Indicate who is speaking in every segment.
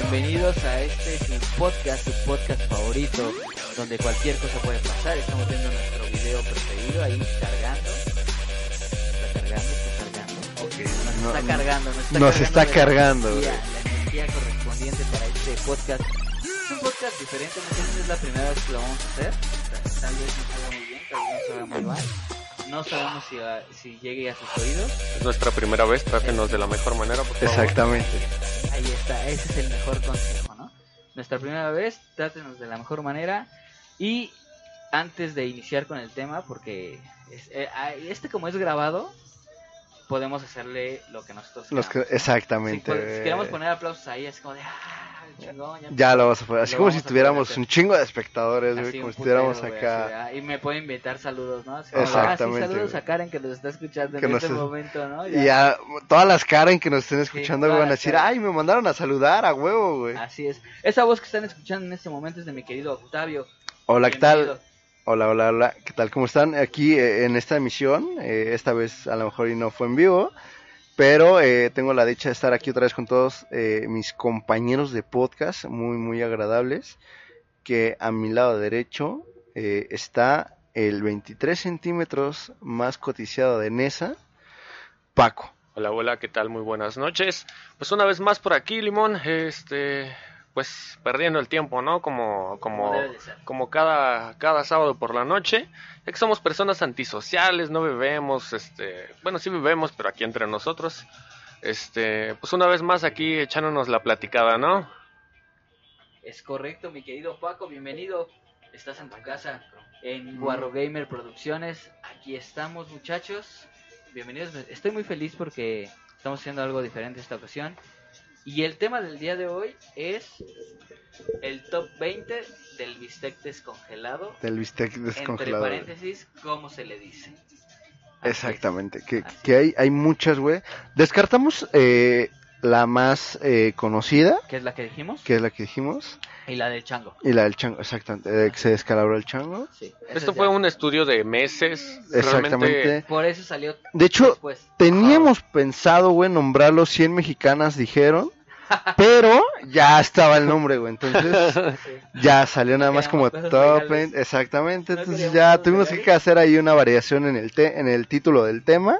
Speaker 1: Bienvenidos a este su podcast, su podcast favorito, donde cualquier cosa puede pasar. Estamos viendo nuestro video preferido ahí cargando. Está cargando, está cargando. Nos
Speaker 2: No,
Speaker 1: está
Speaker 2: no.
Speaker 1: cargando, nos está
Speaker 2: Nos
Speaker 1: cargando.
Speaker 2: está
Speaker 1: de
Speaker 2: cargando,
Speaker 1: energía, La energía correspondiente para este podcast. Es un podcast diferente, muchas veces es la primera vez que lo vamos a hacer. Tal- Tal vez no salga muy bien, tal vez no salga muy mal. No sabemos si, va- si llegue a sus oídos.
Speaker 3: Es nuestra primera vez, trátenos de la mejor manera, por favor.
Speaker 2: Exactamente.
Speaker 1: Ahí está, ese es el mejor consejo, ¿no? Nuestra primera vez, trátenos de la mejor manera. Y antes de iniciar con el tema, porque es- eh, ah, este como es grabado, podemos hacerle lo que nosotros
Speaker 2: Los que-
Speaker 1: queramos. Si,
Speaker 2: exactamente.
Speaker 1: pod- pues, si queremos
Speaker 2: eh,
Speaker 1: poner aplausos ahí, así como de... "Ah, chingón, ya
Speaker 2: Ya lo vas a poner. Así
Speaker 1: Lo
Speaker 2: como
Speaker 1: vamos
Speaker 2: si
Speaker 1: a poner
Speaker 2: tuviéramos
Speaker 1: acá.
Speaker 2: un chingo de espectadores, güey,
Speaker 1: Así
Speaker 2: como
Speaker 1: un
Speaker 2: si estuviéramos
Speaker 1: putero, güey, así de,
Speaker 2: acá.
Speaker 1: ah, y me puede invitar saludos, ¿no? Así como, ah, sí,
Speaker 2: Exactamente,
Speaker 1: saludos
Speaker 2: güey.
Speaker 1: a Karen que nos está escuchando
Speaker 2: Que
Speaker 1: en
Speaker 2: nos
Speaker 1: este
Speaker 2: es-
Speaker 1: momento, ¿no?
Speaker 2: Y ya todas las Karen que nos estén escuchando güey,
Speaker 1: todas
Speaker 2: van a
Speaker 1: las
Speaker 2: decir,
Speaker 1: Karen. Ah,
Speaker 2: ay, me mandaron a saludar a huevo, güey.
Speaker 1: Así es. Esa voz que están escuchando en este momento es de mi querido Octavio.
Speaker 2: Hola, ¿qué tal?
Speaker 1: Bienvenido.
Speaker 2: Hola, hola, hola. ¿Qué tal? ¿Cómo están? Aquí eh, en esta emisión, eh, esta vez a lo mejor y no fue en vivo, pero eh, tengo la dicha de estar aquí otra vez con todos eh, mis compañeros de podcast, muy, muy agradables, que a mi lado derecho eh, está el 23 centímetros más cotizado de Nesa, Paco.
Speaker 3: Hola, hola, ¿qué tal? Muy buenas noches. Pues una vez más por aquí, Limón, este, pues perdiendo el tiempo, ¿no? Como, como,
Speaker 1: Como debe de ser.
Speaker 3: como cada, cada sábado por la noche. Ya que somos personas antisociales, no bebemos, este, bueno, sí bebemos, pero aquí entre nosotros. Este, pues una vez más aquí echándonos la platicada, ¿no?
Speaker 1: Es correcto, mi querido Paco, bienvenido. Estás en tu casa,
Speaker 2: Mm.
Speaker 1: en Guarro Gamer Producciones. Aquí estamos, muchachos. Bienvenidos. Estoy muy feliz porque estamos haciendo algo diferente esta ocasión. Y el tema del día de hoy es el top 20 del bistec descongelado.
Speaker 2: Del bistec
Speaker 1: Entre
Speaker 2: descongelado.
Speaker 1: paréntesis, ¿cómo se le dice? Así es.
Speaker 2: Exactamente, que,
Speaker 1: Así
Speaker 2: que hay, hay muchas, güey. Descartamos eh, la más eh, conocida,
Speaker 1: ¿Qué es la que dijimos?
Speaker 2: que es la que dijimos,
Speaker 1: Y la del chango.
Speaker 2: y la del chango, exactamente, eh, que se descalabró el chango.
Speaker 1: Sí, esa
Speaker 3: Esto
Speaker 1: es
Speaker 3: fue
Speaker 1: ya.
Speaker 3: un estudio de meses. Realmente,
Speaker 2: Exactamente.
Speaker 1: Por eso salió
Speaker 2: De hecho,
Speaker 1: después.
Speaker 2: teníamos pensado, güey, nombrarlo 100 mexicanas, dijeron, pero ya estaba el nombre, güey, entonces
Speaker 1: Sí.
Speaker 2: ya salió nada más como
Speaker 1: Queríamos cosas
Speaker 2: top,
Speaker 1: legales.
Speaker 2: end, exactamente,
Speaker 1: No
Speaker 2: entonces
Speaker 1: queríamos
Speaker 2: ya
Speaker 1: cosas
Speaker 2: tuvimos
Speaker 1: legales.
Speaker 2: que hacer ahí una variación en el, te- en el título del tema,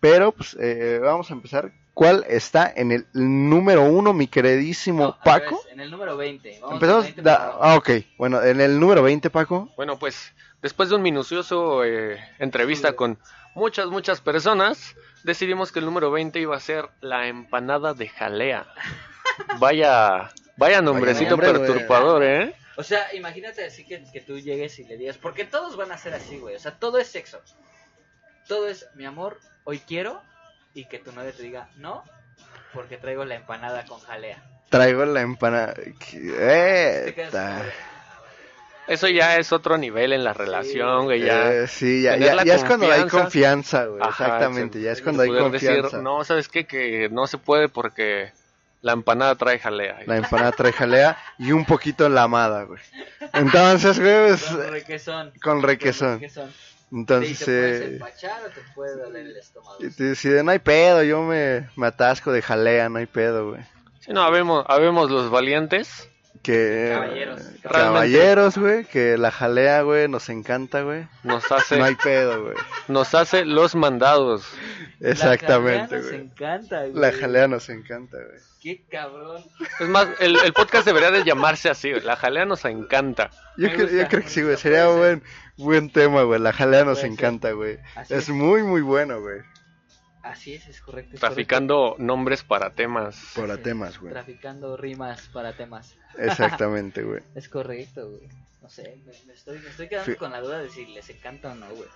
Speaker 2: pero pues eh, vamos a empezar. ¿Cuál está en el número uno, mi queridísimo
Speaker 1: No, al
Speaker 2: Paco?
Speaker 1: revés, en el número 20. Vamos
Speaker 2: Empezamos.
Speaker 1: al 20,
Speaker 2: da-
Speaker 1: por favor.
Speaker 2: ah, ok. Bueno, en el número 20, Paco.
Speaker 3: Bueno, pues después de un minucioso eh, entrevista con muchas, muchas personas, decidimos que el número 20 iba a ser la empanada de jalea. Vaya, vaya nombrecito
Speaker 2: nombre, güey.
Speaker 3: perturbador, ¿eh?
Speaker 1: O sea, imagínate así que, que tú llegues y le digas, porque todos van a ser así, güey. O sea, todo es sexo. Todo es, mi amor, hoy quiero. Y que tu novia te diga, no, porque traigo la empanada con jalea.
Speaker 2: Traigo la empanada.
Speaker 1: Te
Speaker 2: Eh,
Speaker 1: quedas
Speaker 2: ta-
Speaker 1: como de,
Speaker 3: Eso ya es otro nivel en la relación, güey. Ya.
Speaker 2: eh, sí, ya,
Speaker 3: Tener
Speaker 2: ya-
Speaker 3: la
Speaker 2: ya es cuando hay
Speaker 3: confianza.
Speaker 2: confianza, güey.
Speaker 3: Ajá,
Speaker 2: Exactamente,
Speaker 3: sí.
Speaker 2: ya es cuando hay
Speaker 3: Poder
Speaker 2: confianza.
Speaker 3: decir, no, ¿sabes qué? Que no se puede porque la empanada trae jalea.
Speaker 2: La empanada trae jalea y un poquito la amada, güey. Entonces, güey, pues, es-
Speaker 1: Con requesón.
Speaker 2: con
Speaker 1: Con
Speaker 2: requesón.
Speaker 1: Entonces,
Speaker 2: Entonces,
Speaker 1: te puedes
Speaker 2: eh,
Speaker 1: empachar o te puede doler el estómago.
Speaker 2: y te deciden, no hay pedo, yo me, me atasco de jalea, no hay pedo, güey.
Speaker 3: Si no, habemos, habemos los valientes.
Speaker 2: Que,
Speaker 1: Caballeros.
Speaker 2: caballeros, güey, que la jalea, güey, nos encanta, güey.
Speaker 3: Nos hace,
Speaker 2: No hay pedo, güey.
Speaker 3: nos hace los mandados.
Speaker 2: Exactamente,
Speaker 1: La jalea nos
Speaker 2: güey.
Speaker 1: encanta, güey.
Speaker 2: La jalea nos encanta, güey.
Speaker 1: Qué cabrón.
Speaker 3: Es más, el, el podcast debería de llamarse así, güey, la jalea nos encanta.
Speaker 2: Yo,
Speaker 1: Me
Speaker 2: cre-
Speaker 1: gusta,
Speaker 2: yo creo que
Speaker 1: me
Speaker 2: sí, güey.
Speaker 1: gusta,
Speaker 2: Sería
Speaker 1: puede
Speaker 2: buen, buen tema, güey. La jalea nos
Speaker 1: Puede ser.
Speaker 2: encanta, güey.
Speaker 1: Así
Speaker 2: Es
Speaker 1: es.
Speaker 2: muy, muy bueno, güey.
Speaker 1: Así es, es correcto. es
Speaker 3: Traficando nombres para temas.
Speaker 2: Para
Speaker 1: Sí.
Speaker 2: temas,
Speaker 1: correcto.
Speaker 2: güey.
Speaker 1: Traficando rimas para temas.
Speaker 2: Exactamente, güey.
Speaker 1: Es correcto, güey. No sé, me, me estoy, me estoy quedando
Speaker 2: Fí-
Speaker 1: con la duda de si les encanta o no, güey.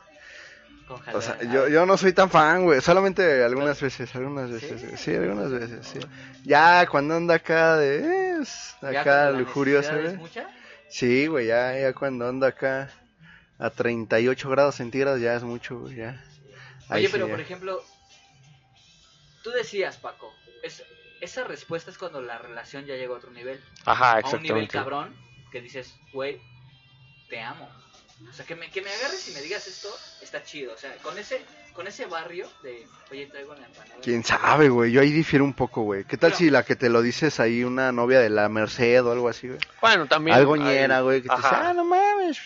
Speaker 1: Con
Speaker 2: O
Speaker 1: jalea. ah.
Speaker 2: sea, yo, yo no soy tan fan, güey. Solamente algunas veces, algunas veces,
Speaker 1: Ah, Sí. Oh.
Speaker 2: güey. Sí, algunas veces, sí. Ya cuando anda acá de. es,
Speaker 1: Ya
Speaker 2: acá ¿eh?
Speaker 1: cuando la
Speaker 2: lujuriosa,
Speaker 1: necesidad es
Speaker 2: güey.
Speaker 1: mucha,
Speaker 2: Sí, güey, ya, ya cuando anda acá a 38 grados centígrados ya es mucho, güey. Ya. Ahí
Speaker 1: Oye,
Speaker 2: sí,
Speaker 1: pero
Speaker 2: ya.
Speaker 1: por ejemplo, tú decías, Paco, es, esa respuesta es cuando la relación ya llegó a otro nivel.
Speaker 2: Ah,
Speaker 3: Ajá,
Speaker 1: a un nivel
Speaker 3: exactamente.
Speaker 1: cabrón que dices, güey, te amo. O sea, que me, que me agarres y me digas esto está chido. O sea, con ese, con ese barrio de, oye, traigo una empanada.
Speaker 2: Quién sabe, güey. Yo ahí difiero un poco, güey. ¿Qué tal
Speaker 1: Pero-
Speaker 2: si la que te lo dices ahí, una novia de la Merced o algo así, güey?
Speaker 3: Bueno, también.
Speaker 2: Algo ñera,
Speaker 3: hay-
Speaker 2: güey. Que te dice,
Speaker 3: Ajá.
Speaker 2: ah, no mames.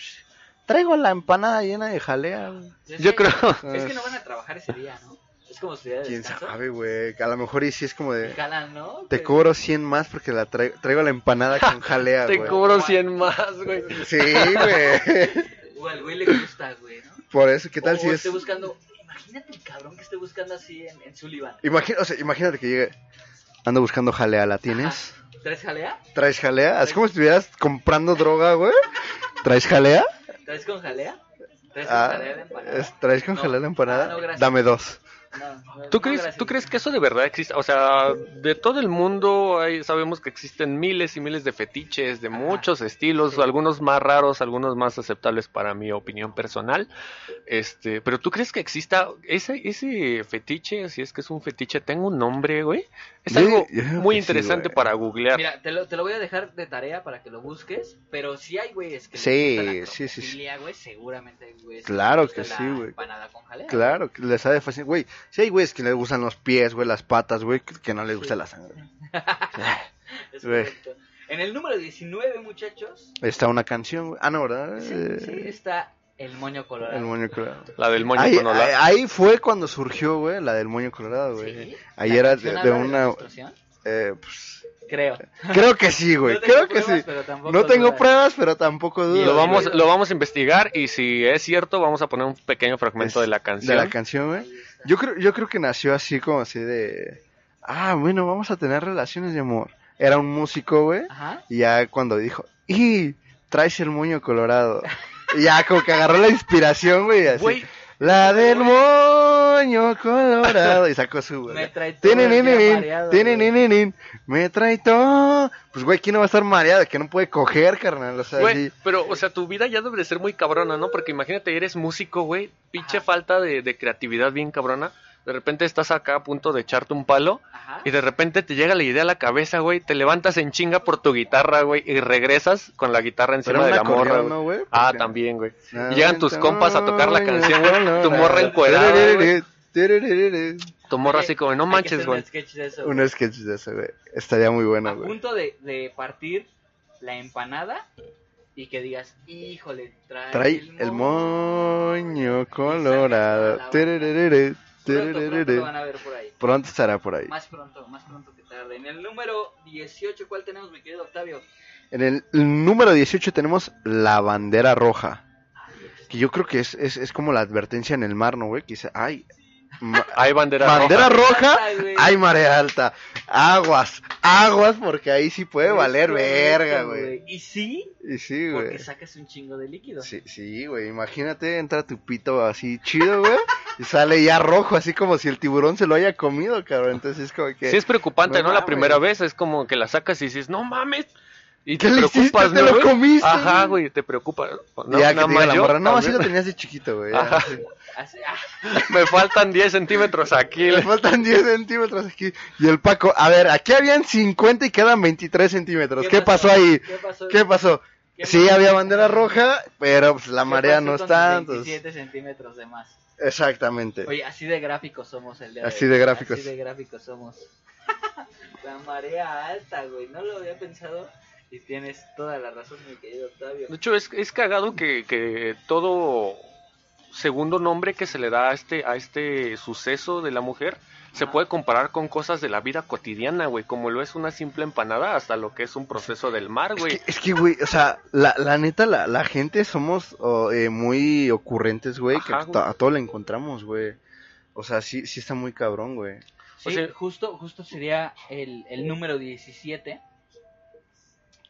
Speaker 2: Traigo la empanada llena de jalea, güey.
Speaker 1: Entonces,
Speaker 3: Yo
Speaker 1: es que-
Speaker 3: creo.
Speaker 1: Es que no van a trabajar ese día, ¿no? Es como su día de
Speaker 2: Quién
Speaker 1: descanso.
Speaker 2: sabe, güey. A lo mejor y sí es como de.
Speaker 1: Jalan, ¿no?
Speaker 2: Te
Speaker 1: Pero-
Speaker 2: cobro 100 más porque la traigo, traigo la empanada con jalea,
Speaker 3: Te
Speaker 2: güey.
Speaker 3: cobro 100 más, güey.
Speaker 2: Sí, güey.
Speaker 1: O al güey le gusta, güey, ¿no?
Speaker 2: Por eso, ¿qué tal
Speaker 1: o
Speaker 2: si
Speaker 1: o
Speaker 2: es?
Speaker 1: esté buscando... Imagínate el cabrón que esté buscando así en, en Sullivan.
Speaker 2: Imagina- o sea, imagínate que llegue. Ando buscando jalea, ¿la tienes?
Speaker 1: ¿Traes jalea?
Speaker 2: ¿Traes jalea? Así como si estuvieras comprando droga, güey. ¿Traes jalea?
Speaker 1: ¿Traes con jalea? ¿Traes con
Speaker 2: Ah,
Speaker 1: jalea de empanada?
Speaker 2: es- ¿Traes con
Speaker 1: No.
Speaker 2: jalea la
Speaker 1: Ah,
Speaker 2: empanada?
Speaker 1: no, gracias.
Speaker 2: Dame dos.
Speaker 1: No, no,
Speaker 3: ¿Tú
Speaker 1: no,
Speaker 3: crees,
Speaker 1: gracias.
Speaker 3: ¿Tú crees que eso de verdad existe? O sea, de todo el mundo hay- sabemos que existen miles y miles de fetiches, de
Speaker 1: Ajá.
Speaker 3: muchos estilos,
Speaker 1: Sí.
Speaker 3: algunos más raros, algunos más aceptables para mi opinión personal. Este, pero ¿tú crees que exista ese, ese fetiche? Si es que es un fetiche, tengo un nombre, güey. Es
Speaker 2: Yo-
Speaker 3: algo
Speaker 2: yo creo
Speaker 3: muy
Speaker 2: que sí,
Speaker 3: interesante
Speaker 2: güey.
Speaker 3: para googlear.
Speaker 1: Mira, te lo, te lo voy a dejar de tarea para que lo busques, pero sí hay güeyes que les
Speaker 2: Sí,
Speaker 1: gusta la
Speaker 2: sí, sí, sí.
Speaker 1: necrofilia, güey, seguramente hay güeyes
Speaker 2: Claro
Speaker 1: les gusta
Speaker 2: que sí,
Speaker 1: la
Speaker 2: güey.
Speaker 1: empanada con jalea.
Speaker 2: Claro, que les ha de fascinar. Güey, si hay güeyes que les gustan los pies, güey, las patas, güey, que, que no les gusta la sangre.
Speaker 1: Es
Speaker 2: Güey.
Speaker 1: correcto. En el número 19, muchachos,
Speaker 2: Está una canción, güey. Ah, no, ¿verdad?
Speaker 1: sí, sí, está el moño colorado.
Speaker 2: Eh, El moño colorado.
Speaker 3: La del moño
Speaker 2: Ahí,
Speaker 3: con hola.
Speaker 2: ahí- ahí fue cuando surgió, güey, la del moño colorado, güey.
Speaker 1: Sí,
Speaker 2: Ahí
Speaker 1: ¿la
Speaker 2: era
Speaker 1: canción
Speaker 2: de, de
Speaker 1: habla la
Speaker 2: una...
Speaker 1: menstruación?
Speaker 2: eh, pues,
Speaker 1: Creo.
Speaker 2: creo que sí, güey.
Speaker 1: No tengo
Speaker 2: creo que
Speaker 1: pruebas,
Speaker 2: sí.
Speaker 1: pero tampoco
Speaker 2: No tengo
Speaker 1: dudas.
Speaker 2: pruebas, pero tampoco dudo.
Speaker 3: Lo vamos,
Speaker 1: güey.
Speaker 3: lo vamos a investigar y si es cierto, vamos a poner un pequeño fragmento de la canción.
Speaker 2: De la canción, güey.
Speaker 1: Ahí está.
Speaker 2: Yo creo, yo creo que nació así como así de... Ah, bueno, vamos a tener relaciones de amor. Era un músico, güey.
Speaker 1: Ajá.
Speaker 2: Y ya cuando dijo, ¡y! Traes el moño colorado. Y ya como que agarró la inspiración, güey. y así,
Speaker 3: Güey,
Speaker 2: La del moño colorado. Y sacó su...
Speaker 1: Me trae todo
Speaker 2: Tienen,
Speaker 1: el día
Speaker 2: tienen,
Speaker 1: mareado,
Speaker 2: tienen,
Speaker 1: güey.
Speaker 2: tienen, me trae todo. Pues, güey, ¿quién no va a estar mareado? Que no puede coger, carnal. O sea,
Speaker 3: Güey,
Speaker 2: sí.
Speaker 3: pero, o sea, tu vida ya debe de ser muy cabrona, ¿no? Porque imagínate, eres músico, güey, pinche
Speaker 1: Ajá.
Speaker 3: falta de, de creatividad bien cabrona. De repente estás acá a punto de echarte un palo
Speaker 2: E.
Speaker 1: Ajá.
Speaker 3: y de repente te llega la idea a la cabeza, güey, te levantas en chinga por tu guitarra, güey, y regresas con la guitarra
Speaker 2: Pero
Speaker 3: encima de
Speaker 2: un
Speaker 3: la morra,
Speaker 2: acordeón,
Speaker 3: güey.
Speaker 2: ¿no, güey?
Speaker 3: Ah,
Speaker 2: Porque-
Speaker 3: también, güey.
Speaker 2: La
Speaker 3: Y llegan
Speaker 2: del
Speaker 3: tus compas a tocar la
Speaker 2: moño
Speaker 3: canción, güey, tu morra
Speaker 2: colorado.
Speaker 3: encuerada, güey.
Speaker 2: Tererere, tererere.
Speaker 3: Tu morra
Speaker 1: Oye,
Speaker 3: así como, no
Speaker 1: hay que
Speaker 3: manches,
Speaker 1: hacer
Speaker 3: güey.
Speaker 1: Un sketch de eso,
Speaker 2: Un sketch de eso, güey. Estaría muy
Speaker 1: a
Speaker 2: bueno, güey.
Speaker 1: punto de, de partir la empanada y que digas, híjole, trae,
Speaker 2: Trae el moño colorado. Tererere,
Speaker 1: Pronto, pronto
Speaker 2: tererere.
Speaker 1: lo van a ver por ahí.
Speaker 2: Pronto estará por ahí.
Speaker 1: Más pronto, más pronto que tarde. En el número 18, ¿cuál tenemos, mi querido Octavio?
Speaker 2: En el número 18 tenemos la bandera roja. Que yo creo que es, es, es como la advertencia en el mar, ¿no, güey? Que dice, ay, ma-
Speaker 3: Hay bandera,
Speaker 2: bandera
Speaker 3: roja.
Speaker 2: roja,
Speaker 1: Ay, güey.
Speaker 2: ay, marea alta. Aguas, aguas, porque ahí sí puede
Speaker 1: Es
Speaker 2: valer
Speaker 1: correcto,
Speaker 2: verga, güey.
Speaker 1: Y sí,
Speaker 2: Y sí,
Speaker 1: porque
Speaker 2: güey.
Speaker 1: sacas un chingo de líquido.
Speaker 2: Sí, sí, güey. Imagínate, entra tu pito así chido, güey. Y sale ya rojo, así como si el tiburón se lo haya comido, cabrón. Entonces es como que...
Speaker 3: Sí, es preocupante,
Speaker 1: Pues
Speaker 2: No
Speaker 3: ¿no? La
Speaker 2: mames.
Speaker 3: primera vez es como que la sacas y dices, no mames. Y
Speaker 2: ¿Qué le hiciste? ¿Te lo
Speaker 3: güey?
Speaker 2: comiste?
Speaker 3: Ajá, güey, te preocupa.
Speaker 2: Y ya que te diga
Speaker 3: nada más
Speaker 2: la
Speaker 3: yo
Speaker 2: morra, no, así
Speaker 3: también.
Speaker 2: lo tenías de chiquito, güey.
Speaker 3: Ajá.
Speaker 2: Sí.
Speaker 1: Así- ah,
Speaker 3: Me faltan 10 centímetros aquí.
Speaker 2: Le faltan 10 centímetros aquí. Y el Paco, a ver, aquí habían 50 y quedan 23 centímetros. ¿Qué pasó ahí?
Speaker 1: ¿Qué pasó?
Speaker 2: ¿Qué pasó?
Speaker 1: ¿Qué
Speaker 2: Sí,
Speaker 1: pasó?
Speaker 2: había bandera roja, pero pues, la
Speaker 1: ¿Qué
Speaker 2: marea
Speaker 1: pasó
Speaker 2: no
Speaker 1: con tus
Speaker 2: está. entonces-
Speaker 1: 27 centímetros de más.
Speaker 2: Exactamente.
Speaker 1: Oye, así de gráficos somos el día
Speaker 2: Así
Speaker 1: hoy.
Speaker 2: de gráficos.
Speaker 1: Así de gráficos somos. la marea alta, güey. No lo había pensado. Y tienes toda la razón, mi querido Octavio.
Speaker 3: De hecho, es, es cagado que, que todo segundo nombre que se le da a este, a este suceso de la mujer se
Speaker 1: Ajá.
Speaker 3: puede comparar con cosas de la vida cotidiana, güey. Como lo es una simple empanada hasta lo que es un proceso del mar,
Speaker 2: Es
Speaker 3: güey.
Speaker 2: que, es que, güey, o sea, la, la neta, la, la gente somos oh, eh, muy ocurrentes, güey, que a,
Speaker 3: Ajá,
Speaker 2: to- a todo le encontramos, güey. O sea, sí, sí está muy cabrón, güey.
Speaker 1: Sí,
Speaker 3: O sea-
Speaker 1: justo, justo sería el, el número 17.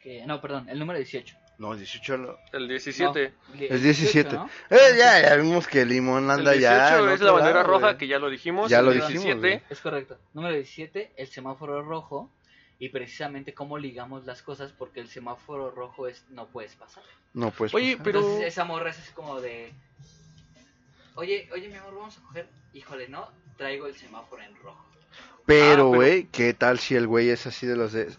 Speaker 1: Que, no, perdón, el número 18.
Speaker 2: No, 18 lo-
Speaker 3: El 17.
Speaker 1: No,
Speaker 2: Es 17.
Speaker 1: ¿no?
Speaker 2: Eh, ya, ya vimos que Limón anda
Speaker 3: el 18
Speaker 2: ya. en
Speaker 3: es
Speaker 2: otro
Speaker 3: la bandera
Speaker 2: lado,
Speaker 3: roja,
Speaker 2: güey.
Speaker 3: que ya lo dijimos.
Speaker 2: Ya
Speaker 3: el
Speaker 2: lo
Speaker 3: 17,
Speaker 2: dijimos, güey.
Speaker 1: Es correcto. Número 17, el semáforo rojo. Y precisamente cómo ligamos las cosas, porque el semáforo rojo es no puedes pasar.
Speaker 2: No, pues.
Speaker 3: Oye, pero...
Speaker 1: Entonces esa morra es así como de... Oye, oye, mi amor, vamos a coger... Híjole, no, traigo el semáforo en rojo.
Speaker 2: Pero,
Speaker 3: Ah, pero-
Speaker 2: güey, ¿qué tal si el güey es así de los de...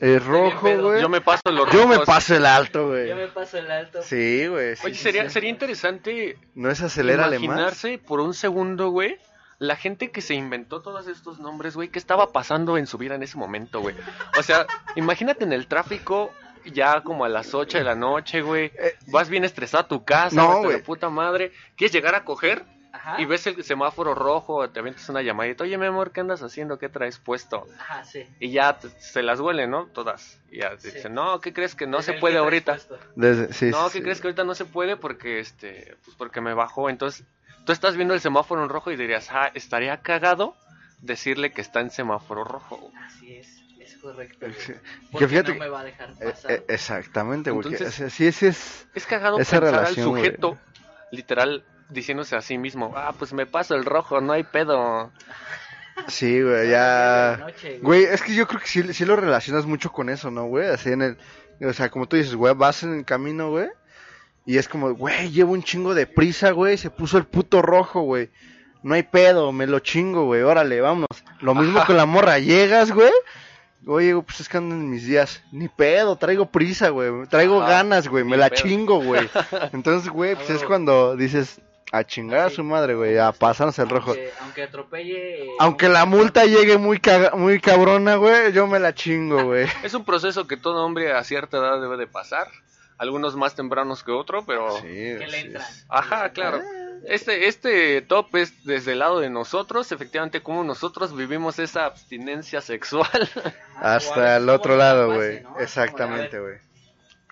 Speaker 2: Es rojo,
Speaker 1: pedo.
Speaker 2: güey.
Speaker 3: Yo me paso los
Speaker 2: Yo me
Speaker 3: rojos.
Speaker 2: paso el alto, güey.
Speaker 1: Yo me paso el alto.
Speaker 2: Sí, güey. sí,
Speaker 3: Oye,
Speaker 2: sí,
Speaker 3: sería,
Speaker 2: sí.
Speaker 3: sería interesante
Speaker 2: No es acelerarle más.
Speaker 3: imaginarse por un segundo, güey, la gente que se inventó todos estos nombres, güey, qué estaba pasando en su vida en ese momento, güey. O sea, imagínate en el tráfico ya como a las 8 de la noche, güey.
Speaker 2: Eh,
Speaker 3: Vas bien estresado a tu casa,
Speaker 2: No,
Speaker 3: no,
Speaker 2: güey.
Speaker 3: la puta madre. ¿Quieres llegar a coger?
Speaker 1: Ajá.
Speaker 3: Y ves el semáforo rojo, te avientas una llamadita. Oye, mi amor, ¿qué andas haciendo? ¿Qué traes puesto?
Speaker 1: Ajá, sí.
Speaker 3: Y ya te- se las huelen, ¿no? Todas. Y ya te
Speaker 1: Sí.
Speaker 3: dicen, no, ¿qué crees que no
Speaker 1: Es
Speaker 3: se
Speaker 1: el
Speaker 3: puede
Speaker 1: que
Speaker 3: ahorita?
Speaker 1: traes puesto.
Speaker 2: desde- sí,
Speaker 3: No,
Speaker 2: sí,
Speaker 3: ¿qué
Speaker 2: sí.
Speaker 3: crees que ahorita no se puede? Porque, este, pues porque me bajó. Entonces, tú estás viendo el semáforo en rojo y dirías, ah, estaría cagado decirle que está en semáforo rojo. güey".
Speaker 1: Así es, es correcto. güey.
Speaker 2: Sí.
Speaker 1: Porque
Speaker 2: fíjate
Speaker 1: no
Speaker 2: que-
Speaker 1: me va a dejar
Speaker 2: Eh,
Speaker 1: pasar.
Speaker 2: eh, exactamente, güey. que-
Speaker 3: Entonces-
Speaker 2: o sea, sí, sí es.
Speaker 3: Es cagado
Speaker 2: Esa
Speaker 3: pensar
Speaker 2: relación,
Speaker 3: al
Speaker 2: güey.
Speaker 3: sujeto, literal, diciéndose a sí mismo, ah, pues me paso el rojo, no hay pedo.
Speaker 2: Sí,
Speaker 1: Nueve
Speaker 2: güey,
Speaker 1: de la
Speaker 2: eh, ya.
Speaker 1: noche, güey.
Speaker 2: Güey, es que yo creo que sí, sí lo relacionas mucho con eso, ¿no, güey? Así en el. O sea, como tú dices, güey, vas en el camino, güey. Y es como, güey, llevo un chingo de prisa, güey. Se puso el puto rojo, güey. No hay pedo, me lo chingo, güey. Órale, vámonos. Lo mismo
Speaker 3: Ajá.
Speaker 2: con la morra. Llegas, güey. Oye, güey, pues es que andan en mis días. Ni pedo, traigo prisa, güey. Traigo
Speaker 3: Ajá,
Speaker 2: ganas, güey. Me
Speaker 3: ni
Speaker 2: la
Speaker 3: pedo.
Speaker 2: chingo, güey. Entonces, güey, pues
Speaker 1: Ah,
Speaker 2: es
Speaker 1: güey.
Speaker 2: cuando dices, a chingar a
Speaker 1: Sí.
Speaker 2: su madre, güey. A pasarnos el rojo.
Speaker 1: Aunque, aunque atropelle. eh,
Speaker 2: Aunque
Speaker 1: un-
Speaker 2: la multa llegue muy caga- muy cabrona, güey, yo me la
Speaker 1: Ah.
Speaker 2: chingo, güey.
Speaker 3: Es un proceso que todo hombre a cierta edad debe de pasar. Algunos más tempranos que otro, pero...
Speaker 1: Que le entran.
Speaker 3: Ajá, claro.
Speaker 1: Ah,
Speaker 3: Este, este top es desde el lado de nosotros, efectivamente, como nosotros vivimos esa abstinencia sexual.
Speaker 1: Ajá, o a
Speaker 2: Hasta
Speaker 1: veces
Speaker 2: el otro
Speaker 1: como
Speaker 2: lado,
Speaker 1: pase,
Speaker 2: güey.
Speaker 1: ¿no?
Speaker 2: Exactamente,
Speaker 1: Como,
Speaker 2: güey.
Speaker 1: a ver,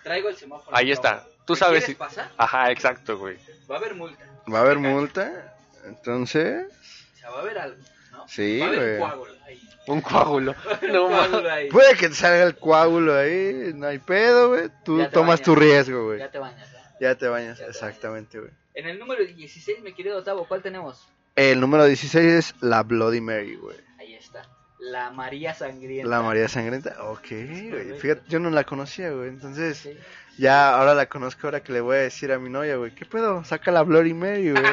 Speaker 1: Traigo el semáforo.
Speaker 3: Ahí
Speaker 1: rojo.
Speaker 3: está. Tú
Speaker 1: ¿Me
Speaker 3: sabes
Speaker 1: quieres
Speaker 3: si-
Speaker 1: pasar?
Speaker 3: Ajá, exacto, güey.
Speaker 1: Va a haber multa.
Speaker 2: Va a haber multa, entonces,
Speaker 1: O sea, va a haber algo. ¿no?
Speaker 2: sí,
Speaker 1: va a haber un
Speaker 2: güey.
Speaker 1: coágulo
Speaker 2: Pues,
Speaker 1: ahí.
Speaker 3: Un coágulo.
Speaker 1: Va a haber
Speaker 3: No
Speaker 1: un coágulo
Speaker 3: mames.
Speaker 1: ahí.
Speaker 2: Puede que te salga el coágulo ahí, no hay pedo, güey. Tú
Speaker 1: Ya te
Speaker 2: tomas
Speaker 1: bañas.
Speaker 2: tu riesgo, güey.
Speaker 1: Ya te bañas. ¿no?
Speaker 2: Ya te bañas,
Speaker 1: Ya te
Speaker 2: exactamente, güey.
Speaker 1: En el número 16, mi querido Tavo, ¿cuál tenemos?
Speaker 2: El número 16 es la Bloody Mary, güey.
Speaker 1: Ahí está. La María Sangrienta.
Speaker 2: La María Sangrenta, ok, güey.
Speaker 1: correcto.
Speaker 2: Fíjate, yo no la conocía, güey. Entonces,
Speaker 1: Sí.
Speaker 2: Ya, ahora la conozco, ahora que le voy a decir a mi novia, güey, ¿qué pedo? Saca la Bloody Mary, güey.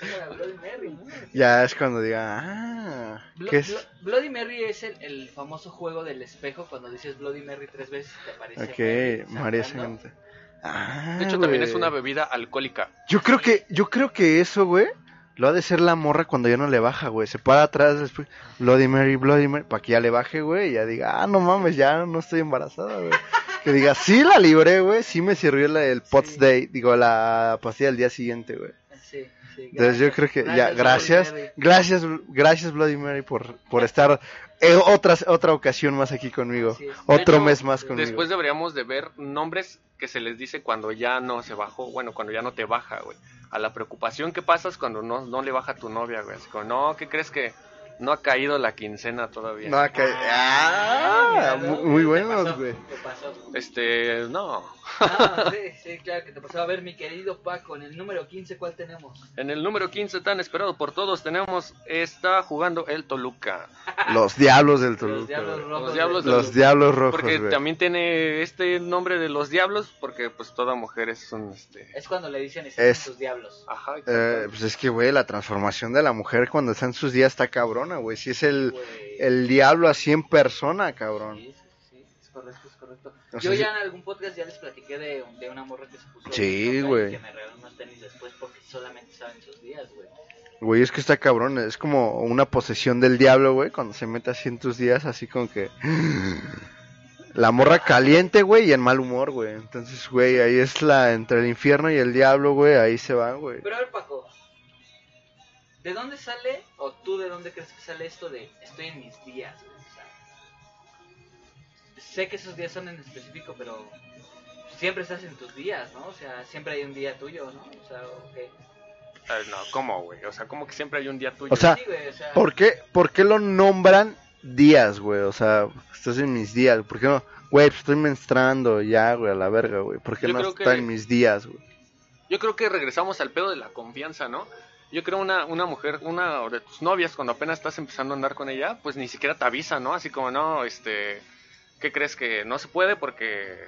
Speaker 1: Sí, la Bloody Mary, ¿no?
Speaker 2: ya es cuando diga, ah,
Speaker 1: Blo-
Speaker 2: ¿qué es?
Speaker 1: Blo- Bloody Mary es el, el famoso juego del espejo. Cuando dices Bloody Mary tres veces te aparece.
Speaker 2: Ok, María
Speaker 1: sangrando.
Speaker 2: Sangrenta. Ah,
Speaker 3: De hecho, también
Speaker 2: güey.
Speaker 3: es una bebida alcohólica.
Speaker 2: Yo creo que, yo creo que eso, güey, lo ha de ser la morra cuando ya no le baja, güey. Se para atrás después, Bloody Mary, Bloody Mary, para que ya le baje, güey, y ya diga, ah, no mames, ya no estoy embarazada, güey. Que diga, sí la libré, güey, sí me sirvió la, el Pots
Speaker 1: Sí.
Speaker 2: Day, digo, la pastilla del día siguiente, güey.
Speaker 1: Sí, sí,
Speaker 2: Entonces yo
Speaker 1: gracias.
Speaker 2: creo que ya, gracias,
Speaker 1: Bloody Mary.
Speaker 2: gracias, gracias Bloody Mary por, por estar eh, otras, otra ocasión más aquí conmigo,
Speaker 1: Así es.
Speaker 2: otro
Speaker 3: De hecho,
Speaker 2: mes más conmigo.
Speaker 3: Después deberíamos de ver nombres que se les dice cuando ya no se bajó, bueno, cuando ya no te baja, güey. A la preocupación que pasas cuando no, no le baja a tu novia, güey. Así como, no, ¿qué crees que no ha caído la quincena todavía?
Speaker 2: No, que- ah,
Speaker 1: Ah, mira,
Speaker 2: mu-
Speaker 1: ¿no?
Speaker 2: muy
Speaker 1: Te
Speaker 2: buenos,
Speaker 1: pasó,
Speaker 2: güey.
Speaker 1: te pasó.
Speaker 3: Este, no.
Speaker 1: Ah, sí, sí, claro que te pasó. A ver, mi querido Paco, en el número 15, ¿cuál tenemos?
Speaker 3: En el número 15 tan esperado por todos tenemos, está jugando el Toluca.
Speaker 2: Los diablos del
Speaker 1: Los
Speaker 2: Toluca.
Speaker 1: Diablos
Speaker 2: güey.
Speaker 1: Rojos.
Speaker 3: Los Diablos
Speaker 1: del-
Speaker 2: Los diablos rojos,
Speaker 3: Porque
Speaker 2: güey.
Speaker 3: también tiene este nombre de los diablos, porque pues toda mujer es un este.
Speaker 1: Es cuando le dicen
Speaker 2: Es-
Speaker 1: estos diablos.
Speaker 3: Ajá.
Speaker 2: Eh, pues es que, güey, la transformación de la mujer cuando está en sus días está cabrona, güey. Si es el,
Speaker 1: Güey.
Speaker 2: el diablo así en persona, cabrón.
Speaker 1: Pues, Sí, sí, sí, es correcto, es correcto.
Speaker 2: O
Speaker 1: Yo
Speaker 2: sea,
Speaker 1: ya en algún podcast ya les platiqué de, de una morra que se puso.
Speaker 2: Sí,
Speaker 1: loca y
Speaker 2: güey.
Speaker 1: Que me regaló unos tenis después porque solamente saben sus días, güey.
Speaker 2: Güey, es que está cabrón, es como una posesión del diablo, güey, cuando se mete así en tus días, así con que... La morra caliente, güey, y en mal humor, güey. Entonces, güey, ahí es la... entre el infierno y el diablo, güey, ahí se van, güey.
Speaker 1: Pero a ver, Paco. ¿De dónde sale, o tú de dónde crees que sale esto de estoy en mis días, güey? O sea, sé que esos días son en específico, pero siempre estás en tus días, ¿no? O sea, siempre hay un día tuyo, ¿no? O sea, ok.
Speaker 3: Eh, no, ¿cómo, güey? O sea, como que siempre hay un día tuyo.
Speaker 2: O sea,
Speaker 1: Sí, güey, o sea,
Speaker 2: ¿Por qué, ¿Por qué lo nombran días, güey? O sea, estás en mis días, ¿por qué no? Güey, pues estoy menstruando ya, güey, a la verga, güey. ¿Por qué
Speaker 3: Yo
Speaker 2: no
Speaker 3: creo
Speaker 2: está
Speaker 3: que-
Speaker 2: en mis días, güey?
Speaker 3: Yo creo que regresamos al pedo de la confianza, ¿no? Yo creo una, una mujer, una de tus novias, cuando apenas estás empezando a andar con ella, pues ni siquiera te avisa, ¿no? Así como, no, este, ¿qué crees que no se puede? Porque,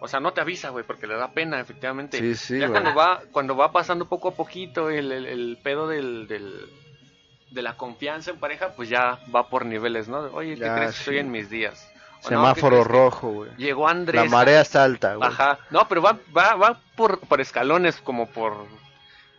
Speaker 3: o sea, no te avisa, güey, porque le da pena, efectivamente.
Speaker 2: Sí, sí,
Speaker 3: ya
Speaker 2: güey.
Speaker 3: cuando va, cuando va pasando poco a poquito el, el- el pedo del, del- de la confianza en pareja, pues ya va por niveles, ¿no? Oye, ¿qué
Speaker 2: Ya,
Speaker 3: crees? Estoy
Speaker 2: sí.
Speaker 3: en mis días. O
Speaker 2: Semáforo
Speaker 3: ¿qué crees que
Speaker 2: rojo, güey.
Speaker 3: Llegó Andrés.
Speaker 2: La marea está alta, güey.
Speaker 3: Ajá. No, pero va, va, va por, por escalones, como por.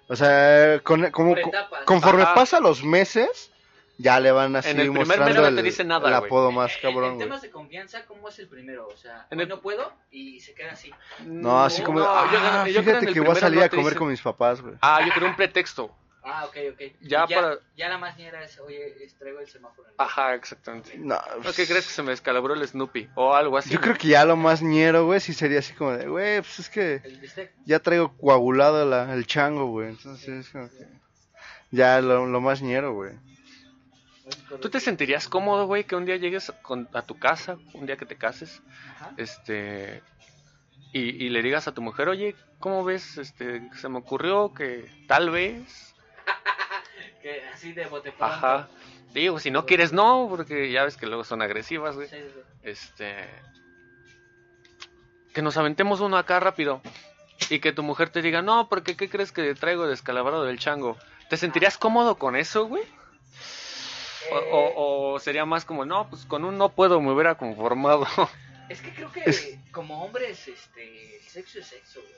Speaker 2: O sea, con- como-
Speaker 1: Por etapas.
Speaker 2: conforme
Speaker 3: Ajá.
Speaker 2: pasan los meses, ya le van así
Speaker 3: En el primer
Speaker 2: mostrando
Speaker 3: mes no te
Speaker 2: el,
Speaker 3: dice nada,
Speaker 2: el
Speaker 3: güey.
Speaker 2: apodo más
Speaker 1: En-
Speaker 2: cabrón,
Speaker 1: Eh, En
Speaker 2: güey.
Speaker 1: temas de confianza, ¿cómo es el primero? O sea,
Speaker 3: En
Speaker 1: hoy
Speaker 3: el-
Speaker 1: no puedo y se queda así.
Speaker 2: No, así como, de,
Speaker 3: no, yo-
Speaker 2: "Ah,
Speaker 3: yo creo
Speaker 2: fíjate
Speaker 3: en el
Speaker 2: que voy a
Speaker 3: primero
Speaker 2: salir
Speaker 3: no
Speaker 2: a
Speaker 3: te
Speaker 2: comer
Speaker 3: dice-
Speaker 2: con mis papás, güey.
Speaker 3: Ah, yo creo un pretexto.
Speaker 1: Ah, ok, ok. Y
Speaker 3: Ya para- Ah.
Speaker 1: ya la más niñera es, oye, es- traigo el semáforo. en rojo".
Speaker 3: Ajá, exactamente.
Speaker 2: No,
Speaker 3: ¿No
Speaker 2: pues,
Speaker 3: qué crees que se me descalabró el Snoopy? O algo así.
Speaker 2: Yo creo que ya lo más ñero, güey, sí sería así como de, güey, pues es que
Speaker 1: El bistec.
Speaker 2: ya traigo coagulado la- el chango, güey. Entonces, es como que ya lo, lo más ñero, güey.
Speaker 3: ¿Tú te sentirías cómodo, güey, que un día llegues con- a tu casa, un día que te cases,
Speaker 1: Ajá.
Speaker 3: este, y, y le digas a tu mujer, oye, ¿cómo ves? Este, se me ocurrió que tal vez,
Speaker 1: Que así de bote pronto.
Speaker 3: ajá, digo, si no quieres, no, porque ya ves que luego son agresivas,
Speaker 1: Sí,
Speaker 3: güey,
Speaker 1: sí, sí.
Speaker 3: este, que nos aventemos uno acá rápido, y que tu mujer te diga, no, porque ¿qué crees que traigo descalabrado del chango? ¿Te sentirías cómodo con eso, güey? O,
Speaker 1: Eh,
Speaker 3: o- o sería más como, no, pues con un no puedo me hubiera conformado.
Speaker 1: Es que creo que
Speaker 2: Es-
Speaker 1: como hombres, este, el sexo es sexo, güey.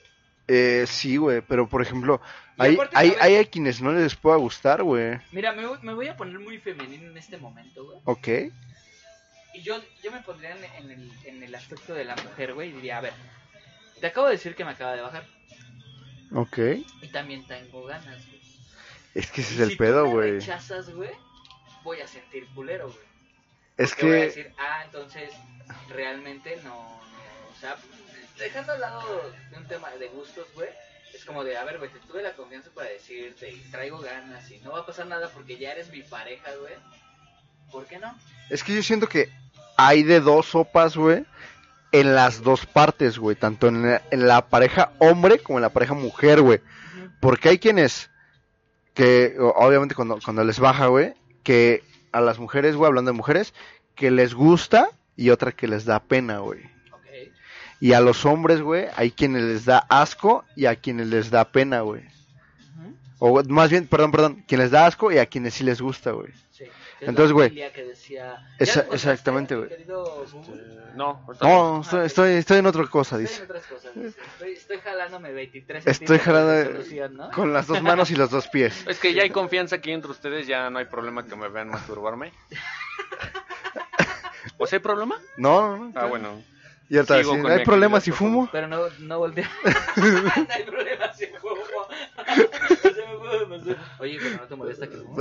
Speaker 2: Eh, sí, güey, pero por ejemplo,
Speaker 1: Y
Speaker 2: hay,
Speaker 1: aparte,
Speaker 2: hay,
Speaker 1: ¿sabes?
Speaker 2: hay a quienes no les pueda gustar, güey.
Speaker 1: Mira, me, voy- me voy a poner muy femenino en este momento, güey.
Speaker 2: Ok.
Speaker 1: Y yo, yo me pondría en, en el, en el aspecto de la mujer, güey, y diría, a ver, te acabo de decir que me acaba de bajar.
Speaker 2: Ok.
Speaker 1: Y también tengo ganas, güey.
Speaker 2: Es que ese
Speaker 1: Y
Speaker 2: es el
Speaker 1: si tú
Speaker 2: pedo,
Speaker 1: me
Speaker 2: güey.
Speaker 1: rechazas, güey, voy a sentir culero, güey.
Speaker 2: Es
Speaker 1: Porque voy a
Speaker 2: que,
Speaker 1: decir, ah, entonces realmente no, no, o sea, dejando al lado de un tema de gustos, güey, es como de, a ver, güey, te tuve la confianza para decirte y traigo ganas y no va a pasar nada porque ya eres mi pareja, güey. ¿Por qué no?
Speaker 2: es que yo siento que hay de dos sopas, güey. En las dos partes, güey. Tanto en la, en la pareja hombre como en la pareja mujer, güey. Porque hay quienes que, o- obviamente, cuando, cuando les baja, güey, que a las mujeres, güey, hablando de mujeres, que les gusta y otra que les da pena, güey.
Speaker 1: Ok.
Speaker 2: Y a los hombres, güey, hay quienes les da asco y a quienes les da pena, güey.
Speaker 1: Ujú.
Speaker 2: O más bien, perdón, perdón, quien les da asco y a quienes sí les gusta, güey.
Speaker 1: Sí. Que es la
Speaker 2: Entonces, güey,
Speaker 1: familia que decía, "Ya
Speaker 2: esa-
Speaker 1: lo encontraste,
Speaker 2: exactamente,
Speaker 1: mi
Speaker 2: güey.
Speaker 1: querido Bubu?"
Speaker 3: No, ahorita no.
Speaker 2: No, estoy, estoy, estoy en otra cosa,
Speaker 1: Estoy en
Speaker 2: dice.
Speaker 1: otras cosas. dice. Estoy, estoy jalándome 23
Speaker 2: Estoy
Speaker 1: centímetros
Speaker 2: jalando
Speaker 1: de
Speaker 2: de-
Speaker 1: solución, ¿no?
Speaker 2: Con las dos manos y los dos pies.
Speaker 3: Es que ya hay confianza aquí entre ustedes, ya no hay problema que me vean masturbarme. ¿O sea, hay problema?
Speaker 2: No, no, no.
Speaker 3: Ah, bueno.
Speaker 2: Y otra vez,
Speaker 3: Sigo
Speaker 2: sí,
Speaker 3: con
Speaker 2: no hay
Speaker 3: mi
Speaker 2: problema
Speaker 3: actividad,
Speaker 2: si
Speaker 3: por
Speaker 2: fumo.
Speaker 1: Pero no, no voltea. no hay problema, si fumo. No se me puede pasar. Oye, pero no te molesta que fumo.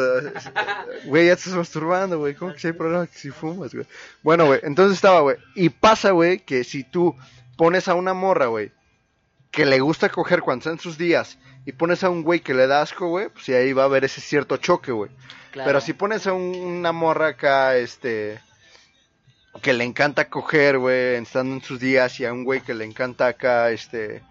Speaker 2: Güey, ya te estás masturbando, güey. ¿Cómo que si hay problema que si fumas, güey? Bueno, güey, entonces estaba, güey. Y pasa, güey, que si tú pones a una morra, güey, que le gusta coger cuando está en sus días, y pones a un güey que le da asco, güey, pues sí, ahí va a haber ese cierto choque, güey.
Speaker 1: Claro.
Speaker 2: Pero si pones a un- una morra acá, este, que le encanta coger, güey, estando en sus días, y a un güey que le encanta acá, este,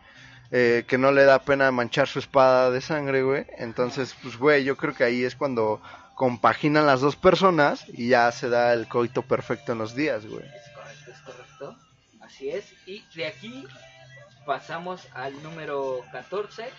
Speaker 2: eh, que no le da pena manchar su espada de sangre, güey, entonces, pues, güey, yo creo que ahí es cuando compaginan las dos personas y ya se da el coito perfecto en los días, güey.
Speaker 1: Es correcto, es correcto. Así es. Y de aquí pasamos al número 14.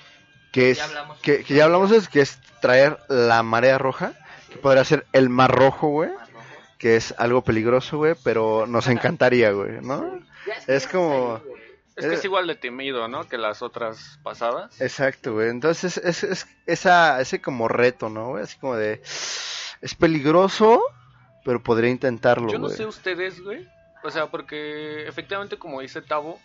Speaker 2: Que, es,
Speaker 1: Ya hablamos.
Speaker 2: que, que ya hablamos es que es traer la marea roja,
Speaker 1: Así
Speaker 2: que
Speaker 1: es,
Speaker 2: podría ser el mar rojo, güey,
Speaker 1: más rojo.
Speaker 2: que es algo peligroso, güey, pero nos encantaría, güey, ¿no?
Speaker 1: Ya
Speaker 2: Es
Speaker 1: que
Speaker 2: como-
Speaker 1: ahí, güey.
Speaker 3: Es que es igual de temido, ¿no? Que las otras pasadas.
Speaker 2: Exacto, güey. Entonces es, es- esa, ese como reto, ¿no? güey? Así como de... Es peligroso, pero podría intentarlo,
Speaker 3: Yo no
Speaker 2: güey.
Speaker 3: sé ustedes, güey. O sea, porque efectivamente, como dice Tavo,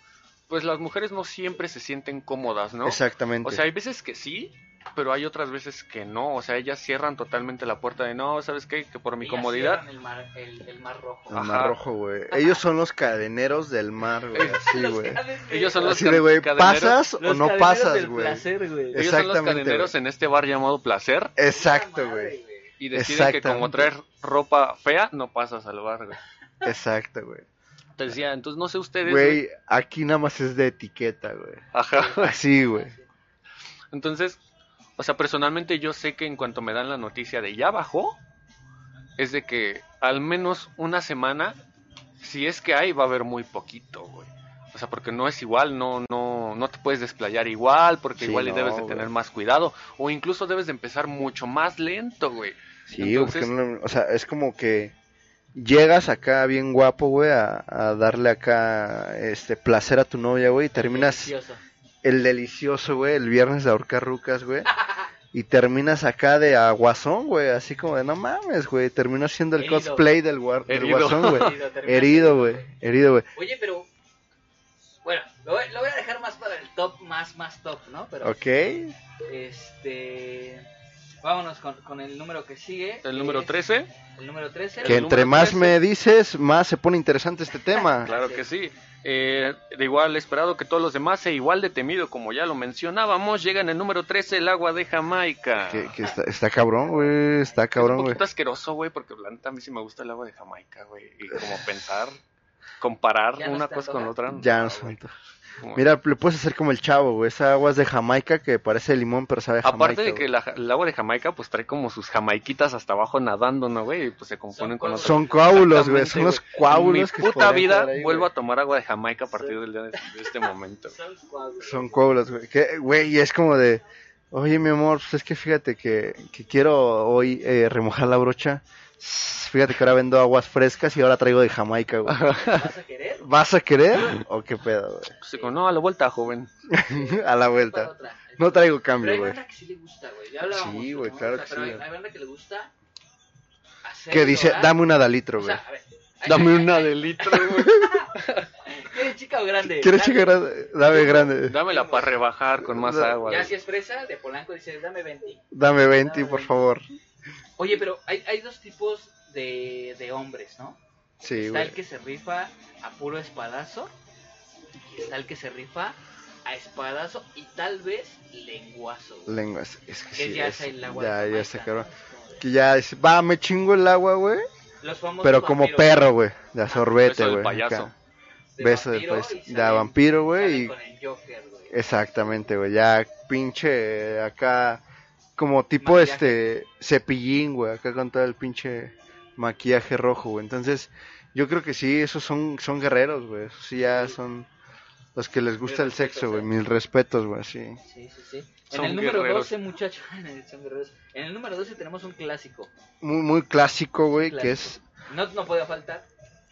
Speaker 3: pues las mujeres no siempre se sienten cómodas, ¿no?
Speaker 2: Exactamente.
Speaker 3: O sea, hay veces que sí, pero hay otras veces que no. O sea, ellas cierran totalmente la puerta de, no, ¿sabes qué? Que por mi
Speaker 1: Y
Speaker 3: comodidad.
Speaker 1: hicieron El mar, el, el mar rojo.
Speaker 2: el mar
Speaker 3: Ajá.
Speaker 2: rojo, güey. Ellos son los cadeneros del mar, güey. Así,
Speaker 1: Los
Speaker 2: güey.
Speaker 1: cadeneros-
Speaker 3: Ellos son los
Speaker 2: Así de, güey,
Speaker 3: cadeneros-
Speaker 2: ¿pasas o
Speaker 1: los
Speaker 2: no
Speaker 1: cadeneros
Speaker 2: pasas,
Speaker 1: del
Speaker 2: güey?
Speaker 1: placer, güey.
Speaker 2: Eh,
Speaker 3: Ellos son los
Speaker 2: Exactamente,
Speaker 3: cadeneros en este bar llamado Placer.
Speaker 2: Exacto,
Speaker 1: Puta madre,
Speaker 2: güey.
Speaker 3: Y deciden que como
Speaker 2: Exactamente.
Speaker 3: traer ropa fea no pasa a salvar, güey.
Speaker 2: Exacto, güey.
Speaker 3: Te decía, entonces no sé ustedes, güey.
Speaker 2: Güey, aquí nada más es de etiqueta, güey.
Speaker 3: Ajá.
Speaker 2: Así, güey.
Speaker 3: Entonces, o sea, personalmente yo sé que en cuanto me dan la noticia de ya bajó, es de que al menos una semana, si es que hay, va a haber muy poquito, güey. O sea, porque no es igual, no, no, no te puedes desplayar igual, porque
Speaker 2: Sí,
Speaker 3: igual y
Speaker 2: no,
Speaker 3: debes de
Speaker 2: güey.
Speaker 3: tener más cuidado, o incluso debes de empezar mucho más lento, güey.
Speaker 2: Sí, güey, porque
Speaker 3: Entonces-
Speaker 2: no- o sea, es como que llegas acá bien guapo, güey, a, a darle acá este placer a tu novia, güey, y terminas
Speaker 1: Delicioso.
Speaker 2: el delicioso, güey, el viernes de ahorcar rucas, güey. Y terminas acá de aguazón, güey, así como de no mames, güey, terminas siendo el
Speaker 1: Herido.
Speaker 2: cosplay del, guar- del
Speaker 3: Herido.
Speaker 2: guasón, güey.
Speaker 1: Herido, terminas
Speaker 2: Herido, güey, herido, güey.
Speaker 1: Oye, pero. Bueno, lo voy, lo voy a dejar más para el top, más, más top, ¿no? Pero.
Speaker 2: Ok,
Speaker 1: Este. Vámonos con, con el número que sigue. que
Speaker 3: El número
Speaker 1: es
Speaker 3: 13,
Speaker 1: El número 13.
Speaker 2: que
Speaker 3: el
Speaker 2: entre
Speaker 3: número
Speaker 2: más
Speaker 3: 13.
Speaker 2: me dices, más se pone interesante este tema.
Speaker 3: claro que sí. Eh, de igual esperado que todos los demás e igual de temido, como ya lo mencionábamos, llega en el número 13 el agua de Jamaica.
Speaker 2: Que, que está, está cabrón, güey, está cabrón,
Speaker 3: es un
Speaker 2: güey.
Speaker 3: poquito asqueroso, güey, porque la neta a mí sí me gusta el agua de Jamaica, güey. Y como pensar, comparar
Speaker 1: Ya no
Speaker 3: una
Speaker 1: está
Speaker 3: cosa con
Speaker 1: toda.
Speaker 3: la otra. no,
Speaker 2: Ya no
Speaker 3: güey.
Speaker 2: santo.
Speaker 3: Como-
Speaker 2: Mira, le puedes hacer como el chavo, güey. Esa agua es de Jamaica que parece limón, pero sabe a Jamaica.
Speaker 3: Aparte de que
Speaker 2: güey.
Speaker 3: la, el agua de Jamaica, pues trae como sus jamaiquitas hasta abajo nadando, ¿no, güey? Y pues se componen con
Speaker 1: cuervos.
Speaker 3: otras.
Speaker 2: Son coágulos, güey.
Speaker 3: Exactamente,
Speaker 2: Son los
Speaker 3: güey.
Speaker 2: coágulos
Speaker 3: En
Speaker 2: que
Speaker 3: Mi
Speaker 2: se
Speaker 3: puta
Speaker 2: podrían
Speaker 3: vida
Speaker 2: quedar ahí,
Speaker 3: vuelvo
Speaker 2: güey.
Speaker 3: a tomar agua de Jamaica a partir del día de, de este momento.
Speaker 1: Son coágulos.
Speaker 2: Son coágulos, güey. Que, Güey, es como de... Oye, mi amor, pues es que fíjate que, que quiero hoy eh, remojar la brocha. Sss, Fíjate que ahora vendo aguas frescas y ahora traigo de Jamaica, güey.
Speaker 1: ¿Vas a querer?
Speaker 2: ¿Vas a querer o qué pedo,
Speaker 3: Pues digo, no, a la vuelta, joven.
Speaker 2: güey? a la
Speaker 1: Para
Speaker 2: vuelta.
Speaker 1: otra.
Speaker 2: No traigo
Speaker 1: Pero
Speaker 2: cambio,
Speaker 1: hay
Speaker 2: güey.
Speaker 1: banda que sí le gusta, güey. Ya hablábamos.
Speaker 2: Sí,
Speaker 1: de
Speaker 2: güey,
Speaker 1: cómo
Speaker 2: claro
Speaker 1: gusta,
Speaker 2: que
Speaker 1: pero
Speaker 2: sí,
Speaker 1: hay-
Speaker 2: güey.
Speaker 1: Hay banda que le gusta hacer
Speaker 2: Que dice,
Speaker 1: llorar.
Speaker 2: dame una de litro,
Speaker 1: O sea,
Speaker 2: güey.
Speaker 1: a ver, hay-
Speaker 3: Dame
Speaker 1: hay-
Speaker 3: una
Speaker 1: hay-
Speaker 3: de litro, güey.
Speaker 1: ¿Quieres chica o grande?
Speaker 2: ¿Quieres
Speaker 1: Grande.
Speaker 2: llegar a... Dame grande.
Speaker 3: Dámela para rebajar con más agua.
Speaker 1: Ya
Speaker 3: güey.
Speaker 1: si es fresa, de Polanco dice, dame 20.
Speaker 2: Dame 20,
Speaker 1: Dame
Speaker 2: por
Speaker 1: 20.
Speaker 2: favor.
Speaker 1: Oye, pero hay, hay dos tipos de, de hombres, ¿no?
Speaker 2: Sí,
Speaker 1: está
Speaker 2: güey.
Speaker 1: el que se rifa a puro espadazo y está el que se rifa a espadazo y tal vez lenguazo. güey.
Speaker 2: Lenguas. Es que
Speaker 1: Que
Speaker 2: sí,
Speaker 1: ya
Speaker 2: es-
Speaker 1: es el agua. de
Speaker 2: ya, ya
Speaker 1: Jamaica,
Speaker 2: está
Speaker 1: ¿no?
Speaker 2: cabrón.
Speaker 1: Como de-
Speaker 2: Que ya dice, va, me chingo el agua, güey.
Speaker 1: Los famosos
Speaker 2: Pero como
Speaker 1: vampiros,
Speaker 2: perro, güey. De sorbete,
Speaker 3: Beso del
Speaker 2: güey.
Speaker 3: payaso.
Speaker 2: acá.
Speaker 1: de
Speaker 2: Beso del
Speaker 1: vampiro
Speaker 2: payaso.
Speaker 1: y
Speaker 2: De
Speaker 1: salen-
Speaker 2: pues, vampiro,
Speaker 1: salen
Speaker 2: güey. y-
Speaker 1: con el Joker, güey.
Speaker 2: Exactamente, güey. Ya pinche eh, acá. Como tipo
Speaker 1: Maquillaje.
Speaker 2: este cepillín, güey. Acá con todo el pinche maquillaje rojo, güey. Entonces, yo creo que sí, esos son, son guerreros, güey. Esos sí ya
Speaker 1: Sí.
Speaker 2: son los que les gusta el
Speaker 1: respetos,
Speaker 2: sexo, güey.
Speaker 1: eh.
Speaker 2: Mis respetos, güey. Sí.
Speaker 1: Sí, sí, sí. En
Speaker 3: Son
Speaker 1: el número
Speaker 3: guerreros.
Speaker 1: 12, muchachos. son guerreros. En el número 12 tenemos un clásico.
Speaker 2: Muy, muy clásico, güey.
Speaker 1: Clásico.
Speaker 2: Que es
Speaker 1: No, no podía faltar.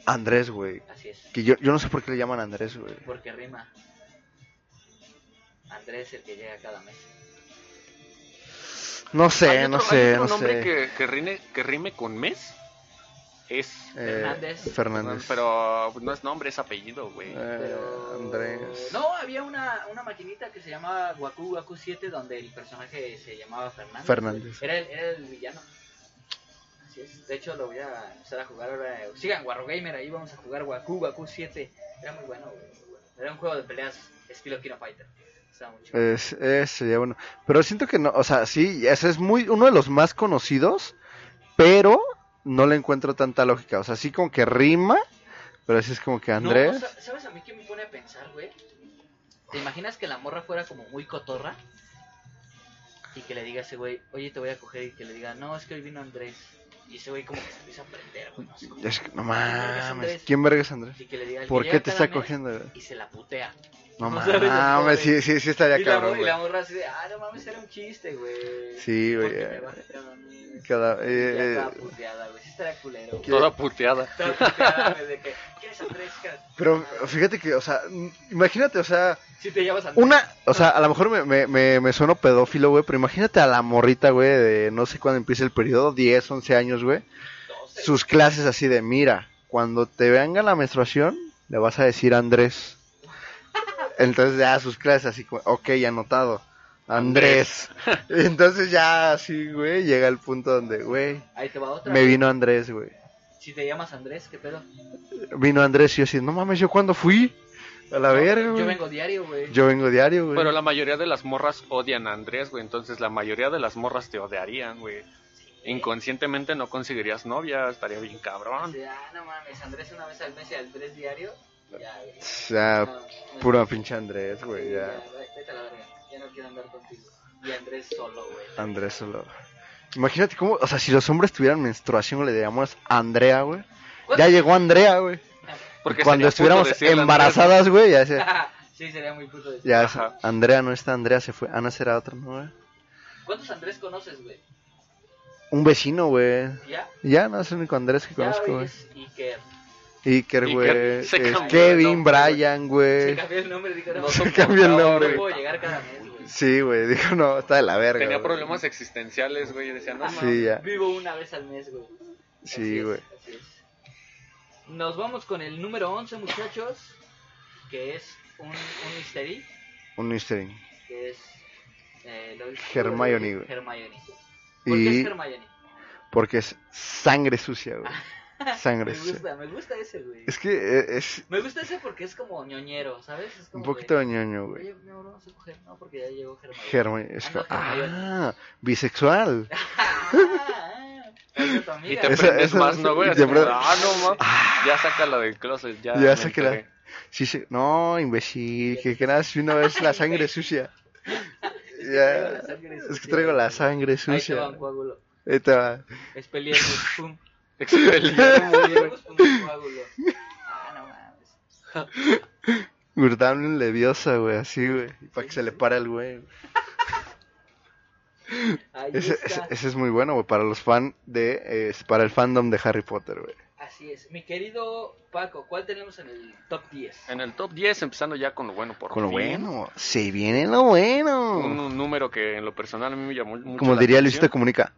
Speaker 2: Andrés, güey.
Speaker 1: Así es.
Speaker 2: Que yo, yo no sé por qué le llaman Andrés, güey.
Speaker 1: Porque rima. Andrés el que llega cada mes.
Speaker 2: No sé,
Speaker 3: Hay
Speaker 2: no
Speaker 3: otro-
Speaker 2: sé,
Speaker 3: hay otro
Speaker 2: no sé.
Speaker 3: nombre que, que, rine- que rime con mes? Es.
Speaker 2: Eh,
Speaker 1: Fernández.
Speaker 2: Fernández.
Speaker 3: Pero no es nombre, es apellido, güey.
Speaker 2: Eh,
Speaker 1: Pero-
Speaker 2: Andrés.
Speaker 1: No, había una, una maquinita que se llamaba Waku Waku 7 donde el personaje se llamaba Fernández.
Speaker 2: Fernández.
Speaker 1: Era el, era el villano. Así es. De hecho, lo voy a empezar a jugar ahora. Sigan Guarro Gamer, ahí vamos a jugar Waku Waku 7. Era muy bueno, güey, muy bueno. Era un juego de peleas estilo Kino Fighter. Estaba mucho.
Speaker 2: Es, es, sería bueno. Pero siento que no, o sea, sí, ese es muy uno de los más conocidos, pero no le encuentro tanta lógica. O sea, sí como que rima, pero así es como que Andrés.
Speaker 1: No, sa- ¿Sabes a mí qué me pone a pensar, güey? ¿Te imaginas que la morra fuera como muy cotorra? Y que le diga a ese güey, oye, te voy a coger. Y que le diga, no, es que hoy vino Andrés. Y ese güey como que se empieza a prender, güey. No sé cómo.
Speaker 2: Es que, no
Speaker 1: verga es
Speaker 2: mames,
Speaker 1: Andrés?
Speaker 2: ¿quién verga es Andrés?
Speaker 1: Y que le diga, "El
Speaker 2: ¿Por
Speaker 1: que
Speaker 2: qué
Speaker 1: llega
Speaker 2: te
Speaker 1: cada
Speaker 2: está
Speaker 1: mes",
Speaker 2: cogiendo? güey?
Speaker 1: Y se la putea.
Speaker 2: No
Speaker 1: No sabes,
Speaker 2: mames,
Speaker 1: pobre.
Speaker 2: sí, sí, sí estaría
Speaker 1: y, la,
Speaker 2: cabrón,
Speaker 1: y
Speaker 2: güey.
Speaker 1: la morra así de, ah, no mames, era un chiste, güey.
Speaker 2: Sí, güey,
Speaker 1: Porque
Speaker 2: eh,
Speaker 1: me vale cada mes".
Speaker 2: Cada-
Speaker 1: Y ya
Speaker 2: eh,
Speaker 1: estaba puteada, güey. Sí, estaría culero.
Speaker 2: ¿Qué?
Speaker 3: Toda puteada.
Speaker 1: Estaba puteada, güey, de que, ¿quieres Andrés? cara?".
Speaker 2: Pero fíjate que, o sea, m- imagínate, o sea,
Speaker 1: Si te llevas a Andrés.
Speaker 2: Una, o sea, a lo mejor me, me, me, me sueno pedófilo, güey, pero imagínate a la morrita, güey, de no sé cuándo empieza el periodo, 10, 11 años, güey.
Speaker 1: doce,
Speaker 2: Sus clases así de, mira, cuando te venga la menstruación, le vas a decir Andrés. Entonces ya sus clases así, como, ok, anotado. Andrés. Entonces ya así, güey, llega el punto donde, güey,
Speaker 1: Ahí te va otra.
Speaker 2: me
Speaker 1: güey.
Speaker 2: vino Andrés, güey.
Speaker 1: Si te llamas Andrés, ¿qué pedo?
Speaker 2: Vino Andrés y yo así, no mames, ¿yo cuándo fui? A la verga,
Speaker 1: Yo
Speaker 2: güey.
Speaker 1: vengo diario, güey.
Speaker 2: Yo vengo diario, güey.
Speaker 3: Pero la mayoría de las morras odian a Andrés, güey. Entonces la mayoría de las morras te odiarían, güey. Inconscientemente no conseguirías novia, estaría bien
Speaker 1: O
Speaker 3: cabrón.
Speaker 1: sea, ah, no mames, Andrés una vez al mes y Andrés diario. Ya, güey.
Speaker 2: O sea,
Speaker 1: No, no,
Speaker 2: Puro Ah, pinche Andrés,
Speaker 1: sí,
Speaker 2: güey, ya.
Speaker 1: vete- vete a la verga. Ya no quiero andar contigo. Y Andrés solo, güey.
Speaker 2: Andrés solo. Imagínate cómo, o sea, si los hombres tuvieran menstruación, le diríamos Andrea, güey. Ya llegó Andrea, güey.
Speaker 3: Pues Porque
Speaker 2: Cuando
Speaker 3: sería
Speaker 2: estuviéramos
Speaker 3: puto decirle a Andrés,
Speaker 2: embarazadas, güey, ya se,
Speaker 1: sí, sería muy puto decir.
Speaker 2: ya
Speaker 3: Ajá.
Speaker 2: se- Ah, Andrea no está, Andrea se fue. Ana será otra, ¿no, güey?
Speaker 1: ¿Cuántos Andrés conoces, güey?
Speaker 2: Un vecino, güey.
Speaker 1: ¿Ya?
Speaker 2: Ya, no es el único Andrés que
Speaker 1: Ya
Speaker 2: conozco,
Speaker 1: hoy
Speaker 2: güey.
Speaker 1: es Iker.
Speaker 2: Iker,
Speaker 3: Iker,
Speaker 2: güey.
Speaker 3: se
Speaker 2: eh,
Speaker 3: cambió de
Speaker 2: Kevin,
Speaker 3: nombre, güey.
Speaker 2: Brian,
Speaker 1: Se
Speaker 2: güey.
Speaker 1: cambió el nombre, dijo, no,
Speaker 2: Eh, Se cambió el
Speaker 1: no,
Speaker 2: nombre,
Speaker 1: No
Speaker 2: güey.
Speaker 1: puedo llegar cada mes, güey.
Speaker 2: Sí, güey, dijo, no, está de la verga.
Speaker 3: Tenía
Speaker 2: güey.
Speaker 3: problemas existenciales, güey. y Decía,
Speaker 1: Ah,
Speaker 3: no, mames.
Speaker 2: Sí, ya.
Speaker 1: Vivo una vez al mes, güey. Así
Speaker 2: Sí,
Speaker 1: es,
Speaker 2: güey.
Speaker 1: así es. Nos vamos con el número 11, muchachos, que es un, un mystery,
Speaker 2: Un Easter egg.
Speaker 1: que es... Eh, lo-
Speaker 2: Hermione, güey.
Speaker 1: Hermione. ¿Por qué
Speaker 2: Y
Speaker 1: es Hermione?
Speaker 2: porque es sangre sucia, güey. Sangre
Speaker 1: Me
Speaker 2: sucia.
Speaker 1: gusta, me gusta ese, güey.
Speaker 2: Es que eh, es
Speaker 1: Me gusta ese porque es como ñoñero, ¿sabes? Es
Speaker 2: un
Speaker 1: como
Speaker 2: poquito
Speaker 1: de,
Speaker 2: ñoño, güey.
Speaker 1: Oye, no, no, vamos a coger, no, porque ya llegó Hermione.
Speaker 2: Germán, es
Speaker 1: Ando
Speaker 2: como-
Speaker 1: Hermione.
Speaker 2: ah, bisexual.
Speaker 1: Ah, es tu
Speaker 3: Y
Speaker 1: amiga.
Speaker 3: te
Speaker 2: Esa-
Speaker 3: prendes
Speaker 2: esa-
Speaker 3: más, ¿no, güey?
Speaker 2: y
Speaker 3: Así
Speaker 2: te
Speaker 3: como,
Speaker 2: prendes-
Speaker 3: Ah, no, ma.
Speaker 2: Ah,
Speaker 3: Ya sácala del closet, ya.
Speaker 2: Ya
Speaker 3: me
Speaker 2: sácala.
Speaker 3: enteré.
Speaker 2: sí, sí. No, imbécil, que, que nada, si una vez la sangre sucia.
Speaker 1: Es que traigo
Speaker 2: Ya.
Speaker 1: la sangre
Speaker 2: Es que
Speaker 1: sucia,
Speaker 2: traigo la
Speaker 1: güey.
Speaker 2: sangre
Speaker 1: Ahí te va un coágulo.
Speaker 2: sucia. Ahí te va.
Speaker 1: Es peliagudos, pum.
Speaker 3: Excelente.
Speaker 1: Peliagudos, pum, coágulo. Ah, no mames.
Speaker 2: Gurdam leviosa, güey, así, güey. Para que se le para el güey.
Speaker 1: Ahí
Speaker 2: Ese, ese,
Speaker 1: está.
Speaker 2: ese es muy bueno, güey, para los fan de, eh, para el fandom de Harry Potter, güey.
Speaker 1: Así es. Mi querido Paco, ¿cuál tenemos en el top 10?
Speaker 3: En el top 10, empezando ya con lo bueno, por
Speaker 2: Con lo
Speaker 3: fin.
Speaker 2: bueno, se viene lo bueno.
Speaker 3: Un, un número que en lo personal a mí me llamó mucho
Speaker 2: Como
Speaker 3: la
Speaker 2: diría Luisito
Speaker 3: atención.
Speaker 2: Comunica,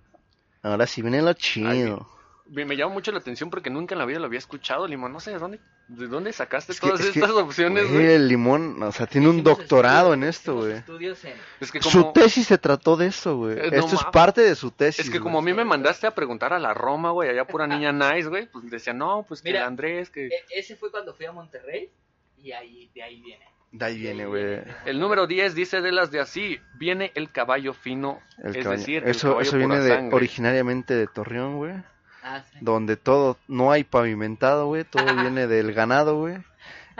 Speaker 2: ahora sí viene lo chido.
Speaker 3: Me, me llamó mucho la atención porque nunca en la vida lo había escuchado, Limo. No sé de dónde, de dónde sacaste
Speaker 2: Es que-
Speaker 3: todas
Speaker 2: es que,
Speaker 3: estas opciones,
Speaker 2: Güey,
Speaker 3: güey.
Speaker 2: el limón, o sea, tiene un
Speaker 1: Hicimos
Speaker 2: doctorado
Speaker 1: estudios-
Speaker 2: en esto,
Speaker 1: hicimos
Speaker 2: güey.
Speaker 1: Estudios en...
Speaker 3: Es que
Speaker 2: Su
Speaker 3: como,
Speaker 2: tesis se trató de eso, güey.
Speaker 3: Eh, no
Speaker 2: Esto es
Speaker 3: mames.
Speaker 2: parte de su tesis.
Speaker 3: es que
Speaker 2: güey.
Speaker 3: como a mí me mandaste a preguntar a la Roma, güey, allá pura niña nice, güey, pues decía, no, pues que
Speaker 1: Mira,
Speaker 3: el Andrés, que...
Speaker 1: E- ese fue cuando fui a Monterrey y ahí, de ahí viene.
Speaker 2: De ahí viene, güey.
Speaker 3: El número 10 dice de las de así, viene el caballo fino,
Speaker 2: El
Speaker 3: es
Speaker 2: caballo.
Speaker 3: decir, el
Speaker 2: eso
Speaker 3: caballo
Speaker 2: eso viene
Speaker 3: pura
Speaker 2: de,
Speaker 3: sangre.
Speaker 2: originariamente de Torreón, güey.
Speaker 1: Ah, sí.
Speaker 2: Donde todo, no hay pavimentado, güey. Todo viene del ganado, güey.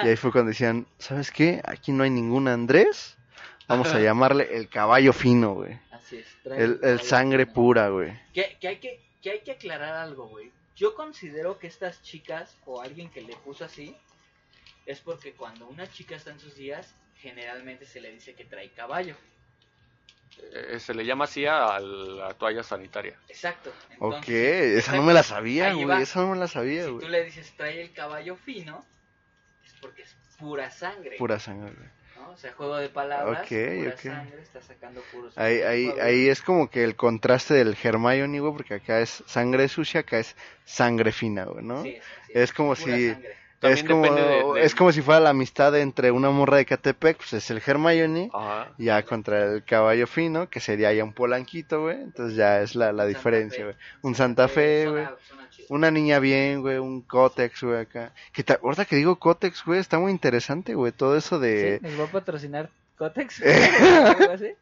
Speaker 2: Y ahí fue cuando decían, ¿sabes qué? Aquí no hay ningún Andrés. Vamos a llamarle el caballo fino, güey.
Speaker 1: Así es. trae
Speaker 2: El,
Speaker 1: caballo
Speaker 2: el sangre
Speaker 1: fino.
Speaker 2: pura, güey.
Speaker 1: Que, que hay que, que hay que aclarar algo, güey. Yo considero que estas chicas o alguien que le puso así es porque cuando una chica está en sus días, generalmente se le dice que trae caballo.
Speaker 3: Eh, se le llama así a la toalla sanitaria.
Speaker 1: Exacto.
Speaker 2: Ok,
Speaker 1: Entonces,
Speaker 2: esa no
Speaker 1: exacto.
Speaker 2: me la sabía,
Speaker 1: Ahí va.
Speaker 2: güey. Esa no me la sabía,
Speaker 1: Si tú
Speaker 2: güey.
Speaker 1: le dices trae el caballo fino, es porque es pura sangre.
Speaker 2: Pura sangre, güey.
Speaker 1: ¿no? O sea, juego de palabras.
Speaker 2: Ok,
Speaker 1: pura
Speaker 2: ok.
Speaker 1: sangre está sacando puros.
Speaker 2: Ahí, ahí, ahí es como que el contraste del Hermione, güey, porque acá es sangre sucia, acá es sangre fina, güey, ¿no?
Speaker 1: Sí, así
Speaker 2: Es como
Speaker 1: pura
Speaker 2: si-
Speaker 1: sangre.
Speaker 2: Es
Speaker 3: También
Speaker 2: como,
Speaker 3: depende de- de-
Speaker 2: es como si fuera la amistad entre una morra de Catepec, pues es el Hermione,
Speaker 1: Ah,
Speaker 3: Ajá.
Speaker 2: ya contra el caballo fino, que sería ya un polanquito, güey, entonces ya es la, la
Speaker 1: Santa
Speaker 2: diferencia,
Speaker 1: Fe.
Speaker 2: güey. Un Santa Fe, güey.
Speaker 1: Suena- suena chido.
Speaker 2: Una niña bien, güey, un cótex, güey, acá. Que ta- ahorita que digo cótex, güey, está muy interesante, güey, todo eso
Speaker 1: Sí,
Speaker 2: de,
Speaker 1: ¿Nos va a patrocinar Cotex? ¿Algo así?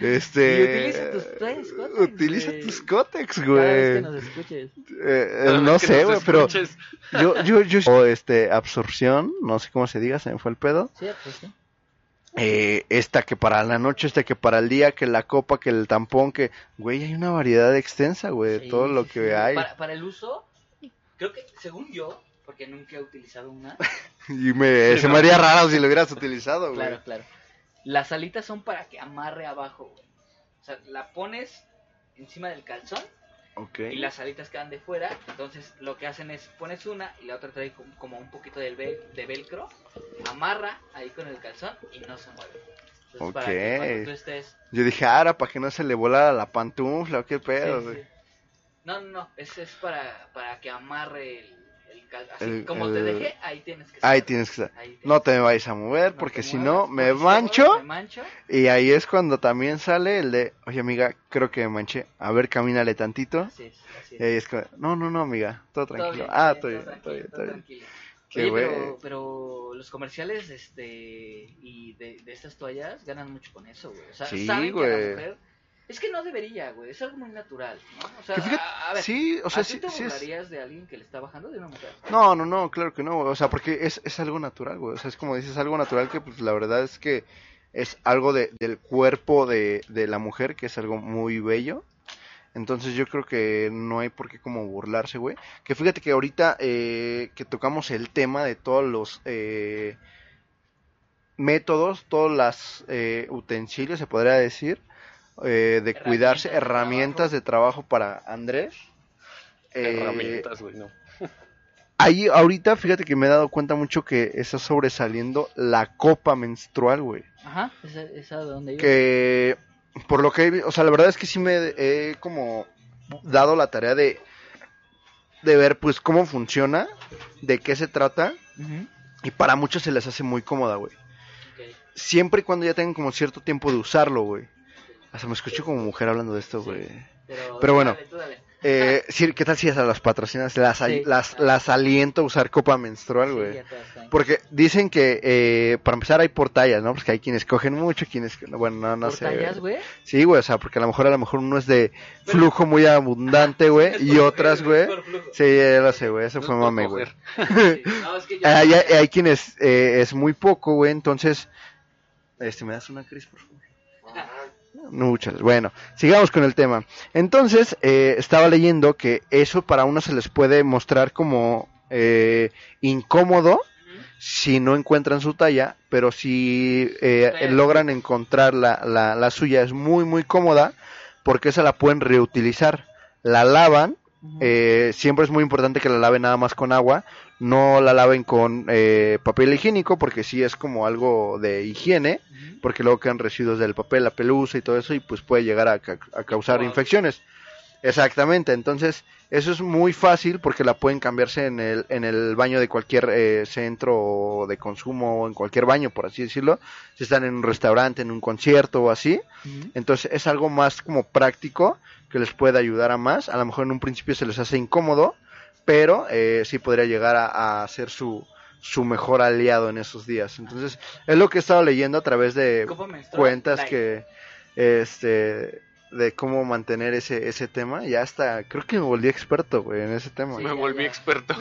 Speaker 2: este...
Speaker 1: Y utiliza tus tres cótex,
Speaker 2: Utiliza
Speaker 1: güey.
Speaker 2: tus cótex,
Speaker 1: Cada vez que
Speaker 2: güey.
Speaker 1: nos escuches.
Speaker 2: Eh, eh,
Speaker 3: Cada
Speaker 2: no
Speaker 3: vez que
Speaker 2: sé,
Speaker 3: nos
Speaker 2: güey, pero
Speaker 3: escuches,
Speaker 2: yo, yo, yo, o este, absorción, no sé cómo se diga, se me fue el pedo.
Speaker 1: Sí, pues sí.
Speaker 2: Eh, esta que para la noche, esta que para el día, que la copa, que el tampón, que, güey, hay una variedad extensa, güey, de
Speaker 1: Sí,
Speaker 2: todo lo
Speaker 1: sí,
Speaker 2: que
Speaker 1: sí.
Speaker 2: hay.
Speaker 1: Para, para el uso, creo que, según yo, porque nunca he utilizado una.
Speaker 2: Y me,
Speaker 3: Sí,
Speaker 2: se
Speaker 3: no.
Speaker 2: me haría raro si lo hubieras utilizado, güey.
Speaker 1: claro, claro. Las alitas son para que amarre abajo, güey. O sea, la pones encima del calzón
Speaker 2: Ok.
Speaker 1: y las alitas quedan de fuera. Entonces, lo que hacen es pones una y la otra trae com- como un poquito de, vel- de velcro, amarra ahí con el calzón y no se mueve. Entonces, para que
Speaker 2: Ok.
Speaker 1: cuando tú estés
Speaker 2: Yo dije, "Ah, ahora, para que no se le volara la pantufla, o qué pedo,
Speaker 1: Sí,
Speaker 2: güey.
Speaker 1: sí. No, no, no, ese es para, para que amarre el, el cal- así
Speaker 2: El-
Speaker 1: como
Speaker 2: el-
Speaker 1: te dejé, ahí tienes que
Speaker 2: Ahí
Speaker 1: estar.
Speaker 2: tienes que estar.
Speaker 1: Ahí tienes-
Speaker 2: No te me vais a mover,
Speaker 1: no
Speaker 2: porque
Speaker 1: te
Speaker 2: si
Speaker 1: muevas,
Speaker 2: no, me
Speaker 1: porque si
Speaker 2: mancho.
Speaker 1: me mancho.
Speaker 2: Y ahí es cuando también sale el de, oye amiga, creo que me manché, a ver, camínale tantito.
Speaker 1: Así es, así es.
Speaker 2: Y ahí es como, no, no, no, amiga, todo
Speaker 1: Todo
Speaker 2: tranquilo.
Speaker 1: bien,
Speaker 2: ah,
Speaker 1: todo
Speaker 2: todo
Speaker 1: bien,
Speaker 2: bien, todo bien, todo bien.
Speaker 1: tranquilo.
Speaker 2: Qué
Speaker 1: Oye,
Speaker 2: güey.
Speaker 1: pero, pero los comerciales este y de, de estas toallas ganan mucho con eso, güey. O sea,
Speaker 2: Sí,
Speaker 1: saben que
Speaker 2: güey.
Speaker 1: la mujer... Es que no debería, güey. Es algo muy natural, ¿no? O sea,
Speaker 2: Que fíjate-
Speaker 1: a, a ver,
Speaker 2: sí, o
Speaker 1: ¿a
Speaker 2: sea,
Speaker 1: ti
Speaker 2: sí,
Speaker 1: te
Speaker 2: sí es...
Speaker 1: burlarías de alguien que le está bajando de una mujer?
Speaker 2: No, no, no, claro que no, güey. O sea, porque es, es algo natural, güey. O sea, es como dices, algo natural que pues la verdad es que es algo de- del cuerpo de, de la mujer, que es algo muy bello. Entonces yo creo que no hay por qué como burlarse, güey. Que fíjate que ahorita eh, que tocamos el tema de todos los eh, métodos, todos los utensilios, se eh, podría decir, eh, de
Speaker 1: Herramientas
Speaker 2: cuidarse,
Speaker 1: de trabajo.
Speaker 2: herramientas de trabajo para Andrés. Eh,
Speaker 3: Herramientas, güey, no.
Speaker 2: ahí ahorita, fíjate que me he dado cuenta mucho que está sobresaliendo la copa menstrual, güey.
Speaker 1: Ajá, esa, esa de donde iba.
Speaker 2: que por lo que he vi- o sea la verdad es que sí me he como dado la tarea de de ver pues cómo funciona de qué se trata
Speaker 1: Ujú,
Speaker 2: y para muchos se les hace muy cómoda güey
Speaker 1: ok.
Speaker 2: siempre y cuando ya tengan como cierto tiempo de usarlo güey hasta me escucho como mujer hablando de esto
Speaker 1: Sí.
Speaker 2: güey
Speaker 1: Pero,
Speaker 2: Pero
Speaker 1: tú
Speaker 2: bueno.
Speaker 1: dale, tú dale.
Speaker 2: Eh, sí, qué tal si a las patrocinas las ay-
Speaker 1: Sí.
Speaker 2: las las aliento a usar copa menstrual
Speaker 1: Sí,
Speaker 2: güey
Speaker 1: ya todas están.
Speaker 2: porque dicen que eh, para empezar hay por tallas, ¿no? Porque hay quienes cogen mucho, quienes bueno, no, no
Speaker 1: ¿Por
Speaker 2: sé.
Speaker 1: tallas, güey?
Speaker 2: Sí, güey, o sea, porque a lo mejor a lo mejor uno es de
Speaker 1: Pero-
Speaker 2: flujo muy abundante, güey,
Speaker 1: Es
Speaker 2: y
Speaker 1: por
Speaker 2: otras, güey.
Speaker 1: mujeres, es por flujo.
Speaker 2: Sí, ya lo sé, güey, eso
Speaker 3: No
Speaker 2: fue
Speaker 3: es por
Speaker 2: mame, güey.
Speaker 3: coger.
Speaker 1: Sí. No, es que yo-
Speaker 2: Hay, hay- hay quienes eh, es muy poco, güey, entonces... Este, ¿me das una Cris, por favor? No, muchas. Bueno, sigamos con el tema. Entonces, eh, estaba leyendo que eso para uno se les puede mostrar como eh, incómodo si no encuentran su talla, pero si eh,
Speaker 1: Pero-
Speaker 2: logran encontrar la, la- la suya es muy muy cómoda porque esa la pueden reutilizar. La lavan,
Speaker 1: Ujú.
Speaker 2: eh, siempre es muy importante que la laven nada más con agua, no la laven con eh, papel higiénico porque sí es como algo de higiene,
Speaker 1: Ujú.
Speaker 2: porque luego quedan residuos del papel, la pelusa y todo eso y pues puede llegar a, ca- a causar
Speaker 3: Wow.
Speaker 2: infecciones. Exactamente, entonces eso es muy fácil porque la pueden cambiarse en el, en el baño de cualquier eh, centro de consumo o en cualquier baño, por así decirlo. Si están en un restaurante, en un concierto o así.
Speaker 1: Ujú.
Speaker 2: Entonces es algo más como práctico que les puede ayudar a más. A lo mejor en un principio se les hace incómodo, pero eh, sí podría llegar a, a ser su, su mejor aliado en esos días. Entonces es lo que he estado leyendo a través de
Speaker 1: Copa menstrual,
Speaker 2: eh, cuentas
Speaker 1: like.
Speaker 2: que este de cómo mantener ese ese tema ya hasta creo que me volví experto güey en ese tema
Speaker 1: Sí,
Speaker 3: Me
Speaker 1: ya,
Speaker 3: volví
Speaker 1: ya.
Speaker 3: experto.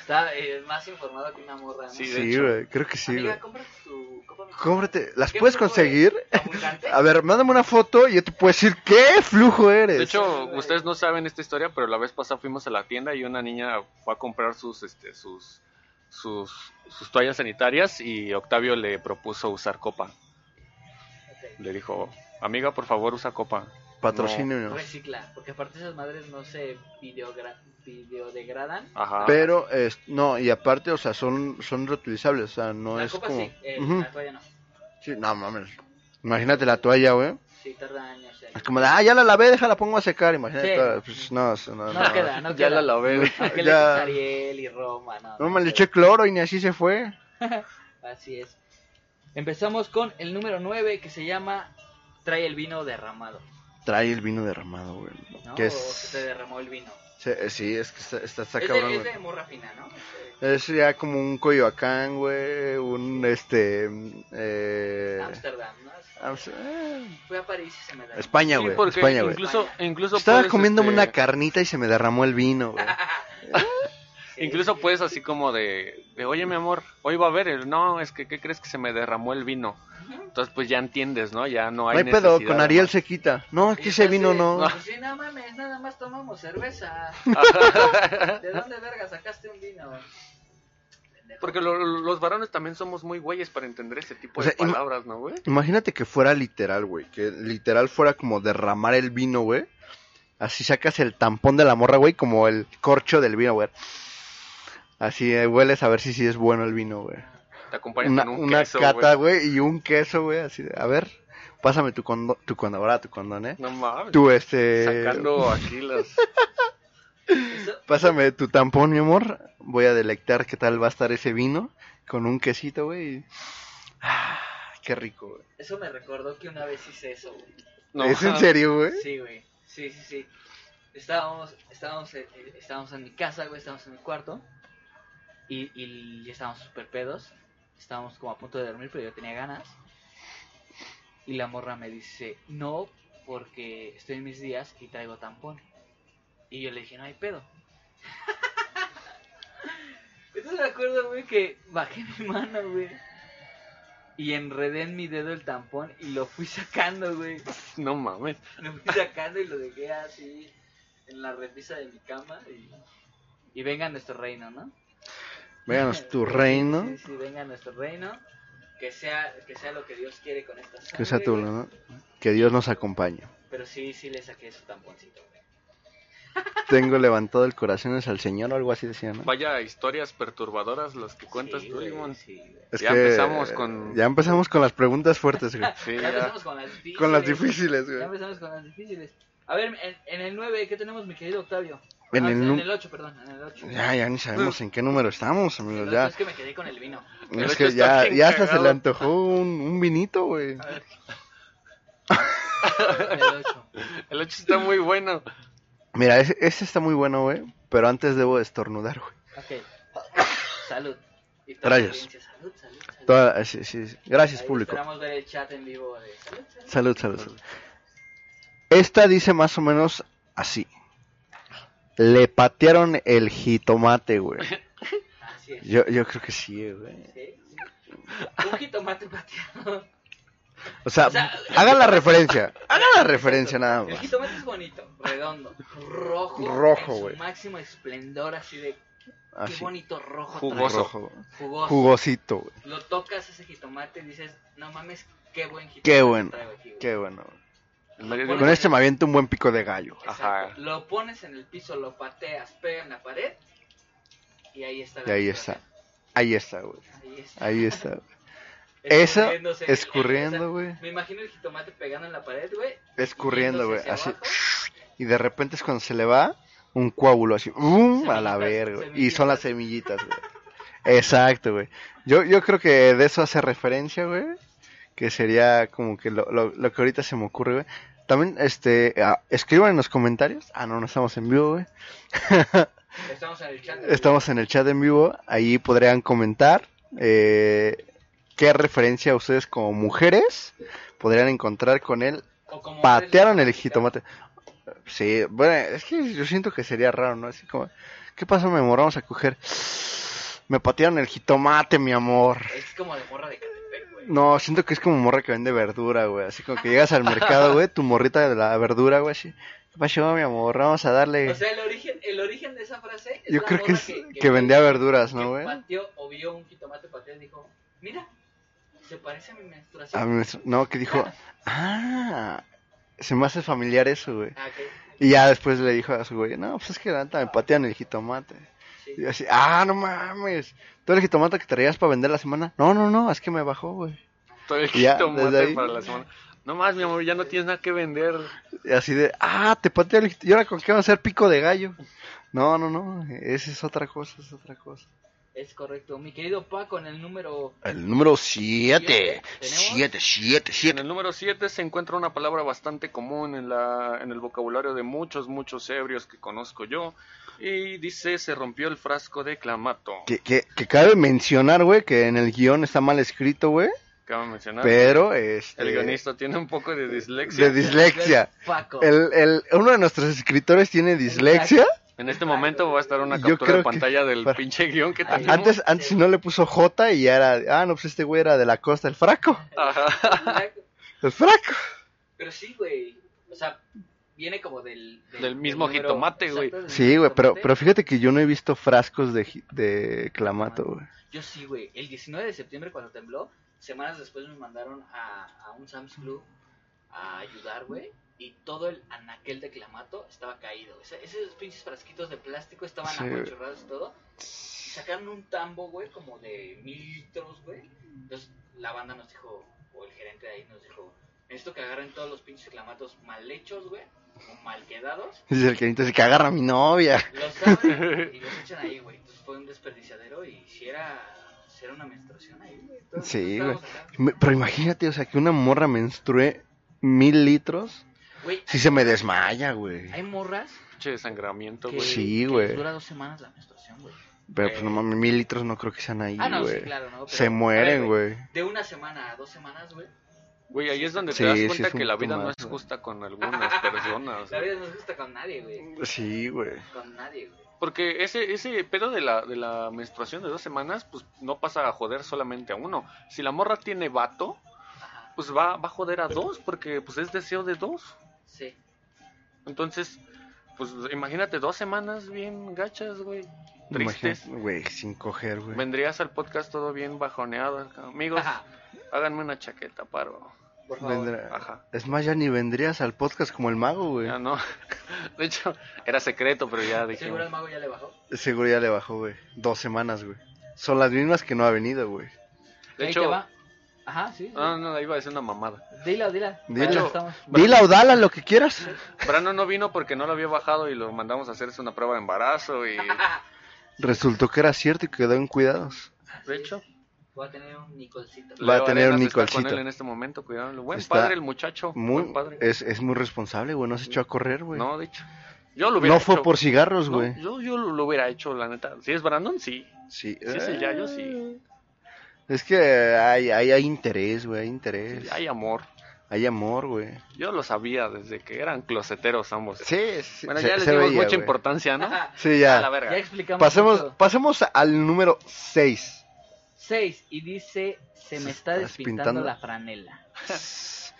Speaker 1: Está eh, más informado que una morra, ¿no?
Speaker 3: Sí, de
Speaker 2: sí
Speaker 3: hecho.
Speaker 2: güey creo que sí
Speaker 1: Amiga,
Speaker 2: güey
Speaker 1: compra tu copa menstrual.
Speaker 2: cómprate las
Speaker 1: ¿Qué
Speaker 2: puedes
Speaker 1: flujo
Speaker 2: conseguir Ah,
Speaker 1: eres? ¿Abundante?
Speaker 2: a ver mándame una foto y yo te puedo decir qué flujo eres
Speaker 3: De hecho,
Speaker 1: güey.
Speaker 3: ustedes no saben esta historia, pero la vez pasada fuimos a la tienda y una niña fue a comprar sus, este, sus, sus, sus toallas sanitarias y Octavio le propuso usar copa.
Speaker 1: Ok.
Speaker 3: Le dijo, amiga, por favor, usa copa.
Speaker 2: patrocinio no.
Speaker 1: Recicla, porque aparte esas madres no se videogra- videodegradan.
Speaker 3: Ajá.
Speaker 2: pero es- no y aparte o sea son son reutilizables o sea no
Speaker 1: la
Speaker 2: es
Speaker 1: copa
Speaker 2: como
Speaker 1: sí, eh,
Speaker 2: Ujú.
Speaker 1: la toalla no.
Speaker 2: Sí, no mames imagínate la toalla güey
Speaker 1: Sí, tarda años. en-
Speaker 2: es como de, ah ya la lavé déjala pongo a secar imagínate
Speaker 1: Sí.
Speaker 2: toda- pues, no, eso no,
Speaker 1: No,
Speaker 2: no.
Speaker 1: queda, no
Speaker 3: ya
Speaker 1: queda.
Speaker 3: la lavé.
Speaker 1: ¿A qué le
Speaker 2: Ya.
Speaker 1: echas Ariel y Roma? No,
Speaker 2: No me le
Speaker 1: queda.
Speaker 2: eché cloro y ni así se fue.
Speaker 1: Así es. Empezamos con el número 9 que se llama Trae el vino derramado.
Speaker 2: Trae el vino derramado, güey.
Speaker 1: ¿no?
Speaker 2: Que
Speaker 1: O
Speaker 2: es-
Speaker 1: se te derramó el vino.
Speaker 2: se- eh, sí, es que está, está, está
Speaker 1: es,
Speaker 2: cabrón,
Speaker 1: de, es
Speaker 2: güey.
Speaker 1: de morra fina, ¿no? Eh,
Speaker 2: Es ya como un Coyoacán, güey. Un este. mm, Eh,
Speaker 1: Ámsterdam, ¿no?
Speaker 2: Amst- eh,
Speaker 1: Fui a París y se me derramó.
Speaker 2: España,
Speaker 3: Sí,
Speaker 2: güey.
Speaker 3: porque
Speaker 2: España, güey.
Speaker 3: incluso, incluso
Speaker 2: Estaba
Speaker 3: puedes,
Speaker 2: comiéndome
Speaker 3: este,
Speaker 2: una carnita y se me derramó el vino, güey.
Speaker 3: Incluso puedes así como de, de, oye mi amor, hoy va a haber el, no, es que, ¿qué crees que se me derramó el vino? Entonces pues ya entiendes, ¿no? Ya no
Speaker 2: No
Speaker 3: hay
Speaker 2: hay pedo,
Speaker 3: necesidad
Speaker 2: con
Speaker 3: de
Speaker 2: Ariel
Speaker 3: más.
Speaker 2: se quita. No, es
Speaker 1: Y
Speaker 2: que ese vino
Speaker 1: entonces,
Speaker 2: no.
Speaker 1: Pues sí, no mames, nada más tomamos cerveza. ¿De dónde verga sacaste un vino? Pendejo.
Speaker 3: Porque lo- los varones también somos muy güeyes para entender ese tipo
Speaker 2: O sea,
Speaker 3: de
Speaker 2: ima-
Speaker 3: palabras, ¿no, güey?
Speaker 2: Imagínate que fuera literal, güey. Que literal fuera como derramar el vino, güey. Así sacas el tampón de la morra, güey, como el corcho del vino, güey. Así eh, hueles a ver si sí es bueno el vino, güey.
Speaker 3: Te acompañan
Speaker 2: Una,
Speaker 3: con un
Speaker 2: una
Speaker 3: queso,
Speaker 2: cata,
Speaker 3: güey.
Speaker 2: güey, y un queso, güey. Así de, a ver, pásame tu condón, tu condón, ahora tu condón, eh.
Speaker 3: No mames.
Speaker 2: Tu este.
Speaker 3: Sacando aquí las...
Speaker 1: Eso-
Speaker 2: Pásame tu tampón, mi amor. Voy a delectar qué tal va a estar ese vino con un quesito, güey. Ah, qué rico, güey.
Speaker 1: Eso me recordó que una vez hice eso, güey.
Speaker 3: No,
Speaker 2: ¿Es en serio, güey?
Speaker 1: Sí, güey. Sí, sí, sí. Estábamos, estábamos, en- estábamos en mi casa, güey, estábamos en mi cuarto. Y, y ya estábamos súper pedos. Estábamos como a punto de dormir, pero yo tenía ganas. Y la morra me dice, no, porque estoy en mis días y traigo tampón. Y yo le dije, no hay pedo. Entonces me acuerdo, güey, que bajé mi mano, güey. Y enredé en mi dedo el tampón y lo fui sacando, güey.
Speaker 3: No mames.
Speaker 1: Lo fui sacando y lo dejé así en la repisa de mi cama y, y venga nuestro reino, ¿no?
Speaker 2: Véganos tu reino.
Speaker 1: Sí, sí, venga nuestro reino. que sea, que sea lo que Dios quiere con esta sangre.
Speaker 2: Que sea tú,
Speaker 1: güey.
Speaker 2: ¿no? Que Dios nos acompañe.
Speaker 1: Pero sí, sí le saqué su tamponcito, güey.
Speaker 2: Tengo levantado el corazón es al Señor o algo así decía, ¿no?
Speaker 3: Vaya historias perturbadoras las que cuentas
Speaker 1: Sí,
Speaker 3: tú,
Speaker 1: güey,
Speaker 3: Limón.
Speaker 1: sí, güey.
Speaker 2: Es
Speaker 3: ya
Speaker 2: que
Speaker 3: empezamos con-
Speaker 2: Ya empezamos con las preguntas fuertes, güey.
Speaker 3: Sí,
Speaker 1: Ya
Speaker 3: ya.
Speaker 1: empezamos con las difíciles.
Speaker 2: con las difíciles,
Speaker 1: Ya
Speaker 2: güey.
Speaker 1: empezamos con las difíciles. A ver, en, en el 9, ¿qué tenemos, mi querido Octavio?
Speaker 2: En
Speaker 1: Ah,
Speaker 2: el nu-
Speaker 1: 8, perdón, en el 8.
Speaker 2: Ya, ya ni sabemos en qué número estamos, amigos. Ya,
Speaker 1: Es que me quedé con el vino.
Speaker 3: El
Speaker 2: es
Speaker 3: ocho
Speaker 2: que
Speaker 3: está
Speaker 2: ya,
Speaker 3: bien
Speaker 2: ya hasta se
Speaker 3: cagado.
Speaker 2: le antojó un, un vinito, güey.
Speaker 1: A ver. El 8.
Speaker 3: El 8 está muy bueno.
Speaker 2: Mira, ese, ese está muy bueno, güey. Pero antes debo estornudar, güey.
Speaker 1: Ok. Salud. Y toda la
Speaker 2: Gracias.
Speaker 1: audiencia, Salud, salud, salud.
Speaker 2: Toda- eh, sí, sí, sí. Gracias,
Speaker 1: Ahí
Speaker 2: público.
Speaker 1: Esperamos ver el chat en vivo de salud, salud.
Speaker 2: Salud, salud, salud. Esta dice más o menos así. Le patearon el jitomate, güey.
Speaker 1: Así es.
Speaker 2: Yo, yo creo que sí, güey.
Speaker 1: Sí, sí. Un jitomate pateado.
Speaker 2: O sea,
Speaker 1: O sea,
Speaker 2: haga la referencia. Haga la referencia nada
Speaker 1: El
Speaker 2: más.
Speaker 1: jitomate es bonito, redondo, rojo.
Speaker 2: Rojo,
Speaker 1: en su
Speaker 2: güey.
Speaker 1: Máximo esplendor, así de. Qué
Speaker 2: Así.
Speaker 1: bonito rojo.
Speaker 3: Jugoso.
Speaker 1: trae.
Speaker 2: Rojo.
Speaker 1: Jugoso.
Speaker 2: Jugosito, güey.
Speaker 1: Lo tocas ese jitomate y dices, no mames, qué buen jitomate.
Speaker 2: Qué bueno.
Speaker 1: traigo aquí, güey".
Speaker 2: Qué bueno.
Speaker 3: El medio-
Speaker 1: Bueno,
Speaker 2: Con este me aviento un buen pico de gallo.
Speaker 1: Exacto.
Speaker 3: Ajá.
Speaker 1: Lo pones en el piso, lo pateas, pega en la pared y ahí está.
Speaker 2: Y
Speaker 1: la
Speaker 2: ahí está.
Speaker 1: situación.
Speaker 2: Ahí está, güey.
Speaker 1: Ahí está.
Speaker 2: Ahí está. Eso,
Speaker 1: Escurriéndose.
Speaker 2: escurriendo,
Speaker 1: O sea,
Speaker 2: güey.
Speaker 1: me imagino el jitomate pegando en la pared, güey.
Speaker 2: Escurriendo, güey.
Speaker 1: yéndose hacia
Speaker 2: Así.
Speaker 1: abajo.
Speaker 2: Y de repente es cuando se le va un coágulo así. ¡bum! A la
Speaker 1: Semillitas,
Speaker 2: verga. güey. Y
Speaker 1: semillitas.
Speaker 2: son las semillitas, güey. Exacto, güey. Yo, yo creo que de eso hace referencia, güey. Que sería como que lo, lo- lo que ahorita se me ocurre, güey. También, este, ah, escriban en los comentarios. Ah, no, no estamos en vivo, güey.
Speaker 1: Estamos en el chat. güey.
Speaker 2: Estamos en el chat en vivo, ahí podrían comentar eh, qué referencia ustedes como mujeres podrían encontrar con él.
Speaker 1: O como
Speaker 2: Patearon
Speaker 1: ustedes-
Speaker 2: el jitomate. Sí, bueno, es que yo siento que sería raro, ¿no? Así como, ¿qué pasa, mi amor? Vamos a coger. Me patearon el jitomate, mi amor.
Speaker 1: Es como de morra de Catepec, güey.
Speaker 2: No, siento que es como morra que vende verdura, güey. Así como que llegas al mercado, güey, tu morrita de la verdura, güey, así. ¿Qué pasó, mi amor? Vamos a darle.
Speaker 1: O sea, el origen, el origen de esa frase. Es
Speaker 2: yo
Speaker 1: la
Speaker 2: creo que
Speaker 1: morra
Speaker 2: es que vendía verduras,
Speaker 1: que
Speaker 2: ¿no, güey?
Speaker 1: pateó o vio un jitomate pateado y dijo, mira, se parece a mi menstruación.
Speaker 2: A mí me su- no, que dijo, ah, se me hace familiar eso, güey.
Speaker 1: Ah, que-
Speaker 2: Y ya después le dijo a su güey, no, pues es que la neta me patean el jitomate.
Speaker 1: sí.
Speaker 2: Y yo así, ah, no mames, ¿tú el jitomate que traías para vender la semana? No, no, no, es que me bajó, güey.
Speaker 3: Todo el
Speaker 2: Ya,
Speaker 3: jitomate
Speaker 2: desde ahí.
Speaker 3: para la semana. No más, mi amor, ya no tienes nada que vender.
Speaker 2: Y así de, ah, te patean el jitomate, ¿y ahora con qué va a ser pico de gallo? No, no, no, esa es otra cosa, es otra cosa.
Speaker 1: Es correcto. Mi querido Paco, en el número.
Speaker 2: El número
Speaker 1: Siete.
Speaker 2: 7,
Speaker 1: Tenemos-
Speaker 2: 7, 7,
Speaker 3: En
Speaker 2: 7.
Speaker 3: el número 7 se encuentra una palabra bastante común en, la, en el vocabulario de muchos, muchos ebrios que conozco yo. Y dice, se rompió el frasco de clamato.
Speaker 2: Que, que, que cabe mencionar, güey, que en el guión está mal escrito, güey,
Speaker 3: Cabe mencionar.
Speaker 2: pero este...
Speaker 3: Ah. El guionista tiene un poco de dislexia.
Speaker 2: De dislexia.
Speaker 1: Paco.
Speaker 2: El, el- uno de nuestros escritores tiene dislexia.
Speaker 3: En este momento va a estar una
Speaker 2: Yo
Speaker 3: captura
Speaker 2: creo
Speaker 3: de
Speaker 2: que-
Speaker 3: pantalla del
Speaker 2: para-
Speaker 3: pinche guión que
Speaker 1: Ay,
Speaker 3: tenemos.
Speaker 2: Antes, antes no le puso J y ya era. Ah, no, pues este güey era de la costa, el fraco.
Speaker 3: Ajá.
Speaker 2: El fraco.
Speaker 1: Pero sí, güey. O sea, viene como del.
Speaker 3: Del mismo
Speaker 1: número-
Speaker 3: jitomate, güey.
Speaker 1: Exacto, del
Speaker 2: Sí,
Speaker 1: mismo
Speaker 2: güey, pero,
Speaker 1: jitomate.
Speaker 2: pero fíjate que yo no he visto frascos de, ji- de clamato, güey.
Speaker 1: Yo sí, güey. El 19 de septiembre, cuando tembló, semanas después me mandaron a, a un Sam's Club a ayudar, güey. Y todo el anaquel de clamato estaba caído. O sea, esos pinches frasquitos de plástico estaban
Speaker 2: Sí, güey.
Speaker 1: apachurrados y todo. Y sacaron un tambo, güey, como de mil litros, güey. Entonces la banda nos dijo, o el gerente de ahí nos dijo, esto que agarren todos los pinches clamatos mal hechos, güey, o mal quedados,
Speaker 2: Dice el que dice que agarra a mi novia.
Speaker 1: los abren y los echan ahí, güey. Entonces fue un desperdiciadero y si era, si era una menstruación ahí, güey. Entonces,
Speaker 2: Sí,
Speaker 1: estábamos acá.
Speaker 2: Me- Pero imagínate, o sea, que una morra menstrue mil litros.
Speaker 1: Güey,
Speaker 2: Sí se me desmaya, güey.
Speaker 1: hay morras
Speaker 3: Pinche desangramiento,
Speaker 1: que,
Speaker 3: güey.
Speaker 2: Sí,
Speaker 1: que
Speaker 2: güey.
Speaker 1: les dura dos semanas la menstruación, güey.
Speaker 2: Pero pues no mames, mil litros no creo que sean ahí,
Speaker 1: Ah, no,
Speaker 2: güey.
Speaker 1: sí, claro, ¿no? Pero,
Speaker 2: Se
Speaker 1: a
Speaker 2: mueren,
Speaker 1: ver,
Speaker 2: güey.
Speaker 1: De una semana a dos semanas, güey.
Speaker 3: Güey, ahí es donde
Speaker 2: Sí,
Speaker 3: te das
Speaker 2: sí,
Speaker 3: cuenta
Speaker 2: es un
Speaker 3: que la
Speaker 2: poco
Speaker 3: vida no
Speaker 2: más,
Speaker 3: es
Speaker 2: güey.
Speaker 3: justa con algunas personas.
Speaker 1: La vida no es justa con nadie, güey.
Speaker 2: Sí, güey.
Speaker 1: Con nadie, güey.
Speaker 3: Porque ese, ese pedo de la, de la menstruación de dos semanas, pues no pasa a joder solamente a uno. Si la morra tiene vato,
Speaker 1: Ajá,
Speaker 3: pues va, va a joder a dos, porque pues es deseo de dos.
Speaker 1: sí.
Speaker 3: Entonces, pues imagínate dos semanas bien gachas, güey. tristes.
Speaker 2: Imagínate, Güey, sin coger, güey.
Speaker 3: Vendrías al podcast todo bien bajoneado. acá. Amigos,
Speaker 1: Ajá,
Speaker 3: háganme una chaqueta, paro.
Speaker 1: por favor.
Speaker 2: Vendrá-
Speaker 3: Ajá.
Speaker 2: Es más, ya ni vendrías al podcast como el mago, güey.
Speaker 3: Ya no. De hecho, era secreto, pero ya dije.
Speaker 1: ¿Seguro el mago ya le bajó?
Speaker 2: Seguro ya le bajó, güey. Dos semanas, güey. Son las mismas que no ha venido, güey.
Speaker 3: De
Speaker 1: Ahí
Speaker 3: hecho, ah.
Speaker 1: te va. Ajá, sí. sí.
Speaker 3: no, no, iba a decir una mamada.
Speaker 1: Dila, dila.
Speaker 2: Dila.
Speaker 1: Ahí estamos.
Speaker 2: Dila o dala lo que quieras.
Speaker 3: Brano no vino porque no lo había bajado y lo mandamos a hacerse una prueba de embarazo y
Speaker 2: Resultó que era cierto y quedó en cuidados.
Speaker 3: de hecho
Speaker 1: Voy a tener un Nicolcito.
Speaker 2: Va a
Speaker 3: Leo
Speaker 2: tener un
Speaker 3: Arenas está con
Speaker 2: Nicolcito.
Speaker 3: él en este momento, cuidado. Buen
Speaker 2: Está
Speaker 3: padre el muchacho,
Speaker 2: Muy,
Speaker 3: buen padre.
Speaker 2: es, es muy responsable, güey. No se echó a correr, güey.
Speaker 3: No, de hecho. Yo lo hubiera
Speaker 2: No fue
Speaker 3: hecho.
Speaker 2: por cigarros,
Speaker 3: No,
Speaker 2: güey.
Speaker 3: yo, yo lo lo hubiera hecho, la neta. Si es Brandon, sí.
Speaker 2: Sí, eh,
Speaker 3: Sí, sí, ya, yo sí.
Speaker 2: Es que hay, hay, hay interés, güey. Hay interés.
Speaker 3: Sí,
Speaker 2: hay...
Speaker 3: Hay amor.
Speaker 2: amor, güey.
Speaker 3: Yo lo sabía desde que eran closeteros ambos.
Speaker 2: Sí, sí.
Speaker 3: bueno,
Speaker 2: se-
Speaker 3: ya les
Speaker 2: se
Speaker 3: dimos
Speaker 2: veía,
Speaker 3: mucha
Speaker 2: güey.
Speaker 3: importancia, ¿no? A
Speaker 2: Sí, ya.
Speaker 3: la verga.
Speaker 1: Ya explicamos.
Speaker 2: Pasemos,
Speaker 1: mucho.
Speaker 2: pasemos al número 6.
Speaker 1: 6 y dice, se me está
Speaker 2: Estás
Speaker 1: despintando
Speaker 2: pintando.
Speaker 1: la franela.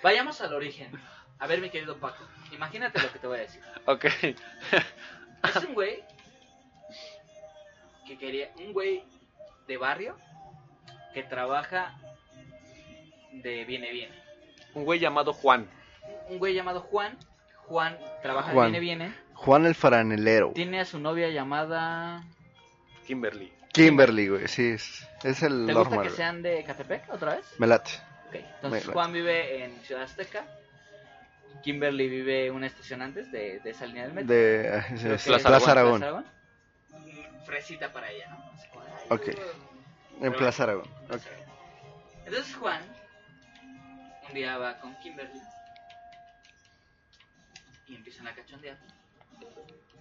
Speaker 1: Vayamos al origen. A ver, mi querido Paco, imagínate lo que te voy a decir.
Speaker 3: Ok.
Speaker 1: Es un güey que quería, un güey de barrio que trabaja de viene viene.
Speaker 3: Un güey llamado Juan.
Speaker 1: Un güey llamado Juan, Juan trabaja
Speaker 2: Juan.
Speaker 1: de viene viene,
Speaker 2: Juan el Faranelero.
Speaker 1: tiene a su novia llamada...
Speaker 3: Kimberly.
Speaker 2: Kimberly, güey. Sí, es, es el
Speaker 1: ¿Te gusta
Speaker 2: normal.
Speaker 1: que
Speaker 2: güey.
Speaker 1: sean de Catepec otra vez?
Speaker 2: Me late.
Speaker 1: Ok, entonces
Speaker 2: Venga.
Speaker 1: Juan vive en Ciudad Azteca. Kimberly vive una estación antes de, de esa línea del metro.
Speaker 2: De ah, es-
Speaker 1: Creo
Speaker 2: es
Speaker 1: que-
Speaker 3: Plaza
Speaker 2: Plaza Aragón.
Speaker 1: Mm, Fresita para ella, ¿no? Así como, ay,
Speaker 2: Ok. En
Speaker 1: Pero
Speaker 2: Plaza Aragón.
Speaker 1: no sé. Entonces Juan un día va con Kimberly y empiezan a cachondear.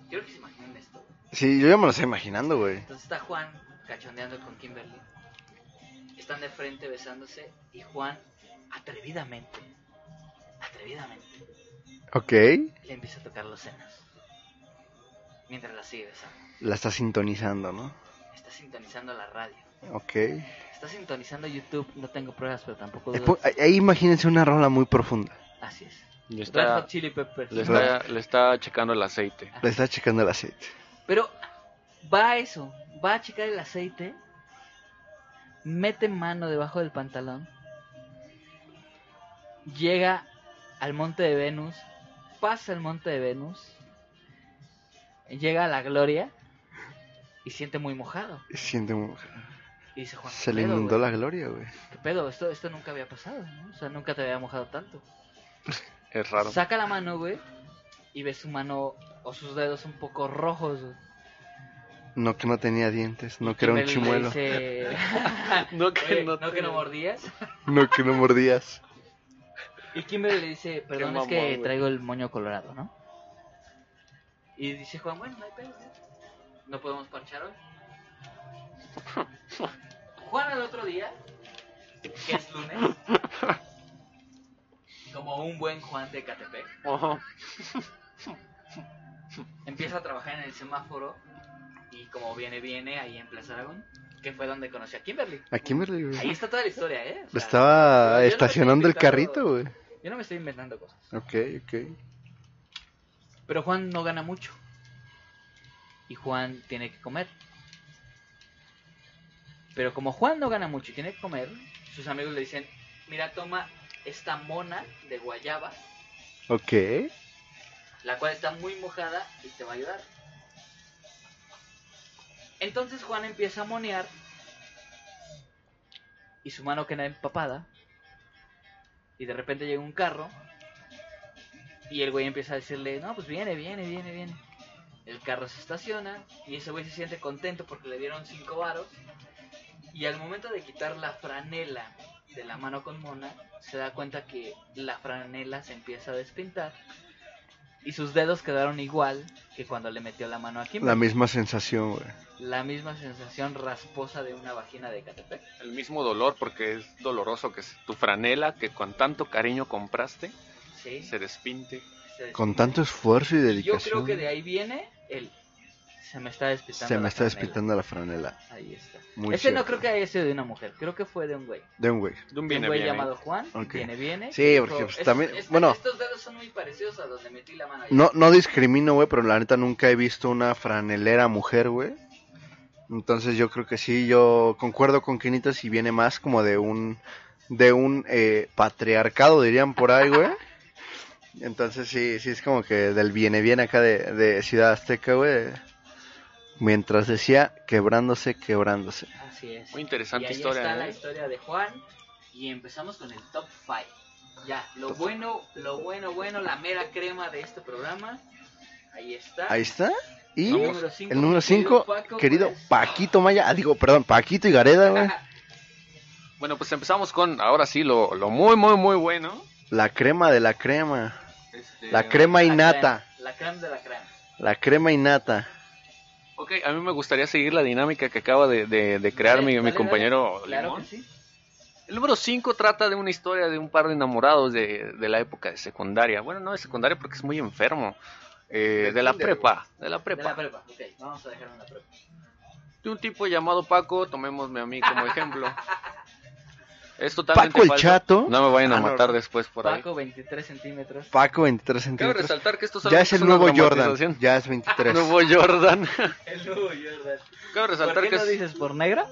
Speaker 1: Quiero que se imaginen esto.
Speaker 2: Sí, yo ya me lo estoy imaginando, güey.
Speaker 1: Entonces está Juan cachondeando con Kimberly. Están de frente besándose y Juan atrevidamente, atrevidamente,
Speaker 2: Ok.
Speaker 1: le empieza a tocar los senos. Mientras la sigue besando.
Speaker 2: La está sintonizando, ¿no?
Speaker 1: Está sintonizando la radio.
Speaker 2: Ok.
Speaker 1: Está sintonizando YouTube. No tengo pruebas, pero tampoco
Speaker 2: Eh,
Speaker 1: dudas.
Speaker 2: po- ahí- Ahí imagínense una rola muy profunda.
Speaker 1: Así es.
Speaker 3: Le
Speaker 1: Red
Speaker 3: está,
Speaker 1: Hot Chili Peppers.
Speaker 3: le está, le está checando el aceite.
Speaker 2: La está checando el aceite.
Speaker 1: Pero va a eso, va a checar el aceite, mete mano debajo del pantalón, llega al monte de Venus, pasa el monte de Venus, llega a la gloria y siente muy mojado.
Speaker 2: Siente un-
Speaker 1: Y dice Juan,
Speaker 2: Se
Speaker 1: ¿qué
Speaker 2: le
Speaker 1: pedo,
Speaker 2: inundó
Speaker 1: güey?
Speaker 2: la gloria, güey.
Speaker 1: ¿Qué pedo? Esto, esto nunca había pasado, ¿no? O sea, nunca te había mojado tanto.
Speaker 3: Es raro.
Speaker 1: Saca la mano, güey, y ve su mano o sus dedos un poco rojos, güey.
Speaker 2: No que no tenía dientes, no que era un
Speaker 1: Kimberly le
Speaker 2: chimuelo,
Speaker 1: dice,
Speaker 3: No
Speaker 1: Oye, no, que
Speaker 3: te-
Speaker 1: no mordías.
Speaker 2: no que no mordías.
Speaker 1: Y Kimberly le dice, perdón, es
Speaker 3: mamón,
Speaker 1: que
Speaker 3: güey.
Speaker 1: traigo el moño colorado, ¿no? Y dice Juan, bueno, no hay pedo. ¿eh? No podemos parchar hoy. Juan al otro día, que es lunes, como un buen Juan de Catepec,
Speaker 3: Ajá.
Speaker 1: empieza a trabajar en el semáforo y como viene, viene ahí en Plaza Aragón, que fue donde conoció a Kimberly.
Speaker 2: A Kimberly, güey.
Speaker 1: Ahí está toda la historia, ¿eh? O sea, yo no
Speaker 2: Le estaba
Speaker 1: me estoy
Speaker 2: estacionando el
Speaker 1: inventando-
Speaker 2: carrito, güey.
Speaker 1: Yo no me estoy inventando cosas.
Speaker 2: Ok, ok.
Speaker 1: Pero Juan no gana mucho. Y Juan tiene que comer. Pero como Juan no gana mucho y tiene que comer, sus amigos le dicen, mira, toma esta mona de guayaba,
Speaker 2: Ok.
Speaker 1: la cual está muy mojada y te va a ayudar. Entonces Juan empieza a monear y su mano queda empapada. Y de repente llega un carro y el güey empieza a decirle, no, pues viene, viene, viene, viene. El carro se estaciona y ese güey se siente contento porque le dieron cinco varos. Y al momento de quitar la franela de la mano con Mona, se da cuenta que la franela se empieza a despintar. Y sus dedos quedaron igual que cuando le metió la mano a Kimberly.
Speaker 2: La misma sensación, güey.
Speaker 1: La misma sensación rasposa de una vagina de Catepec.
Speaker 3: El mismo dolor, porque es doloroso que es tu franela que con tanto cariño compraste
Speaker 1: Sí.
Speaker 3: se despinte.
Speaker 1: se des-
Speaker 2: Con tanto esfuerzo y
Speaker 1: Yo
Speaker 2: dedicación.
Speaker 1: creo que de ahí viene el. Se me está despintando.
Speaker 2: se me
Speaker 1: la
Speaker 2: está
Speaker 1: franela".
Speaker 2: despintando la franela.
Speaker 1: Ahí está.
Speaker 2: Muy
Speaker 1: Ese no
Speaker 2: cierto.
Speaker 1: creo que haya sido de una mujer. Creo que fue de un güey.
Speaker 2: De un güey.
Speaker 3: De un
Speaker 1: De un
Speaker 3: viene,
Speaker 1: güey
Speaker 3: viene.
Speaker 1: llamado Juan.
Speaker 2: Ok.
Speaker 1: Viene, viene.
Speaker 2: Sí,
Speaker 1: que
Speaker 2: porque, pues,
Speaker 1: "Es-
Speaker 2: también-
Speaker 1: este-
Speaker 2: bueno.
Speaker 1: Estos dedos son muy parecidos a donde metí la mano. ayer".
Speaker 2: No, no discrimino, güey, pero la neta nunca he visto una franelera mujer, güey. Entonces yo creo que sí, yo concuerdo con Quinitas y viene más como de un de un eh, patriarcado, dirían por ahí, güey. Entonces sí, sí es como que del viene bien acá de, de Ciudad Azteca, güey. Mientras decía quebrándose, quebrándose.
Speaker 1: Así es.
Speaker 3: Muy interesante
Speaker 1: y ahí
Speaker 3: historia. ¿eh?
Speaker 1: está
Speaker 3: ¿no?
Speaker 1: la historia de Juan y empezamos con el top 5. Ya, lo bueno, lo bueno, bueno, la mera crema de este programa. Ahí está.
Speaker 2: Ahí está. Y
Speaker 1: El número cinco,
Speaker 2: el número
Speaker 1: querido
Speaker 2: 5,
Speaker 1: Paco, pues.
Speaker 2: querido
Speaker 1: ¿cuál es?
Speaker 2: Paquito Maya. Ah, digo, perdón, Paquito y Gareda, güey.
Speaker 3: Bueno, pues empezamos con ahora sí lo, lo muy, muy, muy bueno.
Speaker 2: La crema de la crema.
Speaker 3: Este,
Speaker 2: La crema y nata.
Speaker 1: crema, La crema de la crema.
Speaker 2: La crema y nata.
Speaker 3: Ok, a mí me gustaría seguir la dinámica que acaba de, de- de crear mi,
Speaker 1: Dale,
Speaker 3: mi
Speaker 1: dale,
Speaker 3: compañero
Speaker 1: dale. Claro
Speaker 3: Limón.
Speaker 1: que sí.
Speaker 3: El número 5 trata de una historia de un par de enamorados de, de la época de secundaria. Bueno, no de secundaria porque es muy enfermo. Eh, de, la
Speaker 2: kinder,
Speaker 3: prepa,
Speaker 1: De
Speaker 3: de la
Speaker 1: la
Speaker 3: prepa.
Speaker 1: prepa. Ok, vamos a dejar una prepa.
Speaker 3: De un tipo llamado Paco, tomémosme a mí como ejemplo. Es totalmente
Speaker 2: Paco el
Speaker 3: falso.
Speaker 2: chato.
Speaker 3: No me vayan a
Speaker 2: Ah, no.
Speaker 3: matar después por ahí.
Speaker 1: Paco, 23 centímetros.
Speaker 2: Paco 23
Speaker 3: Cabe
Speaker 2: centímetros.
Speaker 3: resaltar que esto
Speaker 2: Ya es el
Speaker 3: una
Speaker 2: nuevo Jordan.
Speaker 3: dramatización.
Speaker 2: Ya es 23.
Speaker 3: Nuevo Jordan.
Speaker 1: El nuevo Jordan.
Speaker 3: Cabe
Speaker 1: ¿Por
Speaker 3: resaltar
Speaker 1: qué
Speaker 3: que
Speaker 1: no
Speaker 3: es...
Speaker 1: dices por negra?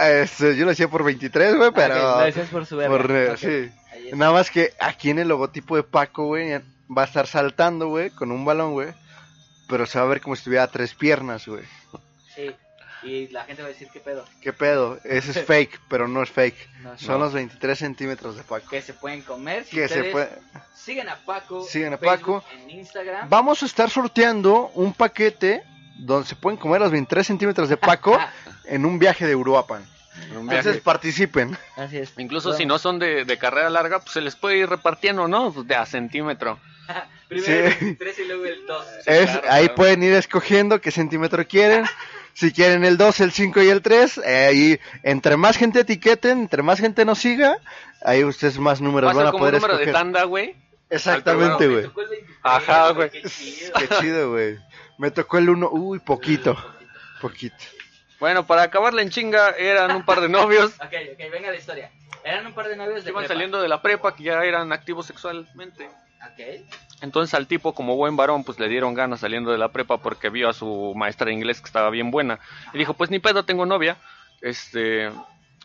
Speaker 2: Este, yo lo hacía por 23, güey, pero.
Speaker 1: Ah, ok, no, ese es por su verga.
Speaker 2: por negra,
Speaker 1: Ok,
Speaker 2: sí.
Speaker 1: ahí está.
Speaker 2: Nada más que aquí en el logotipo de Paco, güey, va a estar saltando, güey, con un balón, güey. Pero se va a ver como si tuviera tres piernas, güey.
Speaker 1: Sí. Y la gente va a decir, ¿qué pedo?
Speaker 2: ¿Qué pedo? Ese es fake, pero no es fake.
Speaker 1: No,
Speaker 2: Son
Speaker 1: no.
Speaker 2: los 23 centímetros de Paco.
Speaker 1: Que se pueden comer. Si
Speaker 2: Que se
Speaker 1: ustedes
Speaker 2: puede-
Speaker 1: Siguen a Paco.
Speaker 2: Siguen a
Speaker 1: en
Speaker 2: Paco.
Speaker 1: Facebook, En Instagram.
Speaker 2: Vamos a estar sorteando un paquete donde se pueden comer los 23 centímetros de Paco en un viaje de Uruapan.
Speaker 3: Un viaje.
Speaker 2: Entonces participen.
Speaker 1: Así es.
Speaker 3: Incluso si no son de, de carrera larga, pues se les puede ir repartiendo, ¿no? De a centímetro.
Speaker 1: Primero
Speaker 2: Sí.
Speaker 1: el 3 y luego el 2.
Speaker 3: Sí,
Speaker 2: Es-
Speaker 3: claro,
Speaker 2: ahí
Speaker 3: claro.
Speaker 2: pueden ir escogiendo qué centímetro quieren. Si quieren el 2, el 5 y el 3, eh, ahí entre más gente etiqueten, entre más gente nos siga, ahí ustedes más números
Speaker 3: Pasa
Speaker 2: van a
Speaker 3: como un
Speaker 2: poder
Speaker 3: número
Speaker 2: escoger.
Speaker 3: de tanda, güey.
Speaker 2: Exactamente, güey.
Speaker 3: Ajá, güey.
Speaker 1: Qué chido.
Speaker 2: Qué chido, güey. Me tocó el 1, uy, poquito, poquito.
Speaker 3: Bueno, para acabarla en chinga, eran un par de novios.
Speaker 1: Ok, ok, venga la historia. Eran un par de novios de
Speaker 3: Iban
Speaker 1: prepa.
Speaker 3: saliendo de la prepa, que ya eran activos sexualmente.
Speaker 1: Ok.
Speaker 3: Entonces al tipo, como buen varón, pues le dieron ganas saliendo de la prepa porque vio a su maestra de inglés que estaba bien buena. Y dijo, pues ni pedo, tengo novia. Este...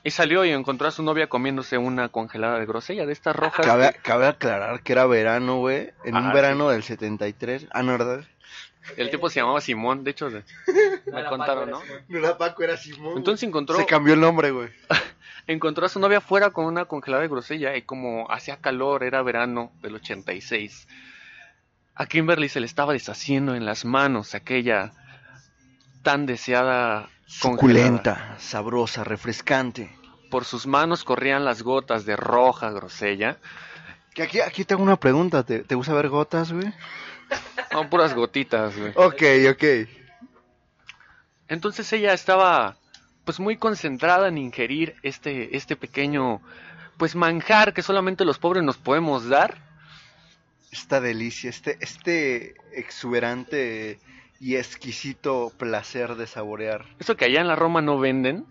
Speaker 3: Y salió y encontró a su novia comiéndose una congelada de grosella de estas rojas.
Speaker 2: Cabe, cabe aclarar que era verano, güey, en
Speaker 3: Ah,
Speaker 2: un verano del 73. Ah, no, ¿verdad?
Speaker 3: El tipo se llamaba Simón, de hecho, de-
Speaker 1: No
Speaker 3: me
Speaker 1: era Paco,
Speaker 3: contaron, ¿no?
Speaker 1: era Simón.
Speaker 2: No era Paco, era Simón.
Speaker 3: Entonces encontró...
Speaker 2: Se cambió el nombre, güey.
Speaker 3: Encontró a su novia afuera con una congelada de grosella y como hacía calor, era verano del 86. A Kimberly se le estaba deshaciendo en las manos aquella tan deseada congelada.
Speaker 2: Suculenta, sabrosa, refrescante.
Speaker 3: Por sus manos corrían las gotas de roja grosella.
Speaker 2: Que aquí, aquí tengo una pregunta, ¿te, te gusta ver gotas, güey?
Speaker 3: No, puras gotitas, güey.
Speaker 2: Ok, ok.
Speaker 3: Entonces ella estaba pues muy concentrada en ingerir este, este pequeño pues manjar que solamente los pobres nos podemos dar.
Speaker 2: esta delicia, este, este exuberante y exquisito placer de saborear.
Speaker 3: Eso que allá en la Roma no venden,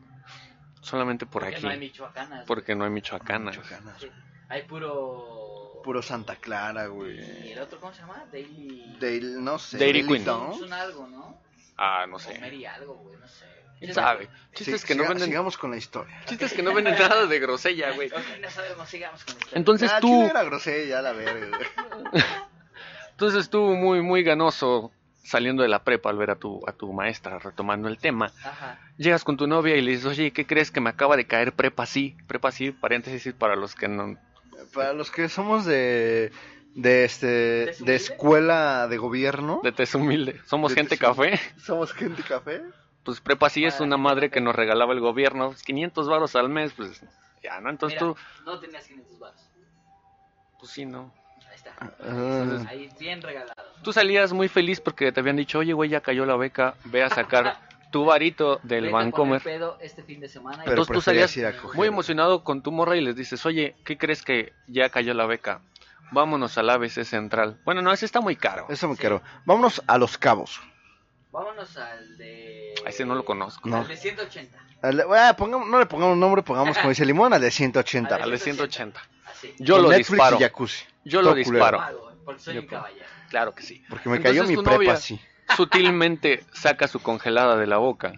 Speaker 3: solamente por
Speaker 1: Porque
Speaker 3: aquí.
Speaker 1: No hay michoacanas.
Speaker 3: Porque no hay michoacanas.
Speaker 2: Chocanas.
Speaker 1: Sí. Hay puro.
Speaker 2: Puro Santa Clara,
Speaker 1: ¿Y
Speaker 2: güey.
Speaker 1: el otro cómo se llama? Daily.
Speaker 2: Del, no sé.
Speaker 3: Dairy
Speaker 2: del
Speaker 3: Queen.
Speaker 2: Town.
Speaker 1: Son algo, ¿no?
Speaker 3: Ah, no
Speaker 1: O
Speaker 3: sé.
Speaker 1: Mary algo, güey, no sé.
Speaker 3: ¿Quién sabe?
Speaker 2: Sí,
Speaker 3: Chistes que no
Speaker 2: siga-
Speaker 3: venden,
Speaker 2: Sigamos con la historia.
Speaker 3: chistes que no venden nada de grosella, güey.
Speaker 1: Ok, no sabemos, sigamos con esto.
Speaker 3: Entonces
Speaker 2: Ah, al
Speaker 3: tú,
Speaker 2: chile era grosella, ya la verga. güey.
Speaker 3: entonces tú muy muy ganoso saliendo de la prepa al ver a tu a tu maestra retomando el tema.
Speaker 1: Ajá.
Speaker 3: Llegas con tu novia y le dices, "Oye, ¿qué crees que me acaba de caer prepa sí? Prepa sí, paréntesis para los que no
Speaker 2: Para los que somos de de este de
Speaker 1: ¿Desumilde?
Speaker 2: escuela de gobierno,
Speaker 3: de tes humilde, somos
Speaker 2: De
Speaker 3: gente
Speaker 2: tes humilde. Ah,
Speaker 3: café.
Speaker 2: somos gente café.
Speaker 3: Pues prepa sí es
Speaker 1: Para
Speaker 3: una
Speaker 1: gente
Speaker 3: madre
Speaker 1: café.
Speaker 3: que nos regalaba el gobierno, pues, 500 varos al mes, pues ya, ¿no? Entonces
Speaker 1: Mira,
Speaker 3: tú
Speaker 1: No tenías 500 baros.
Speaker 3: pues sí, no.
Speaker 1: Ahí está.
Speaker 2: Ah.
Speaker 1: Ahí bien regalado.
Speaker 3: Tú salías muy feliz porque te habían dicho, oye, güey, ya cayó la beca, ve a sacar tu varito del
Speaker 1: Vete a poner
Speaker 3: Vancomer.
Speaker 1: pedo este fin de semana. y-
Speaker 2: Pero
Speaker 3: Entonces tú
Speaker 2: preferías
Speaker 3: salías
Speaker 2: ir a coger.
Speaker 3: Muy emocionado con tu morra y les dices, oye, ¿qué crees que ya cayó la beca? Vámonos al ABC Central. Bueno, no, ese está muy caro.
Speaker 2: Eso me quiero. Vámonos a los cabos.
Speaker 1: Vámonos al de.
Speaker 3: A ese no lo conozco.
Speaker 2: No.
Speaker 1: Al de 180.
Speaker 2: Al de- ah, pongamos- no le pongamos nombre, pongamos como dice Limón, al de 180.
Speaker 1: Al
Speaker 3: Al de
Speaker 1: 180.
Speaker 3: 180.
Speaker 1: Así.
Speaker 3: Yo
Speaker 2: Con
Speaker 3: lo
Speaker 2: Netflix
Speaker 3: disparo.
Speaker 2: y jacuzzi.
Speaker 3: Yo lo
Speaker 2: Todo culero.
Speaker 3: disparo.
Speaker 1: Pago, porque soy
Speaker 2: Yo
Speaker 1: un
Speaker 2: pago.
Speaker 1: caballero.
Speaker 3: Ah, Claro que sí.
Speaker 2: Porque me
Speaker 3: Entonces
Speaker 2: cayó mi
Speaker 3: tu
Speaker 2: prepa
Speaker 3: novia
Speaker 2: así.
Speaker 3: Sutilmente saca su congelada de la boca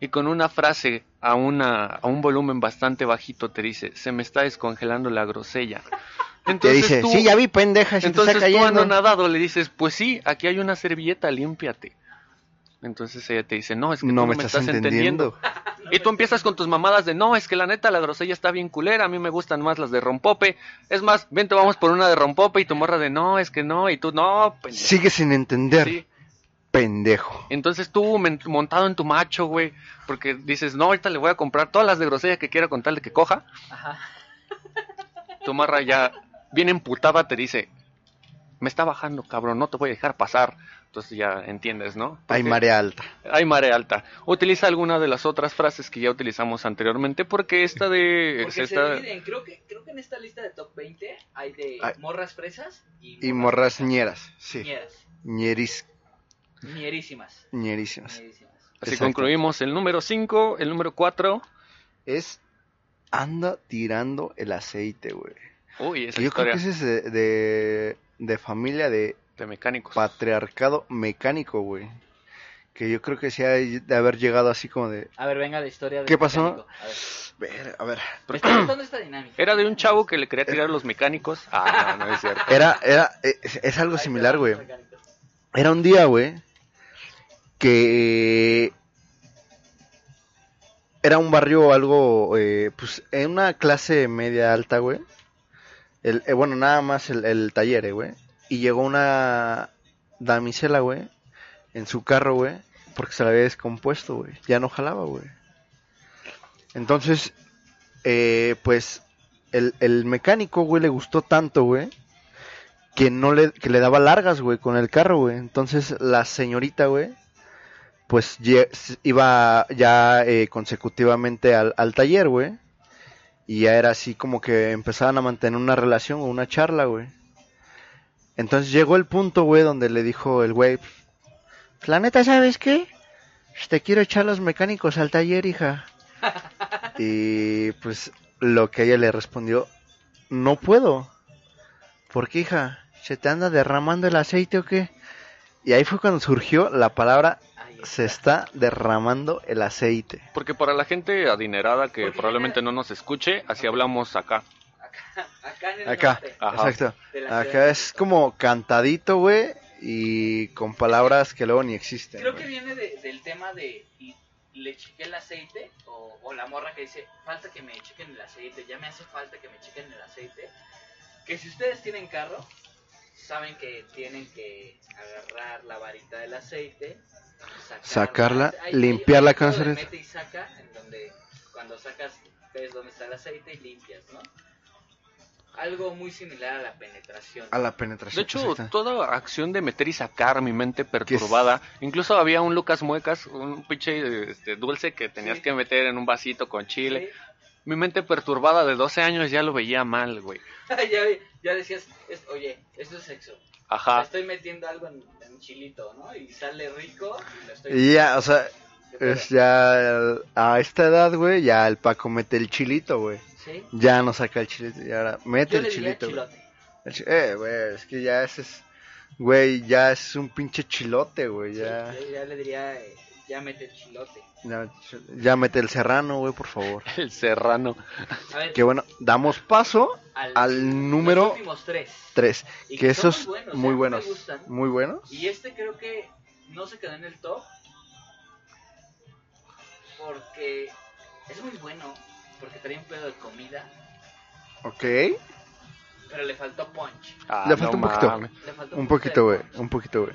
Speaker 3: y con una frase a, una, a un volumen bastante bajito te dice, se me está descongelando la grosella.
Speaker 2: Te dice, sí, ya vi, pendeja, si te está
Speaker 3: entonces tú
Speaker 2: cayendo.
Speaker 3: anonadado le dices, pues sí, aquí hay una servilleta, límpiate. Entonces ella te dice, no, es que tú
Speaker 2: No me estás entendiendo.
Speaker 3: Y tú empiezas con tus mamadas de, no, es que la neta la grosella está bien culera, a mí me gustan más las de rompope. Es más, vente, vamos por una de rompope y tu morra de, no, es que no, y tú, no, pendejo".
Speaker 2: Sigue sin entender,
Speaker 3: Sí.
Speaker 2: pendejo.
Speaker 3: Entonces tú men- montado en tu macho, güey, porque dices, no, ahorita le voy a comprar todas las de grosella que quiera con tal de que coja.
Speaker 1: Ajá.
Speaker 3: Tu marra ya bien emputada te dice, me está bajando, cabrón, no te voy a dejar pasar. Entonces ya entiendes, ¿no?
Speaker 2: Hay
Speaker 3: Porque-
Speaker 2: marea alta.
Speaker 3: Hay marea alta. Utiliza alguna de las otras frases que ya utilizamos anteriormente porque esta de...
Speaker 1: Porque se
Speaker 3: esta-
Speaker 1: dividen, creo que, creo que en esta lista de top 20 hay de
Speaker 2: Ay.
Speaker 1: morras fresas y,
Speaker 2: Ah, Y morras ñeras, sí.
Speaker 1: ñeras.
Speaker 2: Ñeris,
Speaker 1: Ñerísimas.
Speaker 2: ñerísimas.
Speaker 1: ñerísimas.
Speaker 3: Así
Speaker 2: Exacto.
Speaker 3: concluimos el número 5, el número 4.
Speaker 2: Es anda tirando el aceite, güey.
Speaker 3: Uy, esa
Speaker 2: Que Yo creo
Speaker 3: historia
Speaker 2: que ese es de, de, de familia de
Speaker 3: de mecánicos.
Speaker 2: patriarcado mecánico, güey. Que yo creo que sí ha de haber llegado así como de...
Speaker 1: A ver, venga la historia del
Speaker 2: ¿Qué pasó?
Speaker 1: mecánico. A ver.
Speaker 2: ver, a ver.
Speaker 1: Me está contando esta dinámica.
Speaker 3: este Era de un chavo que le quería tirar a los mecánicos. Ah, no, no es cierto.
Speaker 2: Era, era, es, es algo similar, güey. Era un día, güey, que era un barrio algo, eh, pues, en una clase media alta, güey. El, eh, bueno, nada más el, el taller, eh, güey. Y llegó una damisela, güey, en su carro, güey, porque se la había descompuesto, güey. Ya no jalaba, güey. Entonces, eh, pues, el, el mecánico, güey, le gustó tanto, güey, que no le, que le daba largas, güey, con el carro, güey. Entonces la señorita, güey, pues ye- s- iba ya eh, consecutivamente al, al taller, güey. Y ya era así como que empezaban a mantener una relación o una charla, güey. Entonces llegó el punto, güey, donde le dijo el güey, la neta, ¿sabes qué? Te quiero echar los mecánicos al taller, hija. y pues lo que ella le respondió, no puedo. ¿Por qué, hija? ¿Se te anda derramando el aceite o qué? Y ahí fue cuando surgió la palabra se está derramando el aceite.
Speaker 3: Porque para la gente adinerada que
Speaker 1: Porque
Speaker 3: probablemente no nos escuche, así hablamos acá.
Speaker 1: Acá en el
Speaker 2: Acá.
Speaker 1: norte
Speaker 3: Ajá.
Speaker 2: Exacto.
Speaker 1: de la ciudad.
Speaker 2: Acá es como cantadito, güey, y con palabras que luego ni existen.
Speaker 1: Creo
Speaker 2: güey.
Speaker 1: que viene de- del tema de y le chequé el aceite o, o la morra que dice falta que me chequen el aceite, ya me hace falta que me chequen el aceite. Que si ustedes tienen carro, saben que tienen que agarrar la varita del aceite, sacarla,
Speaker 2: Sacarla,
Speaker 1: Hay- hay-
Speaker 2: limpiarla
Speaker 1: hay un
Speaker 2: con
Speaker 1: juego de
Speaker 2: cereza.
Speaker 1: mete y saca, en donde cuando sacas ves dónde está el aceite y limpias, ¿no? Algo muy similar a la penetración.
Speaker 2: A la penetración. pues,
Speaker 3: De hecho,
Speaker 2: exacto.
Speaker 3: toda acción de meter y sacar mi mente perturbada. Incluso había un Lucas Muecas, un pinche este, dulce que tenías
Speaker 1: Sí.
Speaker 3: que meter en un vasito con chile.
Speaker 1: Sí.
Speaker 3: Mi mente perturbada de 12 años ya lo veía mal, güey.
Speaker 1: ya, ya decías, es- oye, esto es sexo.
Speaker 3: Ajá.
Speaker 1: Estoy metiendo algo en, en un chilito, ¿no? Y sale rico y lo estoy...
Speaker 2: Y ya, o sea, es ya el- a esta edad, güey, ya el Paco mete el chilito, güey.
Speaker 1: ¿Sí?
Speaker 2: Ya no saca el chilito, y ahora mete
Speaker 1: Yo
Speaker 2: el
Speaker 1: le diría
Speaker 2: chilito. güey.
Speaker 1: chilote.
Speaker 2: El chi- Eh, güey, es que ya ese es. Güey, ya es un pinche chilote, güey.
Speaker 1: Sí,
Speaker 2: Ya,
Speaker 1: yo ya le diría, eh, ya mete el chilote.
Speaker 2: ya, ya mete el serrano, güey, por favor.
Speaker 3: El serrano.
Speaker 1: A ver,
Speaker 2: Que bueno, damos paso al
Speaker 1: Los
Speaker 2: número
Speaker 1: últimos tres.
Speaker 2: 3.
Speaker 1: Y
Speaker 2: Que
Speaker 1: son
Speaker 2: esos muy
Speaker 1: ¿eh?
Speaker 2: buenos.
Speaker 1: Me gustan.
Speaker 2: Muy bueno.
Speaker 1: Y este creo que no se quedó en el top. Porque es muy bueno. Porque trae un pedo de comida.
Speaker 2: Ok.
Speaker 1: Pero le faltó punch.
Speaker 3: Ah,
Speaker 2: Le falta un poquito.
Speaker 3: mames.
Speaker 1: Le faltó
Speaker 2: Un
Speaker 1: poquito de
Speaker 2: poquito, güey.
Speaker 1: punch.
Speaker 2: Un poquito, güey.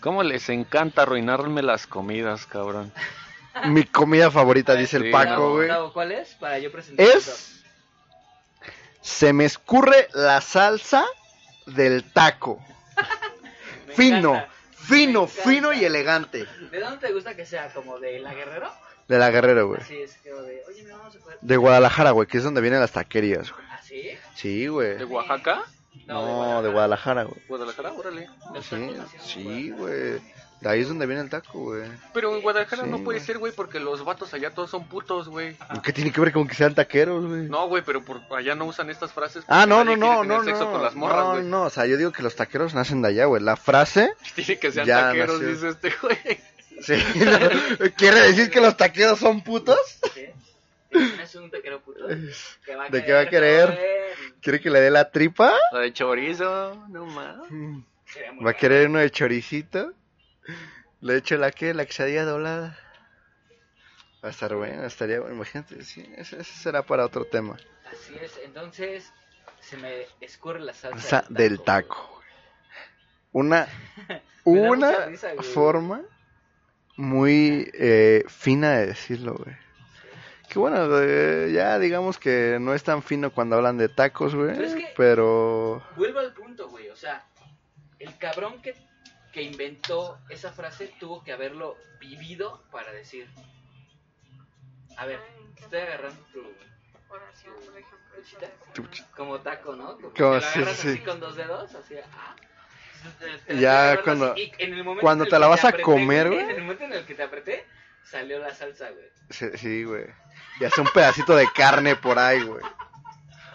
Speaker 3: ¿Cómo les encanta arruinarme las comidas, cabrón?
Speaker 2: Mi comida favorita, dice el
Speaker 3: Sí,
Speaker 2: Paco,
Speaker 1: Bravo,
Speaker 2: güey.
Speaker 1: bravo, ¿Cuál es? Para yo presentar. el top.
Speaker 2: Es. Se me escurre la salsa del taco.
Speaker 1: Me
Speaker 2: Fino.
Speaker 1: encanta.
Speaker 2: Fino,
Speaker 1: Me
Speaker 2: fino y
Speaker 1: encanta.
Speaker 2: elegante.
Speaker 1: ¿De dónde te gusta que sea? ¿Como de La Guerrero?
Speaker 2: De la Guerrera, güey.
Speaker 1: Así es, que de, oye, mira, vamos a ¿Ah, poder...
Speaker 2: Pues. De Guadalajara, güey, que es donde vienen las taquerías, güey.
Speaker 1: ¿Así?
Speaker 2: Sí, güey.
Speaker 3: ¿De Oaxaca?
Speaker 2: No, de Guadalajara, güey.
Speaker 3: ¿Guadalajara? Órale.
Speaker 1: Los
Speaker 2: Sí,
Speaker 1: tacos así son
Speaker 2: sí,
Speaker 1: buenos.
Speaker 2: güey. De ahí es donde viene el taco, güey.
Speaker 3: Pero en Guadalajara
Speaker 2: Sí,
Speaker 3: no puede
Speaker 2: güey.
Speaker 3: ser, güey, porque los vatos allá todos son putos, güey.
Speaker 2: ¿Qué tiene que ver con que sean taqueros, güey?
Speaker 3: Ah. No, güey, pero por allá no usan estas frases.
Speaker 2: Ah,
Speaker 3: porque
Speaker 2: no, no,
Speaker 3: nadie
Speaker 2: no,
Speaker 3: quiere tener
Speaker 2: no,
Speaker 3: sexo
Speaker 2: no.
Speaker 3: con las morras,
Speaker 2: no,
Speaker 3: güey.
Speaker 2: no, o sea, yo digo que los taqueros nacen de allá, güey. La frase,
Speaker 3: Tiene que sean
Speaker 2: Ya
Speaker 3: taqueros,
Speaker 2: nació.
Speaker 3: dice este güey.
Speaker 2: Sí, no, ¿Quiere decir que los taqueros son putos?
Speaker 1: ¿sí? ¿Te imaginas un taquero puto? ¿Qué va a
Speaker 2: ¿De qué va a querer?
Speaker 1: joven?
Speaker 2: ¿Quiere que le dé la tripa?
Speaker 3: La de chorizo, no más.
Speaker 1: Sería muy
Speaker 2: ¿Va a
Speaker 1: raro.
Speaker 2: querer uno de choricito? ¿Le echo la que? ¿La quesadilla doblada? Va a estar bueno, estaría bueno. Imagínate, sí, ese, ese será para otro tema.
Speaker 1: Así es, entonces se me escurre la salsa,
Speaker 2: Salsa del taco. güey. Una, una
Speaker 1: mucha risa, güey.
Speaker 2: forma muy eh, fina de decirlo, güey. Que bueno, eh, ya digamos que no es tan fino cuando hablan de tacos, güey.
Speaker 1: Pero es que-
Speaker 2: Pero...
Speaker 1: Vuelvo al punto, güey, o sea, el cabrón que, que inventó esa frase tuvo que haberlo vivido para decir, a ver, estoy agarrando tu,
Speaker 4: Ah, Oración, por ejemplo. eso
Speaker 1: ¿Te-
Speaker 4: es-
Speaker 2: chuch,
Speaker 1: como taco, ¿no? Como
Speaker 2: Como
Speaker 1: que lo
Speaker 2: sí,
Speaker 1: agarras
Speaker 2: sí,
Speaker 1: así
Speaker 2: sí.
Speaker 1: con dos dedos, así, ah. Te- te-
Speaker 2: Ya
Speaker 1: agarras
Speaker 2: cuando-
Speaker 1: y en el momento
Speaker 2: cuando
Speaker 1: en el
Speaker 2: te la
Speaker 1: que
Speaker 2: vas a
Speaker 1: apreté,
Speaker 2: comer,
Speaker 1: güey,
Speaker 2: güey.
Speaker 1: En el momento en el que te apreté, salió la salsa, güey.
Speaker 2: Sí, sí, güey. Y hace un pedacito de carne por ahí, güey.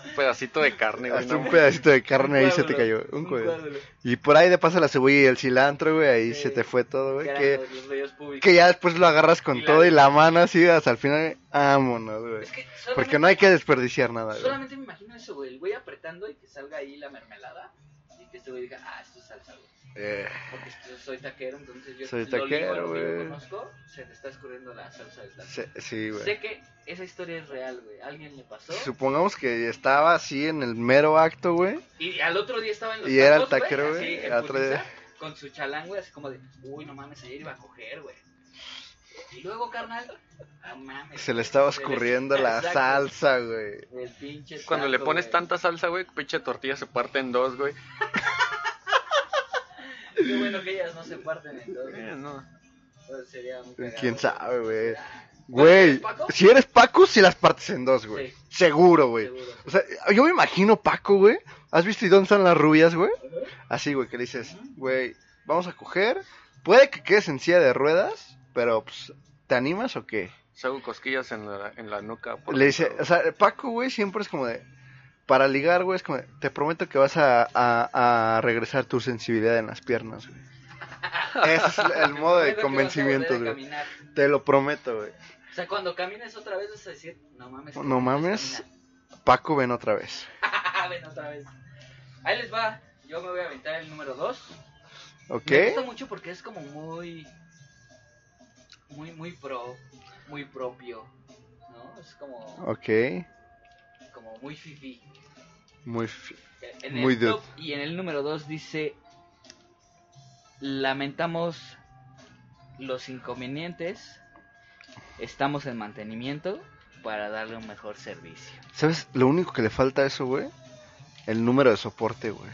Speaker 3: Un pedacito de carne, güey.
Speaker 2: Hasta
Speaker 3: no
Speaker 2: un
Speaker 3: mames.
Speaker 2: pedacito de carne ahí se te
Speaker 1: cuadro,
Speaker 2: cayó. Un cuadro.
Speaker 1: cuadro.
Speaker 2: Y por ahí de paso la cebolla y el cilantro, güey. Ahí
Speaker 1: Sí.
Speaker 2: se te fue todo, güey.
Speaker 1: Que eran
Speaker 2: Que,
Speaker 1: los- los vellos públicos.
Speaker 2: que ya después lo agarras con
Speaker 1: Y la-
Speaker 2: todo y la mano así hasta el final. Vámonos, güey.
Speaker 1: Es que
Speaker 2: Porque
Speaker 1: solamente-
Speaker 2: no hay que desperdiciar nada, güey.
Speaker 1: Solamente me imagino eso, güey. El güey apretando y que salga ahí la mermelada. Y que este güey diga, ah, esto es salsa, güey.
Speaker 2: Eh,
Speaker 1: Porque yo soy taquero, entonces yo
Speaker 2: Soy
Speaker 1: lo ligo a
Speaker 2: taquero,
Speaker 1: lo que yo
Speaker 2: güey.
Speaker 1: conozco, se te está escurriendo la salsa del taco.
Speaker 2: sí, sí,
Speaker 1: sé
Speaker 2: güey.
Speaker 1: que esa historia es real, güey. Alguien le pasó.
Speaker 2: Supongamos que estaba así en el mero acto, güey.
Speaker 1: Y al otro día estaba en los
Speaker 2: Y era
Speaker 1: tacos,
Speaker 2: el taquero,
Speaker 1: así,
Speaker 2: güey,
Speaker 1: en
Speaker 2: al otro
Speaker 1: putiza,
Speaker 2: día.
Speaker 1: Con su chalán, güey, así como de, uy, no mames, ayer iba a coger, güey. Y luego, carnal, no mames.
Speaker 2: Se le estaba
Speaker 1: se
Speaker 2: escurriendo la
Speaker 1: Exacto.
Speaker 2: salsa, güey.
Speaker 1: El pinche
Speaker 3: Cuando le
Speaker 1: taco,
Speaker 3: pones
Speaker 1: güey.
Speaker 3: tanta salsa, güey, pinche tortilla se parte en dos, güey.
Speaker 1: Qué bueno que ellas no se parten entonces.
Speaker 3: Eh, no.
Speaker 1: Pues sería muy cagado,
Speaker 2: ¿Quién
Speaker 1: güey.
Speaker 2: sabe, güey?
Speaker 1: Ah,
Speaker 2: Güey,
Speaker 1: ¿eres Paco?
Speaker 2: si eres Paco, si las partes en dos, güey.
Speaker 1: Sí.
Speaker 2: Seguro, güey.
Speaker 1: seguro.
Speaker 2: O sea, yo me imagino Paco, güey. ¿Has visto y dónde están las rubias, güey? Así, güey, que le dices, güey, vamos a coger. Puede que quedes en silla de ruedas, pero pues, ¿te animas o qué?
Speaker 3: Se hago cosquillas en la, en la nuca. por
Speaker 2: Le
Speaker 3: dentro,
Speaker 2: dice, o sea, Paco, güey, siempre es como de. Para ligar, güey, es como de, te prometo que vas a, a- a regresar tu sensibilidad en las piernas, güey. Ese es el modo
Speaker 1: Algo que vas
Speaker 2: de
Speaker 1: a
Speaker 2: convencimiento,
Speaker 1: volver a
Speaker 2: güey.
Speaker 1: caminar.
Speaker 2: Te lo prometo, güey.
Speaker 1: O sea, cuando camines otra vez vas a decir, no mames.
Speaker 2: No
Speaker 1: que vas a
Speaker 2: mames. Paco, ven otra vez.
Speaker 1: caminar". Ven Ah, otra vez. Ahí les va. Yo me voy a aventar el número 2.
Speaker 2: ¿Ok?
Speaker 1: Me gusta mucho porque es como muy. Muy, muy pro. Muy propio. ¿No? Es como,
Speaker 2: Ok.
Speaker 1: como muy fifi.
Speaker 2: Muy. fi-
Speaker 1: En el
Speaker 2: Muy dude.
Speaker 1: top y en el número 2 dice: Lamentamos los inconvenientes. Estamos en mantenimiento para darle un mejor servicio.
Speaker 2: ¿Sabes? Lo único que le falta a eso, güey. El número de soporte, güey.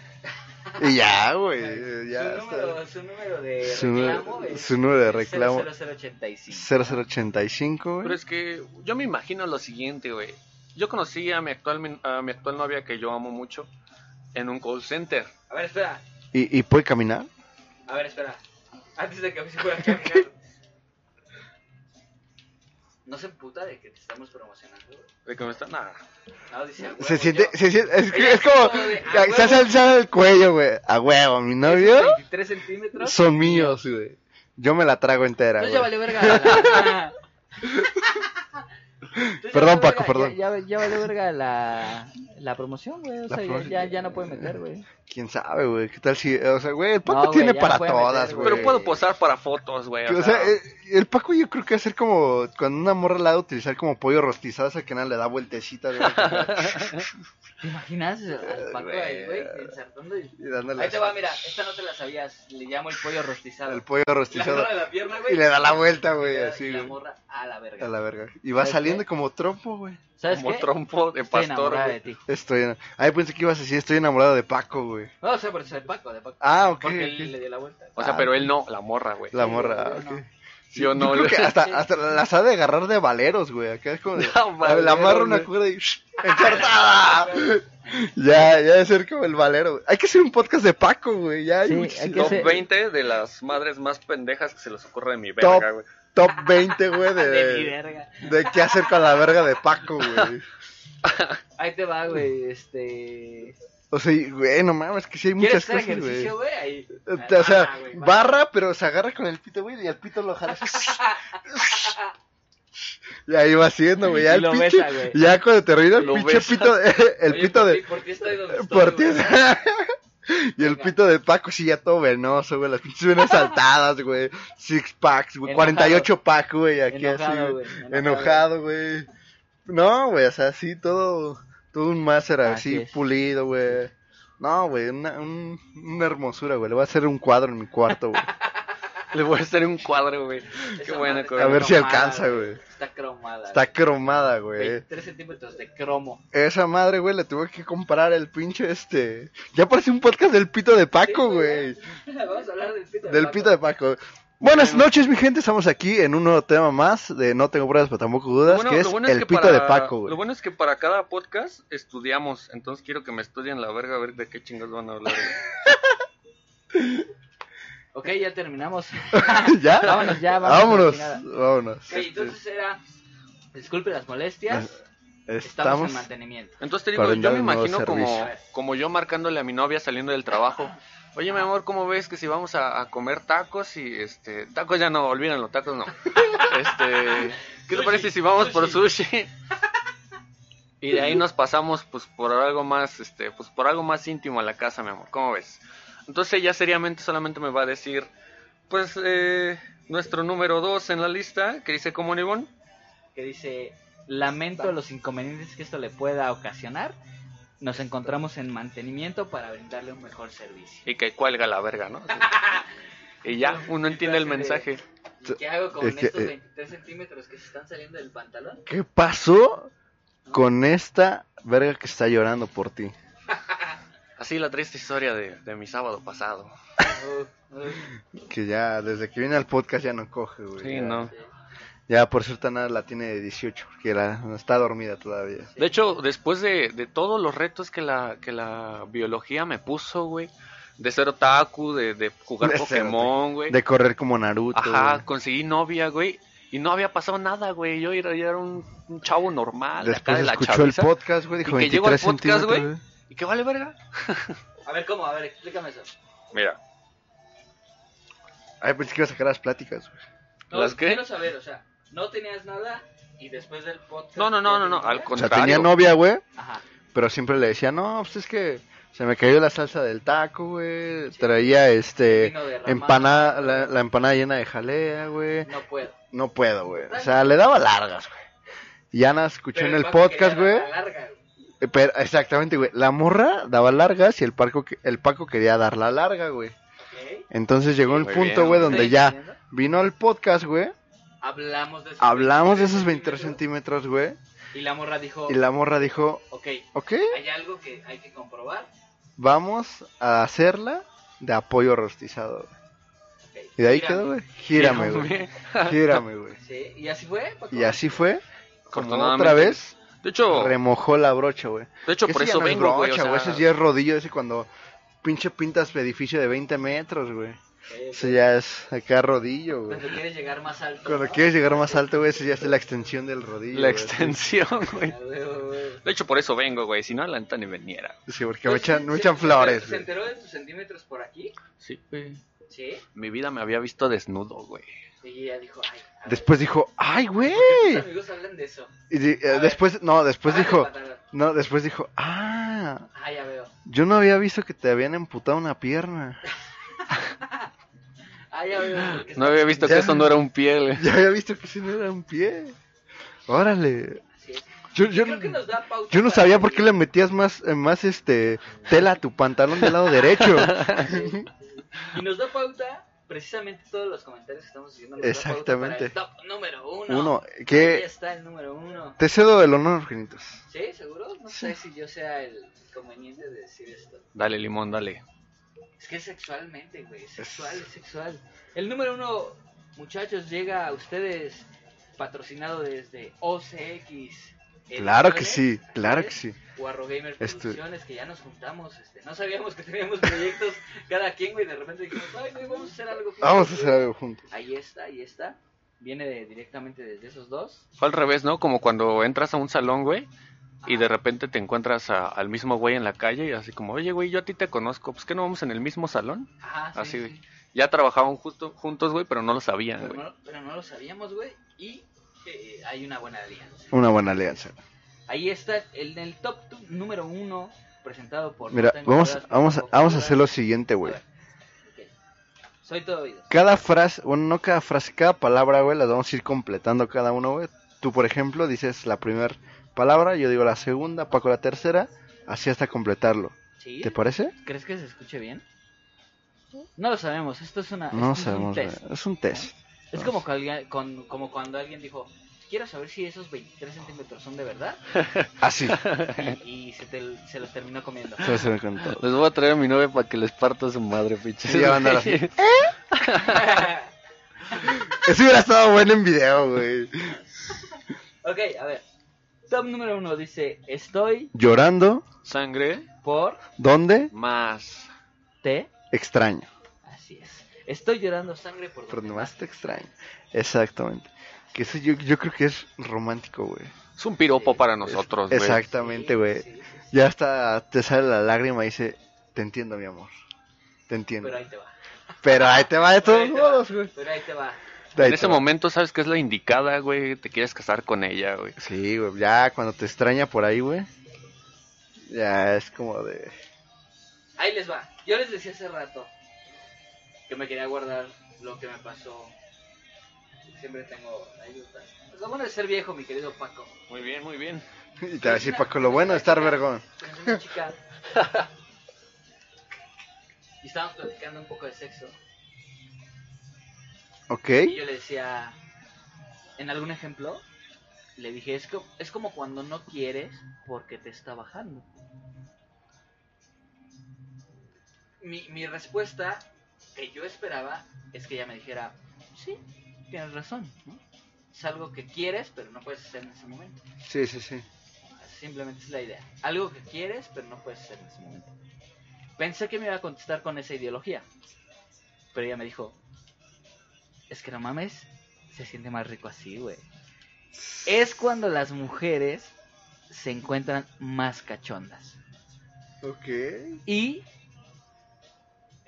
Speaker 2: Y ya, güey. Pues, eh, Ya
Speaker 1: su,
Speaker 2: está.
Speaker 1: número, su número de
Speaker 2: Su
Speaker 1: reclamo
Speaker 2: número-
Speaker 1: es
Speaker 2: su número de reclamo.
Speaker 1: 00085.
Speaker 2: 0085, güey.
Speaker 3: Pero es que yo me imagino lo siguiente, güey. Yo conocí a mi actual min- a mi actual novia que yo amo mucho en un call center.
Speaker 1: A ver, espera.
Speaker 2: ¿Y, y puede caminar?
Speaker 1: A ver, espera. Antes de que me se fuera a caminar. No se emputa de que te estamos promocionando. güey?
Speaker 3: De que me está nada.
Speaker 1: No, dice, "A huevo,
Speaker 2: Se siente,
Speaker 1: yo".
Speaker 2: se siente, es,
Speaker 1: Ella
Speaker 2: es como,
Speaker 1: como de, "A
Speaker 2: se hace
Speaker 1: huevo".
Speaker 2: alzar el cuello, güey. A huevo, mi novio
Speaker 1: 23 centímetros.
Speaker 2: son míos, güey. Yo me la trago entera,
Speaker 1: Entonces ya
Speaker 2: güey.
Speaker 1: valió verga. la- Entonces ya
Speaker 2: Perdón,
Speaker 1: valió
Speaker 2: Paco,
Speaker 1: verga-
Speaker 2: perdón.
Speaker 1: Ya, ya, ya valió verga la, la promoción, güey. O
Speaker 2: La
Speaker 1: sea, ya-
Speaker 2: promoción.
Speaker 1: ya, ya no puede meter, güey.
Speaker 2: ¿Quién sabe, güey? ¿Qué tal si, o sea, güey, el Paco
Speaker 1: No, güey,
Speaker 2: tiene
Speaker 1: ya
Speaker 2: para
Speaker 1: no puede
Speaker 2: todas,
Speaker 1: meter,
Speaker 2: güey.
Speaker 1: güey.
Speaker 3: Pero puedo posar para fotos, güey.
Speaker 2: O sea, eh, el Paco yo creo que va a ser como cuando una morra la va a utilizar como pollo rostizado, esa que nada le da vueltecitas, güey,
Speaker 1: ¿Te imaginas al Paco ahí, güey,
Speaker 2: güey.
Speaker 1: ensartando y...
Speaker 2: y dándole
Speaker 1: Ahí te va, mira, esta no te la sabías. Le llamo el pollo rostizado.
Speaker 2: al pollo
Speaker 1: la
Speaker 2: rostizado
Speaker 1: morra de la pierna, güey.
Speaker 2: y le da la vuelta,
Speaker 1: y
Speaker 2: güey,
Speaker 1: la- y
Speaker 2: así,
Speaker 1: la
Speaker 2: güey,
Speaker 1: morra a la verga.
Speaker 2: a la verga. Y va
Speaker 1: ¿Sabes
Speaker 2: saliendo
Speaker 1: qué?
Speaker 2: como trompo, güey.
Speaker 1: ¿Sabes
Speaker 3: como
Speaker 1: qué?
Speaker 3: trompo de
Speaker 1: Estoy
Speaker 3: pastor,
Speaker 1: enamorada de
Speaker 3: güey.
Speaker 1: ti.
Speaker 2: Estoy, en- ay, pensé que ibas a decir, estoy enamorado de Paco, güey.
Speaker 1: No, o sea, por eso el Paco, de Paco.
Speaker 2: Ah, ok,
Speaker 1: Porque
Speaker 2: ok.
Speaker 1: él le dio la vuelta.
Speaker 3: O sea,
Speaker 2: Ah,
Speaker 3: pero él no, la morra, güey.
Speaker 2: La morra,
Speaker 1: Yo no.
Speaker 2: ok.
Speaker 3: Sí, Yo no.
Speaker 2: creo
Speaker 3: le-
Speaker 2: que hasta, hasta las ha de agarrar de valeros, güey. Acá es como de,
Speaker 3: No, valeros,
Speaker 2: la amarra una
Speaker 3: güey.
Speaker 2: cuerda y ¡shh! ¡encartada! ya, ya de ser como el valero. güey. Hay que hacer un podcast de Paco, güey. Ya hay
Speaker 1: Sí,
Speaker 2: muchísimo-
Speaker 1: hay que
Speaker 3: Top
Speaker 1: hacer-
Speaker 3: 20 de las madres más pendejas que se les ocurre de mi
Speaker 2: Top.
Speaker 3: verga, güey.
Speaker 2: top 20, güey, de,
Speaker 1: De mi verga.
Speaker 2: de qué hacer con la verga de Paco, güey.
Speaker 1: Ahí te va, güey, este...
Speaker 2: O sea, y, güey, no mames, que sí hay
Speaker 1: ¿Quieres
Speaker 2: muchas
Speaker 1: hacer
Speaker 2: cosas, güey. Eh,
Speaker 1: ejercicio, güey? Ahí.
Speaker 2: O sea,
Speaker 1: Ah, güey, va.
Speaker 2: barra, pero se agarra con el pito, güey, y al pito lo jalas. y ahí va haciendo, güey. Ya,
Speaker 1: Y
Speaker 2: el
Speaker 1: lo
Speaker 2: pinche-
Speaker 1: besa, güey.
Speaker 2: ya cuando termina el
Speaker 3: Lo
Speaker 2: pinche
Speaker 3: besa.
Speaker 2: pito, el
Speaker 1: Oye,
Speaker 2: pito
Speaker 1: ¿por
Speaker 2: de.
Speaker 1: qué- ¿Por ti estoy donde estoy,
Speaker 2: Por ti.
Speaker 1: güey?
Speaker 2: y el
Speaker 1: Venga.
Speaker 2: pito de Paco, sí, ya todo venoso, güey. Las pinches venas saltadas, güey. Six packs, güey.
Speaker 1: Enojado.
Speaker 2: 48 pack, güey. Aquí así.
Speaker 1: Enojado,
Speaker 2: güey.
Speaker 1: güey.
Speaker 2: Enojado, güey. No, güey, o sea, sí, todo, todo un máster
Speaker 1: Así
Speaker 2: así,
Speaker 1: es.
Speaker 2: pulido, güey. No, güey, una, un- una hermosura, güey. Le voy a hacer un cuadro en mi cuarto, güey.
Speaker 3: Le voy a hacer un cuadro, güey. Qué
Speaker 1: Esa
Speaker 3: buena
Speaker 1: madre
Speaker 3: cosa.
Speaker 1: está
Speaker 2: A ver si
Speaker 1: cromada,
Speaker 2: alcanza, güey.
Speaker 1: Está cromada.
Speaker 2: Está cromada,
Speaker 1: güey.
Speaker 2: güey.
Speaker 1: 23 centímetros de cromo.
Speaker 2: Esa madre, güey, le tuve que comprar el pinche este. Ya parece un podcast del pito de Paco,
Speaker 1: Sí,
Speaker 2: güey.
Speaker 1: Vamos a hablar del pito de
Speaker 2: Del
Speaker 1: Paco.
Speaker 2: pito de Paco. Buenas noches, mi gente. Estamos aquí en un nuevo tema más de No tengo pruebas, pero tampoco dudas,
Speaker 3: Bueno,
Speaker 2: que
Speaker 3: lo
Speaker 2: es
Speaker 3: bueno
Speaker 2: el
Speaker 3: que
Speaker 2: pito
Speaker 3: para-
Speaker 2: de Paco, güey.
Speaker 3: Lo bueno es que para cada podcast estudiamos. Entonces quiero que me estudien la verga a ver de qué chingados van a hablar. güey.
Speaker 1: Ok, ya terminamos.
Speaker 2: ¿Ya?
Speaker 1: Vámonos, ya, vámonos,
Speaker 2: vámonos.
Speaker 1: la chingada.
Speaker 2: Vámonos.
Speaker 1: Ok, entonces era. Disculpe las molestias. Estamos
Speaker 2: Estamos.
Speaker 1: en mantenimiento.
Speaker 3: Entonces te digo,
Speaker 2: Para
Speaker 3: yo
Speaker 2: brindar
Speaker 3: me
Speaker 2: un nuevo
Speaker 3: imagino como,
Speaker 1: servicio.
Speaker 3: como yo marcándole a mi novia saliendo del trabajo. Oye, mi amor, ¿cómo ves que si vamos a, a comer tacos y este. Tacos ya no, olvídenlo, tacos no. Este. ¿Qué te
Speaker 1: Sushi,
Speaker 3: parece si vamos por
Speaker 1: sushi.
Speaker 3: sushi? Y de ahí nos pasamos pues por algo más, este, pues por algo más íntimo a la casa, mi amor. ¿Cómo ves? Entonces ya seriamente solamente me va a decir, pues, eh, nuestro número dos en la lista, que dice como Nibón.
Speaker 1: Que dice: Lamento los inconvenientes que esto le pueda ocasionar. Nos encontramos en mantenimiento para brindarle un mejor servicio.
Speaker 3: Y que cuelga la verga, ¿no? Y ya, uno entiende el mensaje.
Speaker 1: ¿Y ¿Qué hago con
Speaker 2: Es que,
Speaker 1: estos
Speaker 2: eh,
Speaker 1: 23 centímetros que se están saliendo del pantalón?
Speaker 2: ¿Qué pasó con esta verga que está llorando por ti?
Speaker 3: Así la triste historia de, de mi sábado pasado.
Speaker 1: Uh, uh,
Speaker 2: Que ya, desde que viene al podcast ya no coge, güey.
Speaker 3: Sí,
Speaker 2: ya,
Speaker 3: no.
Speaker 1: sí.
Speaker 2: Ya, por cierto, nada la tiene de 18, porque la, está dormida todavía.
Speaker 3: De hecho, después de, de todos los retos que la, que la biología me puso, güey, de ser otaku, de, de jugar
Speaker 2: De ser
Speaker 3: Pokémon, güey.
Speaker 2: De correr como Naruto.
Speaker 3: Ajá,
Speaker 2: güey.
Speaker 3: conseguí novia, güey. Y no había pasado nada, güey. Yo era, yo era un, un chavo normal, de acá
Speaker 2: Después
Speaker 3: de la
Speaker 2: escuchó
Speaker 3: chaviza.
Speaker 2: el podcast, güey, dijo
Speaker 3: Y que llegó al
Speaker 2: 23
Speaker 3: podcast,
Speaker 2: centímetros.
Speaker 3: güey.
Speaker 2: güey.
Speaker 3: ¿Y qué vale, verga?
Speaker 1: A ver, ¿cómo? A ver, explícame eso.
Speaker 3: Mira,
Speaker 2: Ay, Ah, pensé que iba a sacar las pláticas, güey.
Speaker 1: No,
Speaker 3: ¿Las qué?
Speaker 1: Quiero saber, o sea, no tenías nada y después del podcast.
Speaker 3: No, no, no, no, no, al
Speaker 2: O sea,
Speaker 3: Contrario.
Speaker 2: tenía novia, güey,
Speaker 1: Ajá.
Speaker 2: pero siempre le decía, no, pues es que se me cayó la salsa del taco, güey. Traía, este,
Speaker 1: Vino derramado.
Speaker 2: empanada, la, la empanada llena de jalea, güey.
Speaker 1: No puedo.
Speaker 2: No puedo, güey. O sea, le daba largas, güey. Y Ana escuchó
Speaker 1: Pero
Speaker 2: en el
Speaker 1: Paco
Speaker 2: podcast,
Speaker 1: quería
Speaker 2: güey.
Speaker 1: la larga, güey.
Speaker 2: eh, Pero, exactamente, güey. La morra daba largas y el, Paco, que- el Paco quería dar la larga, güey.
Speaker 1: Ok.
Speaker 2: Entonces llegó el
Speaker 3: Muy
Speaker 2: punto, güey,
Speaker 3: bien, güey.
Speaker 2: donde
Speaker 1: ¿Sí?
Speaker 2: ya
Speaker 1: ¿Entiendo?
Speaker 2: vino al podcast, güey.
Speaker 1: Hablamos de esos
Speaker 2: Hablamos de esos 23 centímetros, güey.
Speaker 1: Y la morra dijo,
Speaker 2: Y la morra dijo,
Speaker 1: ok,
Speaker 2: ok,
Speaker 1: hay algo que hay que comprobar.
Speaker 2: vamos a hacerla de apoyo rostizado. güey.
Speaker 1: Ok,
Speaker 2: Y de ahí
Speaker 1: gírame.
Speaker 2: quedó, güey. Gírame, güey. Gírame, güey.
Speaker 1: Sí, y así fue. Paco?
Speaker 2: Y así fue. Cortó
Speaker 3: Afortunadamente.
Speaker 2: otra vez.
Speaker 3: De hecho,
Speaker 2: Remojó la brocha, güey.
Speaker 3: de hecho
Speaker 2: Que
Speaker 3: por
Speaker 2: ese ya
Speaker 3: eso
Speaker 2: no es
Speaker 3: vengo, güey. o
Speaker 2: brocha,
Speaker 3: sea,
Speaker 2: Ese ya Pues es rodillo, ese cuando pinche pintas edificio de 20 metros, güey.
Speaker 1: Ok, ok.
Speaker 2: Ese ya es acá rodillo, güey.
Speaker 1: Cuando quieres llegar más alto.
Speaker 2: Cuando
Speaker 1: ¿no?
Speaker 2: quieres llegar más alto, güey, ese ya es la extensión del rodillo. güey.
Speaker 3: La extensión, güey.
Speaker 1: Ah, güey, güey, güey.
Speaker 3: De hecho, por eso vengo, güey. Si no, la neta ni veniera.
Speaker 2: Sí, porque me echan, me
Speaker 1: Entonces,
Speaker 2: echan
Speaker 1: ¿se-
Speaker 2: flores,
Speaker 1: ¿Se
Speaker 2: güey.
Speaker 1: enteró de tus centímetros por aquí?
Speaker 3: Sí, güey.
Speaker 1: Sí.
Speaker 3: Mi vida me había visto desnudo, güey.
Speaker 1: Y ella dijo, ay. a ver,
Speaker 2: Después dijo, ¡ay, güey!
Speaker 1: Mis amigos hablan de eso.
Speaker 2: Y di- eh,
Speaker 1: A ver.
Speaker 2: después, no, después
Speaker 1: Ah,
Speaker 2: dijo,
Speaker 1: patada.
Speaker 2: no, después dijo, ¡ah!
Speaker 1: Ah, ya veo.
Speaker 2: Yo no había visto que te habían amputado una pierna.
Speaker 1: Ah, ya veo. porque
Speaker 3: No
Speaker 1: está-
Speaker 3: había visto que
Speaker 2: Ya.
Speaker 3: eso no era un piel.
Speaker 2: Ya había visto que ese no era un pie. Órale.
Speaker 1: Así es.
Speaker 2: Yo, yo,
Speaker 1: Creo que nos da pauta
Speaker 2: Yo no
Speaker 1: para
Speaker 2: sabía
Speaker 1: seguir.
Speaker 2: por qué le metías más, eh, más este tela a tu pantalón del lado derecho.
Speaker 1: Y nos da pauta precisamente todos los comentarios que estamos haciendo. nos da pauta
Speaker 2: Exactamente.
Speaker 1: para el top número uno.
Speaker 2: Uno, Eh.
Speaker 1: Ahí
Speaker 2: que
Speaker 1: está el número uno.
Speaker 2: te cedo el honor, Genitos.
Speaker 1: ¿Sí? ¿Seguro? No sé si yo sea el conveniente de decir esto.
Speaker 3: Dale, limón, dale.
Speaker 1: Es que es sexualmente, güey. Es sexual, es sexual. El número uno, muchachos, llega a ustedes patrocinado desde OCX.
Speaker 2: Claro que
Speaker 1: Ediciones,
Speaker 2: sí, claro que
Speaker 1: ¿sí?
Speaker 2: sí.
Speaker 1: Warro Gamer
Speaker 2: Este-
Speaker 1: Producciones, que ya nos juntamos, este, no sabíamos que teníamos proyectos cada quien, güey, de repente dijimos, ay, güey, vamos a hacer algo. juntos,
Speaker 2: Vamos a
Speaker 1: güey".
Speaker 2: hacer algo juntos.
Speaker 1: Ahí está, ahí está. Viene de- directamente desde esos dos.
Speaker 3: Fue al revés, ¿no? Como cuando entras a un salón, güey, y de repente te encuentras a- al mismo güey en la calle y así como, oye güey, yo a ti te conozco, pues que no vamos en el mismo salón.
Speaker 1: Ajá,
Speaker 2: Ah,
Speaker 1: sí,
Speaker 3: Así,
Speaker 1: sí.
Speaker 3: güey. Ya trabajaban justo, juntos, güey, pero no lo sabían,
Speaker 1: Pero
Speaker 3: güey.
Speaker 1: no, pero no lo sabíamos, güey. Y eh, hay una buena alianza.
Speaker 2: Una buena alianza.
Speaker 1: Ahí está el, el top tu- número uno presentado por.
Speaker 2: Mira,
Speaker 1: No tengo
Speaker 2: vamos,
Speaker 1: dudas,
Speaker 2: vamos,
Speaker 1: tampoco
Speaker 2: vamos a
Speaker 1: dudas.
Speaker 2: hacer lo siguiente, güey.
Speaker 1: Ok. Soy todo oídos.
Speaker 2: Cada frase, bueno, no cada frase, cada palabra, güey, las vamos a ir completando cada uno, güey. Tú, por ejemplo, dices la primera palabra, yo digo la segunda, Paco la tercera, así hasta completarlo.
Speaker 1: ¿Sí?
Speaker 2: ¿Te parece?
Speaker 1: ¿Crees que se escuche bien? No lo sabemos, esto es una. esto Ah,
Speaker 2: No
Speaker 1: es un
Speaker 2: sabemos, güey.
Speaker 1: test.
Speaker 2: Es un test.
Speaker 1: Es como, que alguien- con- como cuando alguien dijo, quiero saber si esos 23 centímetros son de verdad.
Speaker 2: Así.
Speaker 1: Y, y se, te- se los terminó comiendo.
Speaker 2: Se va a hacer con Ah, todo.
Speaker 3: Les voy a traer a mi novia para que les parta su madre, pinche.
Speaker 2: Sí, ya van a andar así. Eso hubiera estado bueno en video, güey.
Speaker 1: ok, a ver. Top número uno dice, estoy
Speaker 2: Llorando,
Speaker 3: Sangre
Speaker 1: por
Speaker 2: ¿dónde?
Speaker 3: más.
Speaker 1: te.
Speaker 2: Extraño.
Speaker 1: Así es. Estoy llorando sangre por
Speaker 2: Pero
Speaker 1: donde
Speaker 2: nomás te extraño. Exactamente. Que eso yo, yo creo que es romántico, güey.
Speaker 3: Es un piropo para nosotros, güey.
Speaker 2: Exacto.
Speaker 3: Exacto.
Speaker 2: Exactamente, güey.
Speaker 1: sí, sí.
Speaker 2: Ya hasta te sale la lágrima y dice, te entiendo, mi amor. Te entiendo.
Speaker 1: Pero
Speaker 2: Pero ahí,
Speaker 1: ahí te va.
Speaker 2: te va de
Speaker 1: Pero ahí
Speaker 2: todos
Speaker 1: te va,
Speaker 2: modos, güey.
Speaker 1: Pero ahí te va.
Speaker 2: Ahí
Speaker 3: En
Speaker 2: te
Speaker 3: ese
Speaker 2: va.
Speaker 3: momento sabes que es la indicada, güey. Te quieres casar con ella, güey.
Speaker 2: Sí, güey. Ya cuando te extraña por ahí, güey. Ya es como de...
Speaker 1: Ahí les va. Yo les decía hace rato que me quería guardar lo que me pasó. Siempre tengo anécdotas. Pues lo bueno de ser viejo, mi querido Paco.
Speaker 3: Muy bien, muy bien.
Speaker 2: Y te va a decir, Paco, lo bueno de estar vergón.
Speaker 1: Conocí una chica. Y estábamos platicando un poco de sexo.
Speaker 2: ¿Ok?
Speaker 1: Y yo le decía, en algún ejemplo, le dije, es, co- es como cuando no quieres porque te está bajando. Mi, mi respuesta que yo esperaba es que ella me dijera, sí, tienes razón, ¿no? Es algo que quieres, pero no puedes hacer en ese momento.
Speaker 2: Sí, sí, sí.
Speaker 1: Simplemente es la idea. Algo que quieres, pero no puedes hacer en ese momento. Pensé que me iba a contestar con esa ideología. Pero ella me dijo, es que no mames, se siente más rico así, güey. Es cuando las mujeres se encuentran más cachondas.
Speaker 2: Ok.
Speaker 1: Y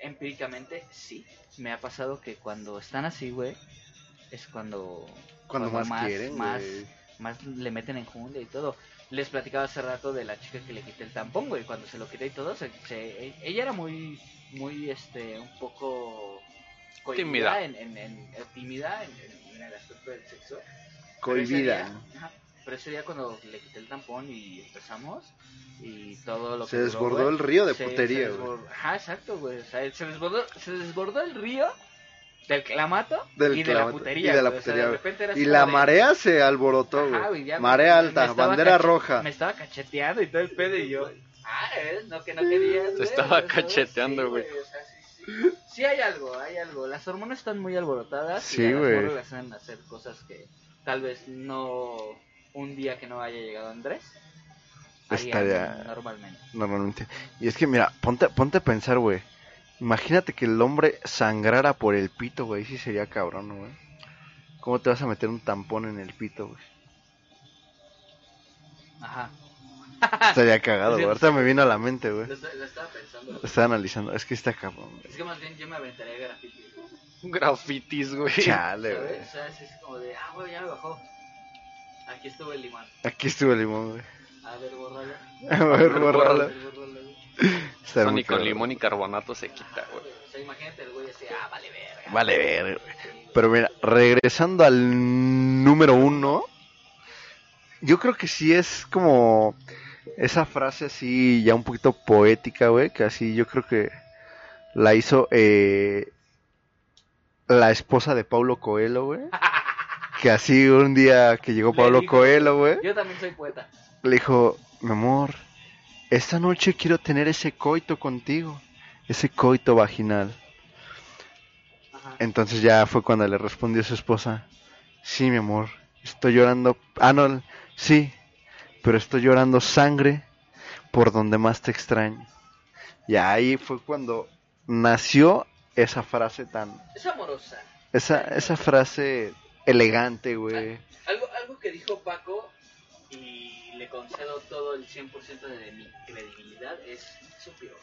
Speaker 1: empíricamente sí. Me ha pasado que cuando están así, güey, es cuando
Speaker 2: Cuando,
Speaker 1: Cuando
Speaker 2: más,
Speaker 1: más-
Speaker 2: quieren,
Speaker 1: más-
Speaker 2: güey.
Speaker 1: más le meten enjundia y todo. Les platicaba hace rato de la chica que le quité el tampón, güey. Cuando se lo quité y todo, se- se- ella era muy, muy, este, un poco cohibida
Speaker 3: Tímida.
Speaker 1: En, en, en- eh, tímida en, en- en el aspecto del sexo. Pero ese
Speaker 2: Cohibida.
Speaker 1: día- ajá, Pero ese día cuando le quité el tampón y empezamos y todo lo
Speaker 2: Se
Speaker 1: que duró,
Speaker 2: desbordó
Speaker 1: güey,
Speaker 2: el río de
Speaker 1: se-
Speaker 2: putería,
Speaker 1: se
Speaker 2: güey.
Speaker 1: desbordó- Ajá, exacto, güey. O sea, se desbordó, se desbordó el río del clamato
Speaker 2: Del
Speaker 1: y de la
Speaker 2: clamato
Speaker 1: putería.
Speaker 2: y de la
Speaker 1: güey. O sea,
Speaker 2: putería,
Speaker 1: de
Speaker 2: güey.
Speaker 1: repente era
Speaker 2: Y
Speaker 1: así
Speaker 2: la
Speaker 1: como de-
Speaker 2: marea se alborotó,
Speaker 1: Ajá,
Speaker 2: güey.
Speaker 1: güey, ya,
Speaker 2: Marea
Speaker 1: me- me
Speaker 2: alta,
Speaker 1: estaba
Speaker 2: bandera
Speaker 1: cach-
Speaker 2: roja.
Speaker 1: Me estaba cacheteando y todo el pedo y yo. Ah, ¿eh? no que no querías. güey,
Speaker 3: estaba
Speaker 1: o sea,
Speaker 3: cacheteando,
Speaker 1: sí,
Speaker 3: güey.
Speaker 1: o sea, sí, sí. Sí hay algo, hay algo. Las hormonas están muy alborotadas.
Speaker 2: Sí,
Speaker 1: y a las
Speaker 2: güey.
Speaker 1: morras las hacen hacer cosas que tal vez no un día que no haya llegado Andrés. harían
Speaker 2: Estaría-
Speaker 1: Normalmente.
Speaker 2: Normalmente. Y es que, mira, ponte, ponte a pensar, güey. Imagínate que el hombre sangrara por el pito, güey. Sí sería cabrón, güey. ¿Cómo te vas a meter un tampón en el pito, güey?
Speaker 1: Ajá.
Speaker 2: Estaría cagado, güey. Ahorita me vino a la mente,
Speaker 1: Lo,
Speaker 2: güey.
Speaker 1: est- lo estaba pensando. güey.
Speaker 2: Estaba analizando. Es que está cabrón, güey.
Speaker 1: Es que más bien yo me aventaría graffiti. güey,
Speaker 3: Grafitis, güey.
Speaker 2: Chale, güey.
Speaker 1: ¿Sabes? O sea, es es como de, ah, güey, ya me bajó. Aquí estuvo el limón.
Speaker 2: Aquí estuvo el limón, güey.
Speaker 1: A ver, borralo.
Speaker 2: A ver,
Speaker 1: A
Speaker 3: Bórralo.
Speaker 2: bórralo.
Speaker 1: ver, bórralo.
Speaker 2: Estaría
Speaker 3: Eso
Speaker 2: muy
Speaker 3: ni con
Speaker 2: cagado.
Speaker 3: limón y carbonato se quita,
Speaker 1: Ajá,
Speaker 3: güey.
Speaker 1: güey. O sea, imagínate el güey así, ah, vale verga.
Speaker 2: Vale, ver, güey.
Speaker 1: Sí,
Speaker 2: Pero mira, regresando al número uno, yo creo que sí es como esa frase así ya un poquito poética, güey, que así yo creo que la hizo eh, la esposa de Pablo Coelho, güey. Que así un día que llegó
Speaker 1: Le
Speaker 2: Pablo
Speaker 1: dijo-
Speaker 2: Coelho, güey,
Speaker 1: Yo también soy poeta.
Speaker 2: le dijo, mi amor, esta noche quiero tener ese coito contigo, ese coito vaginal.
Speaker 1: Ajá.
Speaker 2: Entonces ya fue cuando le respondió su esposa, sí, mi amor, estoy llorando, ah, no, sí, pero estoy llorando sangre por donde más te extraño. Y ahí fue cuando nació esa frase tan,
Speaker 1: Es amorosa.
Speaker 2: esa, esa frase elegante, güey.
Speaker 1: Algo, algo que dijo Paco y le concedo todo el 100% de mi credibilidad, es su piojo.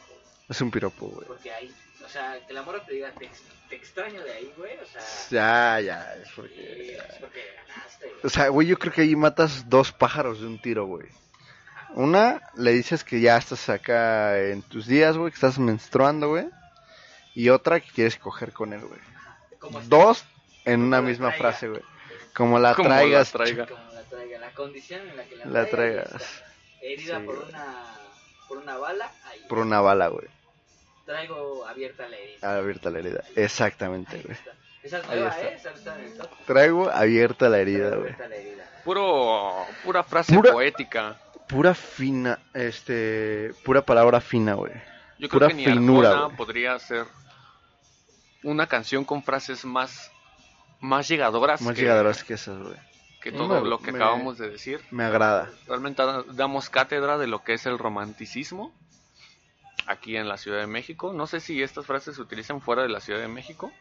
Speaker 2: Es un piropo, güey.
Speaker 1: Porque ahí, o sea, que la morra te diga, te, ex- te extraño de ahí, güey, o sea,
Speaker 2: Ya, ya, es
Speaker 1: sí,
Speaker 2: porque...
Speaker 1: es porque ganaste,
Speaker 2: O
Speaker 1: güey.
Speaker 2: sea, güey, yo creo que ahí matas dos pájaros de un tiro, güey. Una, le dices que ya estás acá en tus días, güey, que estás menstruando, güey. Y otra, que quieres coger con él, güey.
Speaker 1: Como está-
Speaker 2: Dos en una
Speaker 1: la
Speaker 2: misma
Speaker 1: traiga.
Speaker 2: frase, güey. Como la
Speaker 3: Como la
Speaker 2: traigas,
Speaker 3: traiga.
Speaker 1: como la traiga, la condición en la que la,
Speaker 2: la
Speaker 1: traiga,
Speaker 2: traigas
Speaker 1: está Herida
Speaker 2: Sí,
Speaker 1: por,
Speaker 2: güey.
Speaker 1: una, por una bala, ahí.
Speaker 2: por una bala, güey.
Speaker 1: Traigo abierta la herida.
Speaker 2: Abierta la herida. Exactamente,
Speaker 1: Ahí
Speaker 2: güey.
Speaker 1: está. Esa es
Speaker 2: Ahí
Speaker 1: nueva,
Speaker 2: está.
Speaker 1: ¿eh? Esa está en el top.
Speaker 2: Traigo abierta la herida,
Speaker 1: Traigo
Speaker 2: güey.
Speaker 1: abierta la herida.
Speaker 3: Puro, pura frase
Speaker 2: Pura-
Speaker 3: poética.
Speaker 2: Pura fina, este, pura palabra fina, güey.
Speaker 3: Yo
Speaker 2: pura
Speaker 3: creo que ni
Speaker 2: finura,
Speaker 3: Arjona
Speaker 2: güey.
Speaker 3: podría ser una canción con frases más, más llegadoras,
Speaker 2: Más
Speaker 3: que,
Speaker 2: llegadoras que esas, güey.
Speaker 3: que
Speaker 2: Sí,
Speaker 3: todo
Speaker 2: me-
Speaker 3: lo que
Speaker 2: me-
Speaker 3: acabamos de decir.
Speaker 2: Me agrada.
Speaker 3: Realmente da- damos cátedra de lo que es el romanticismo aquí en la Ciudad de México. No sé si estas frases se utilizan fuera de la Ciudad de México.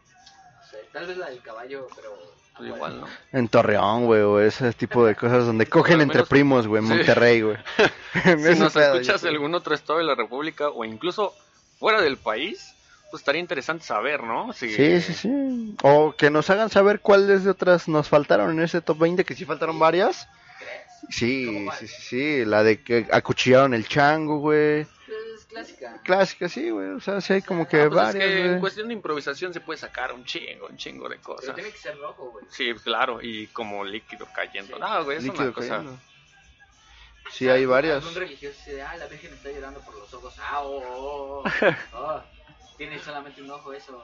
Speaker 1: O sea, tal vez la del caballo, pero...
Speaker 3: Pues igual, ¿no?
Speaker 2: En Torreón, güey, o ese tipo de cosas donde cogen
Speaker 3: Al
Speaker 2: entre
Speaker 3: menos-
Speaker 2: primos, güey, en
Speaker 3: Sí.
Speaker 2: Monterrey, güey.
Speaker 3: si
Speaker 2: Ese
Speaker 3: nos
Speaker 2: pedo,
Speaker 3: escuchas
Speaker 2: yo-
Speaker 3: de algún otro estado de la República o incluso fuera del país, pues estaría interesante saber, ¿no? Si-
Speaker 2: Sí, sí, sí. O que nos hagan saber cuáles de otras nos faltaron en ese top 20, que sí faltaron varias.
Speaker 1: ¿Cómo
Speaker 2: Sí,
Speaker 1: cuál?
Speaker 2: sí, sí, sí. La de que acuchillaron el chango, güey.
Speaker 1: Pues Es clásica.
Speaker 2: Clásica, sí, güey. O sea, sí hay como que
Speaker 3: Ah, pues es
Speaker 2: varias,
Speaker 3: que en
Speaker 2: güey.
Speaker 3: cuestión de improvisación se puede sacar un chingo, un chingo de
Speaker 1: Pero
Speaker 3: cosas.
Speaker 1: tiene que ser rojo, güey.
Speaker 3: Sí, claro, y como líquido cayendo.
Speaker 1: Sí.
Speaker 3: No, güey, es
Speaker 2: Líquido
Speaker 3: una cosa.
Speaker 2: cayendo. Sí, hay varias.
Speaker 1: Un religioso dice, ah, la Virgen está llorando por los ojos. Ah, oh, oh, oh, oh. Tiene solamente un ojo eso.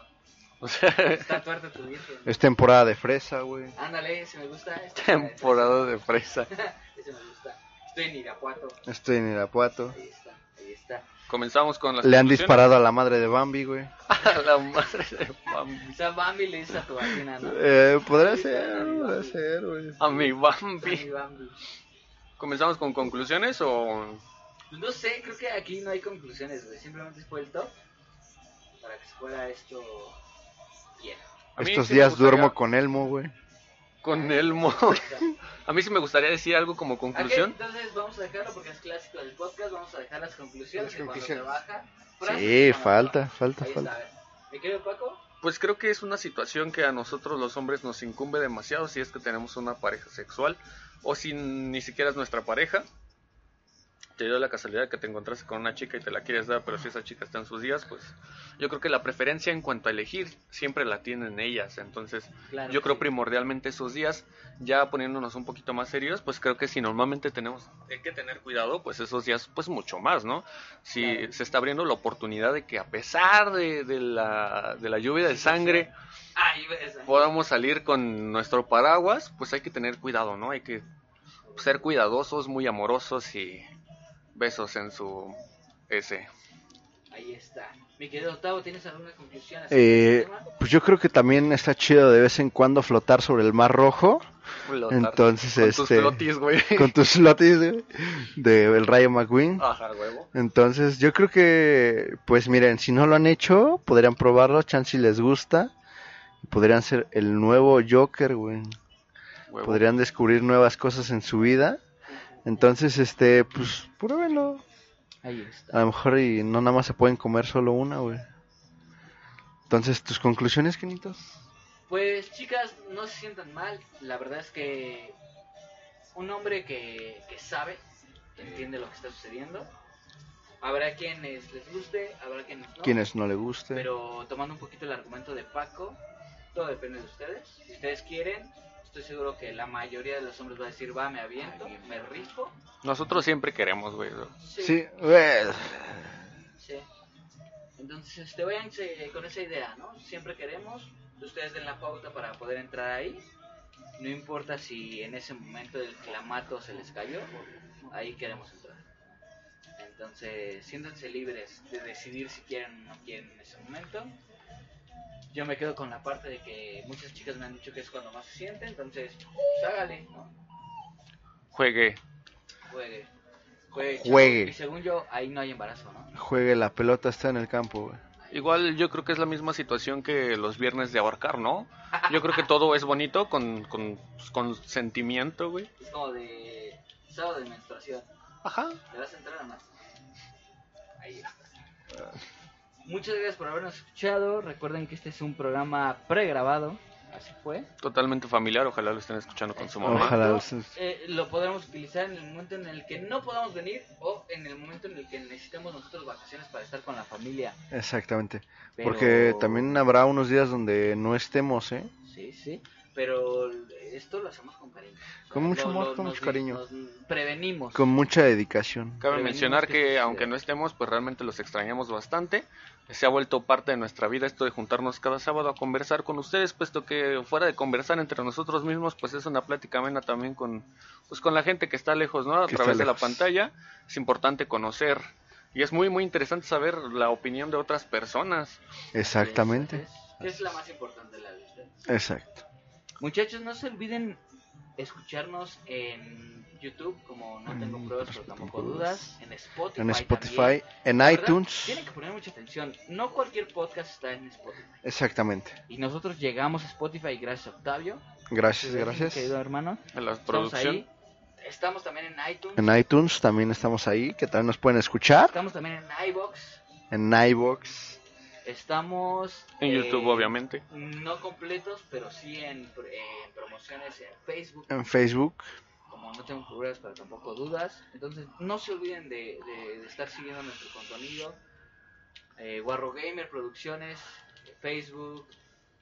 Speaker 3: O sea,
Speaker 1: Está tuerta tu Virgen.
Speaker 2: Es temporada de fresa, güey.
Speaker 1: Ándale, ese me gusta. ese me gusta,
Speaker 3: temporada de fresa.
Speaker 1: Ese me gusta. Estoy en Irapuato.
Speaker 2: Estoy en Irapuato.
Speaker 1: Ahí está, ahí está.
Speaker 3: Comenzamos con las
Speaker 2: Le han
Speaker 3: conclusiones.
Speaker 2: disparado a la madre de Bambi, güey.
Speaker 3: A la madre de Bambi.
Speaker 1: O sea, Bambi le dice a tu vagina, ¿no?
Speaker 2: Eh, podrá ser, podrá ser, güey.
Speaker 3: A mi
Speaker 1: Bambi,
Speaker 3: Bambi.
Speaker 1: Bambi.
Speaker 3: ¿Comenzamos con conclusiones o.?
Speaker 1: Pues No sé, creo que aquí no hay conclusiones, güey. Simplemente fue el top. Para que se fuera esto. Bien.
Speaker 3: A mí
Speaker 2: Estos
Speaker 3: sí me
Speaker 2: días
Speaker 3: gustaría-
Speaker 2: duermo con Elmo, güey.
Speaker 3: Con Elmo.
Speaker 1: O sea,
Speaker 3: A mí sí me gustaría decir algo como
Speaker 1: Ok,
Speaker 3: conclusión.
Speaker 1: entonces vamos a dejarlo porque es clásico del podcast, vamos a dejar las conclusiones,
Speaker 2: Las
Speaker 1: y cuando se
Speaker 2: conclusiones.
Speaker 1: baja.
Speaker 2: Sí,
Speaker 1: frases,
Speaker 2: falta, falta,
Speaker 1: Ahí está,
Speaker 2: falta.
Speaker 1: a ver. Mi querido Paco,
Speaker 3: Pues creo que es una situación que a nosotros los hombres nos incumbe demasiado si es que tenemos una pareja sexual o si ni siquiera es nuestra pareja. Te dio la casualidad que te encontraste con una chica y te la quieres dar, pero si esa chica está en sus días, pues yo creo que la preferencia en cuanto a elegir siempre la tienen ellas. Entonces,
Speaker 1: claro.
Speaker 3: yo
Speaker 1: que
Speaker 3: creo
Speaker 1: sí.
Speaker 3: primordialmente esos días, ya poniéndonos un poquito más serios, pues creo que si normalmente tenemos hay que tener cuidado, pues esos días, pues mucho más, ¿no? Si
Speaker 1: Claro.
Speaker 3: se está abriendo la oportunidad de que a pesar de, de la, de la lluvia de sangre
Speaker 1: Ahí ves. ahí.
Speaker 3: podamos salir con nuestro paraguas, pues hay que tener cuidado, ¿no? Hay que ser cuidadosos, muy amorosos y besos en su ese.
Speaker 1: Ahí está. Mi querido Octavo, ¿tienes alguna conclusión? acerca
Speaker 2: Eh,
Speaker 1: del tema?
Speaker 2: Pues yo creo que también está chido de vez en cuando flotar sobre el mar rojo.
Speaker 3: Flotar
Speaker 2: Entonces,
Speaker 3: con tus
Speaker 2: este.
Speaker 3: flotis, güey.
Speaker 2: Con tus flotis, güey. Del Rayo McQueen.
Speaker 3: Ajá, huevo.
Speaker 2: Entonces, yo creo que, pues miren, si no lo han hecho, podrían probarlo, chance si les gusta. Podrían ser el nuevo Joker, güey.
Speaker 3: huevo.
Speaker 2: Podrían descubrir nuevas cosas en su vida. Entonces, este, pues, pruébenlo.
Speaker 1: Ahí está.
Speaker 2: A lo mejor y no nada más se pueden comer solo una, güey. Entonces, ¿tus conclusiones, Kenitos?
Speaker 1: Pues chicas, no se sientan mal. La verdad es que un hombre que, que sabe, que entiende lo que está sucediendo, habrá quienes les guste, habrá quienes no.
Speaker 2: Quienes no le guste.
Speaker 1: Pero tomando un poquito el argumento de Paco, todo depende de ustedes. Si ustedes quieren, estoy seguro que la mayoría de los hombres va a decir, va, me aviento, me rifo.
Speaker 3: Nosotros siempre queremos, güey.
Speaker 2: Sí, güey.
Speaker 1: sí. Entonces, este, váyanse con esa idea, ¿no? Siempre queremos, ustedes den la pauta para poder entrar ahí. No importa si en ese momento el clamato se les cayó, ahí queremos entrar. Entonces, siéntanse libres de decidir si quieren o no quieren en ese momento. Yo me quedo con la parte de que muchas chicas me han dicho que es cuando más se siente, entonces, pues, hágale, ¿no?
Speaker 3: Juegue.
Speaker 1: Juegue. Juegue. chavo.
Speaker 2: Juegue.
Speaker 1: Y según yo, ahí no hay embarazo, ¿no?
Speaker 2: Juegue la pelota, está en el campo, güey.
Speaker 3: Igual yo creo que es la misma situación que los viernes de ahorcar, ¿no? Yo creo que todo es bonito con, con, con sentimiento, güey.
Speaker 1: Es como de. Sábado de menstruación.
Speaker 3: Ajá.
Speaker 1: ¿Le vas a entrar a más? Ahí está. Muchas gracias por habernos escuchado. Recuerden que este es un programa pregrabado. Así fue.
Speaker 3: Totalmente familiar, ojalá lo estén escuchando con su mamá.
Speaker 2: Ojalá.
Speaker 1: Exacto.
Speaker 2: los-
Speaker 1: Eh, lo podremos utilizar en el momento en el que no podamos venir o en el momento en el que necesitemos nosotros vacaciones para estar con la familia.
Speaker 2: Exactamente.
Speaker 1: Pero-
Speaker 2: Porque también habrá unos días donde no estemos, ¿eh?
Speaker 1: Sí, sí. Pero esto lo hacemos con cariño.
Speaker 2: Con mucho
Speaker 1: Lo-
Speaker 2: amor,
Speaker 1: lo-
Speaker 2: con
Speaker 1: nos
Speaker 2: mucho
Speaker 1: di-
Speaker 2: cariño.
Speaker 1: nos prevenimos.
Speaker 2: Con mucha dedicación.
Speaker 3: Cabe
Speaker 1: Prevenimos
Speaker 3: mencionar
Speaker 1: que
Speaker 3: que
Speaker 1: suceda.
Speaker 3: aunque no estemos, pues realmente los extrañamos bastante. Se ha vuelto parte de nuestra vida esto de juntarnos cada sábado a conversar con ustedes, puesto que fuera de conversar entre nosotros mismos, pues es una plática amena también con, pues con la gente que está lejos, ¿no? A
Speaker 2: Que está
Speaker 3: través de la
Speaker 2: lejos.
Speaker 3: pantalla. Es importante conocer. Y es muy, muy interesante saber la opinión de otras personas.
Speaker 2: Exactamente.
Speaker 1: Es, es la más importante de la lista.
Speaker 2: Exacto.
Speaker 1: Muchachos, no se olviden escucharnos en YouTube, como no tengo
Speaker 2: Mm,
Speaker 1: pruebas,
Speaker 2: pero
Speaker 1: pero tampoco
Speaker 2: tampoco
Speaker 1: dudas, en Spotify.
Speaker 2: En
Speaker 1: también.
Speaker 2: Spotify, en
Speaker 1: La verdad,
Speaker 2: iTunes.
Speaker 1: Tienen que poner mucha atención. No cualquier podcast está en Spotify.
Speaker 2: Exactamente.
Speaker 1: Y nosotros llegamos a Spotify gracias a Octavio.
Speaker 2: Gracias,
Speaker 1: mi Querido
Speaker 2: gracias.
Speaker 1: hermano.
Speaker 3: De la
Speaker 1: Estamos
Speaker 3: producción.
Speaker 1: ahí. Estamos también en iTunes.
Speaker 2: En iTunes también estamos ahí, que también nos pueden escuchar.
Speaker 1: Estamos también en iBox.
Speaker 2: En iVoox.
Speaker 1: Estamos
Speaker 3: En
Speaker 1: eh,
Speaker 3: YouTube, obviamente.
Speaker 1: No completos, pero sí en, pr- en promociones en Facebook.
Speaker 2: en Facebook.
Speaker 1: Como no tengo problemas, pero tampoco dudas. Entonces, no se olviden de, de- de estar siguiendo nuestro contenido. Eh, Guarro Gamer Producciones, Facebook,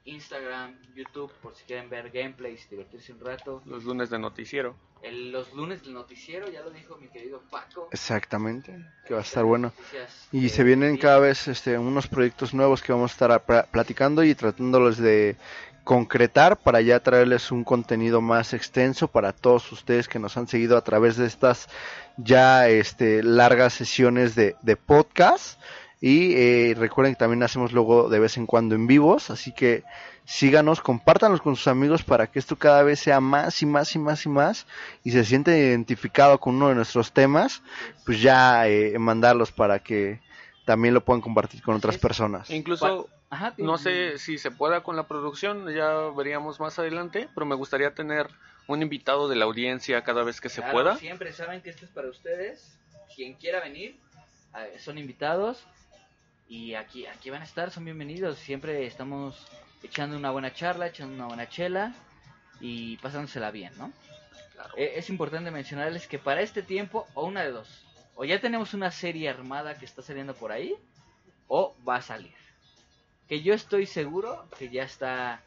Speaker 1: Instagram, YouTube, por si quieren ver gameplays, divertirse un rato.
Speaker 3: Los lunes de noticiero.
Speaker 1: El- los lunes del noticiero, ya lo dijo mi querido Paco.
Speaker 2: Exactamente. Que va a estar bueno.
Speaker 1: Noticias,
Speaker 2: Y
Speaker 1: eh,
Speaker 2: se vienen
Speaker 1: sí.
Speaker 2: cada vez este, unos proyectos nuevos que vamos a estar a- pra- platicando y tratándolos de concretar para ya traerles un contenido más extenso para todos ustedes que nos han seguido a través de estas ya este, largas sesiones de, de podcast. Y eh, recuerden que también hacemos luego de vez en cuando en vivos, así que síganos, compártanos con sus amigos para que esto cada vez sea más y más y más y más y se siente identificado con uno de nuestros temas, pues ya eh, mandarlos para que también lo puedan compartir con otras personas.
Speaker 3: E Incluso
Speaker 1: Ajá,
Speaker 3: No sé si se pueda con la producción, ya veríamos más adelante, pero me gustaría tener un invitado de la audiencia cada vez que se
Speaker 1: Claro,
Speaker 3: pueda.
Speaker 1: Siempre saben que esto es para ustedes. Quien quiera venir, a ver, son invitados. Y aquí, aquí van a estar, son bienvenidos. Siempre estamos echando una buena charla, echando una buena chela y pasándosela bien, ¿no? Eh, Es importante mencionarles que para este tiempo, o una de dos, o ya tenemos una serie armada que está saliendo por ahí, o va a salir. Que yo estoy seguro que ya está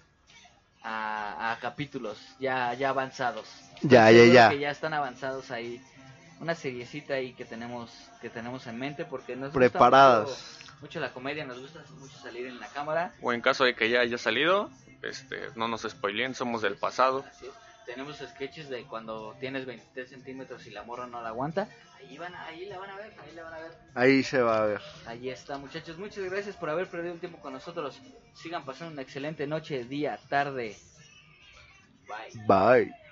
Speaker 1: a, a capítulos, ya, ya avanzados. Estoy
Speaker 2: Ah, Ya, ya,
Speaker 1: seguro
Speaker 2: ya.
Speaker 1: Que ya están avanzados ahí. Una seriecita ahí que tenemos, que tenemos en mente porque nos gusta mucho-
Speaker 2: Preparadas.
Speaker 1: Mucho, la comedia, nos gusta mucho salir en la cámara.
Speaker 3: O en caso de que ya haya salido, este, no nos spoileen, somos del pasado.
Speaker 1: Así es. Tenemos sketches de cuando tienes 23 centímetros y la morra no la aguanta. Ahí, van, a- ahí la van a ver, ahí la van a ver.
Speaker 2: Ahí se va a ver.
Speaker 1: Ahí está, muchachos. Muchas gracias por haber perdido el tiempo con nosotros. Sigan pasando una excelente noche, día, tarde. Bye.
Speaker 2: Bye.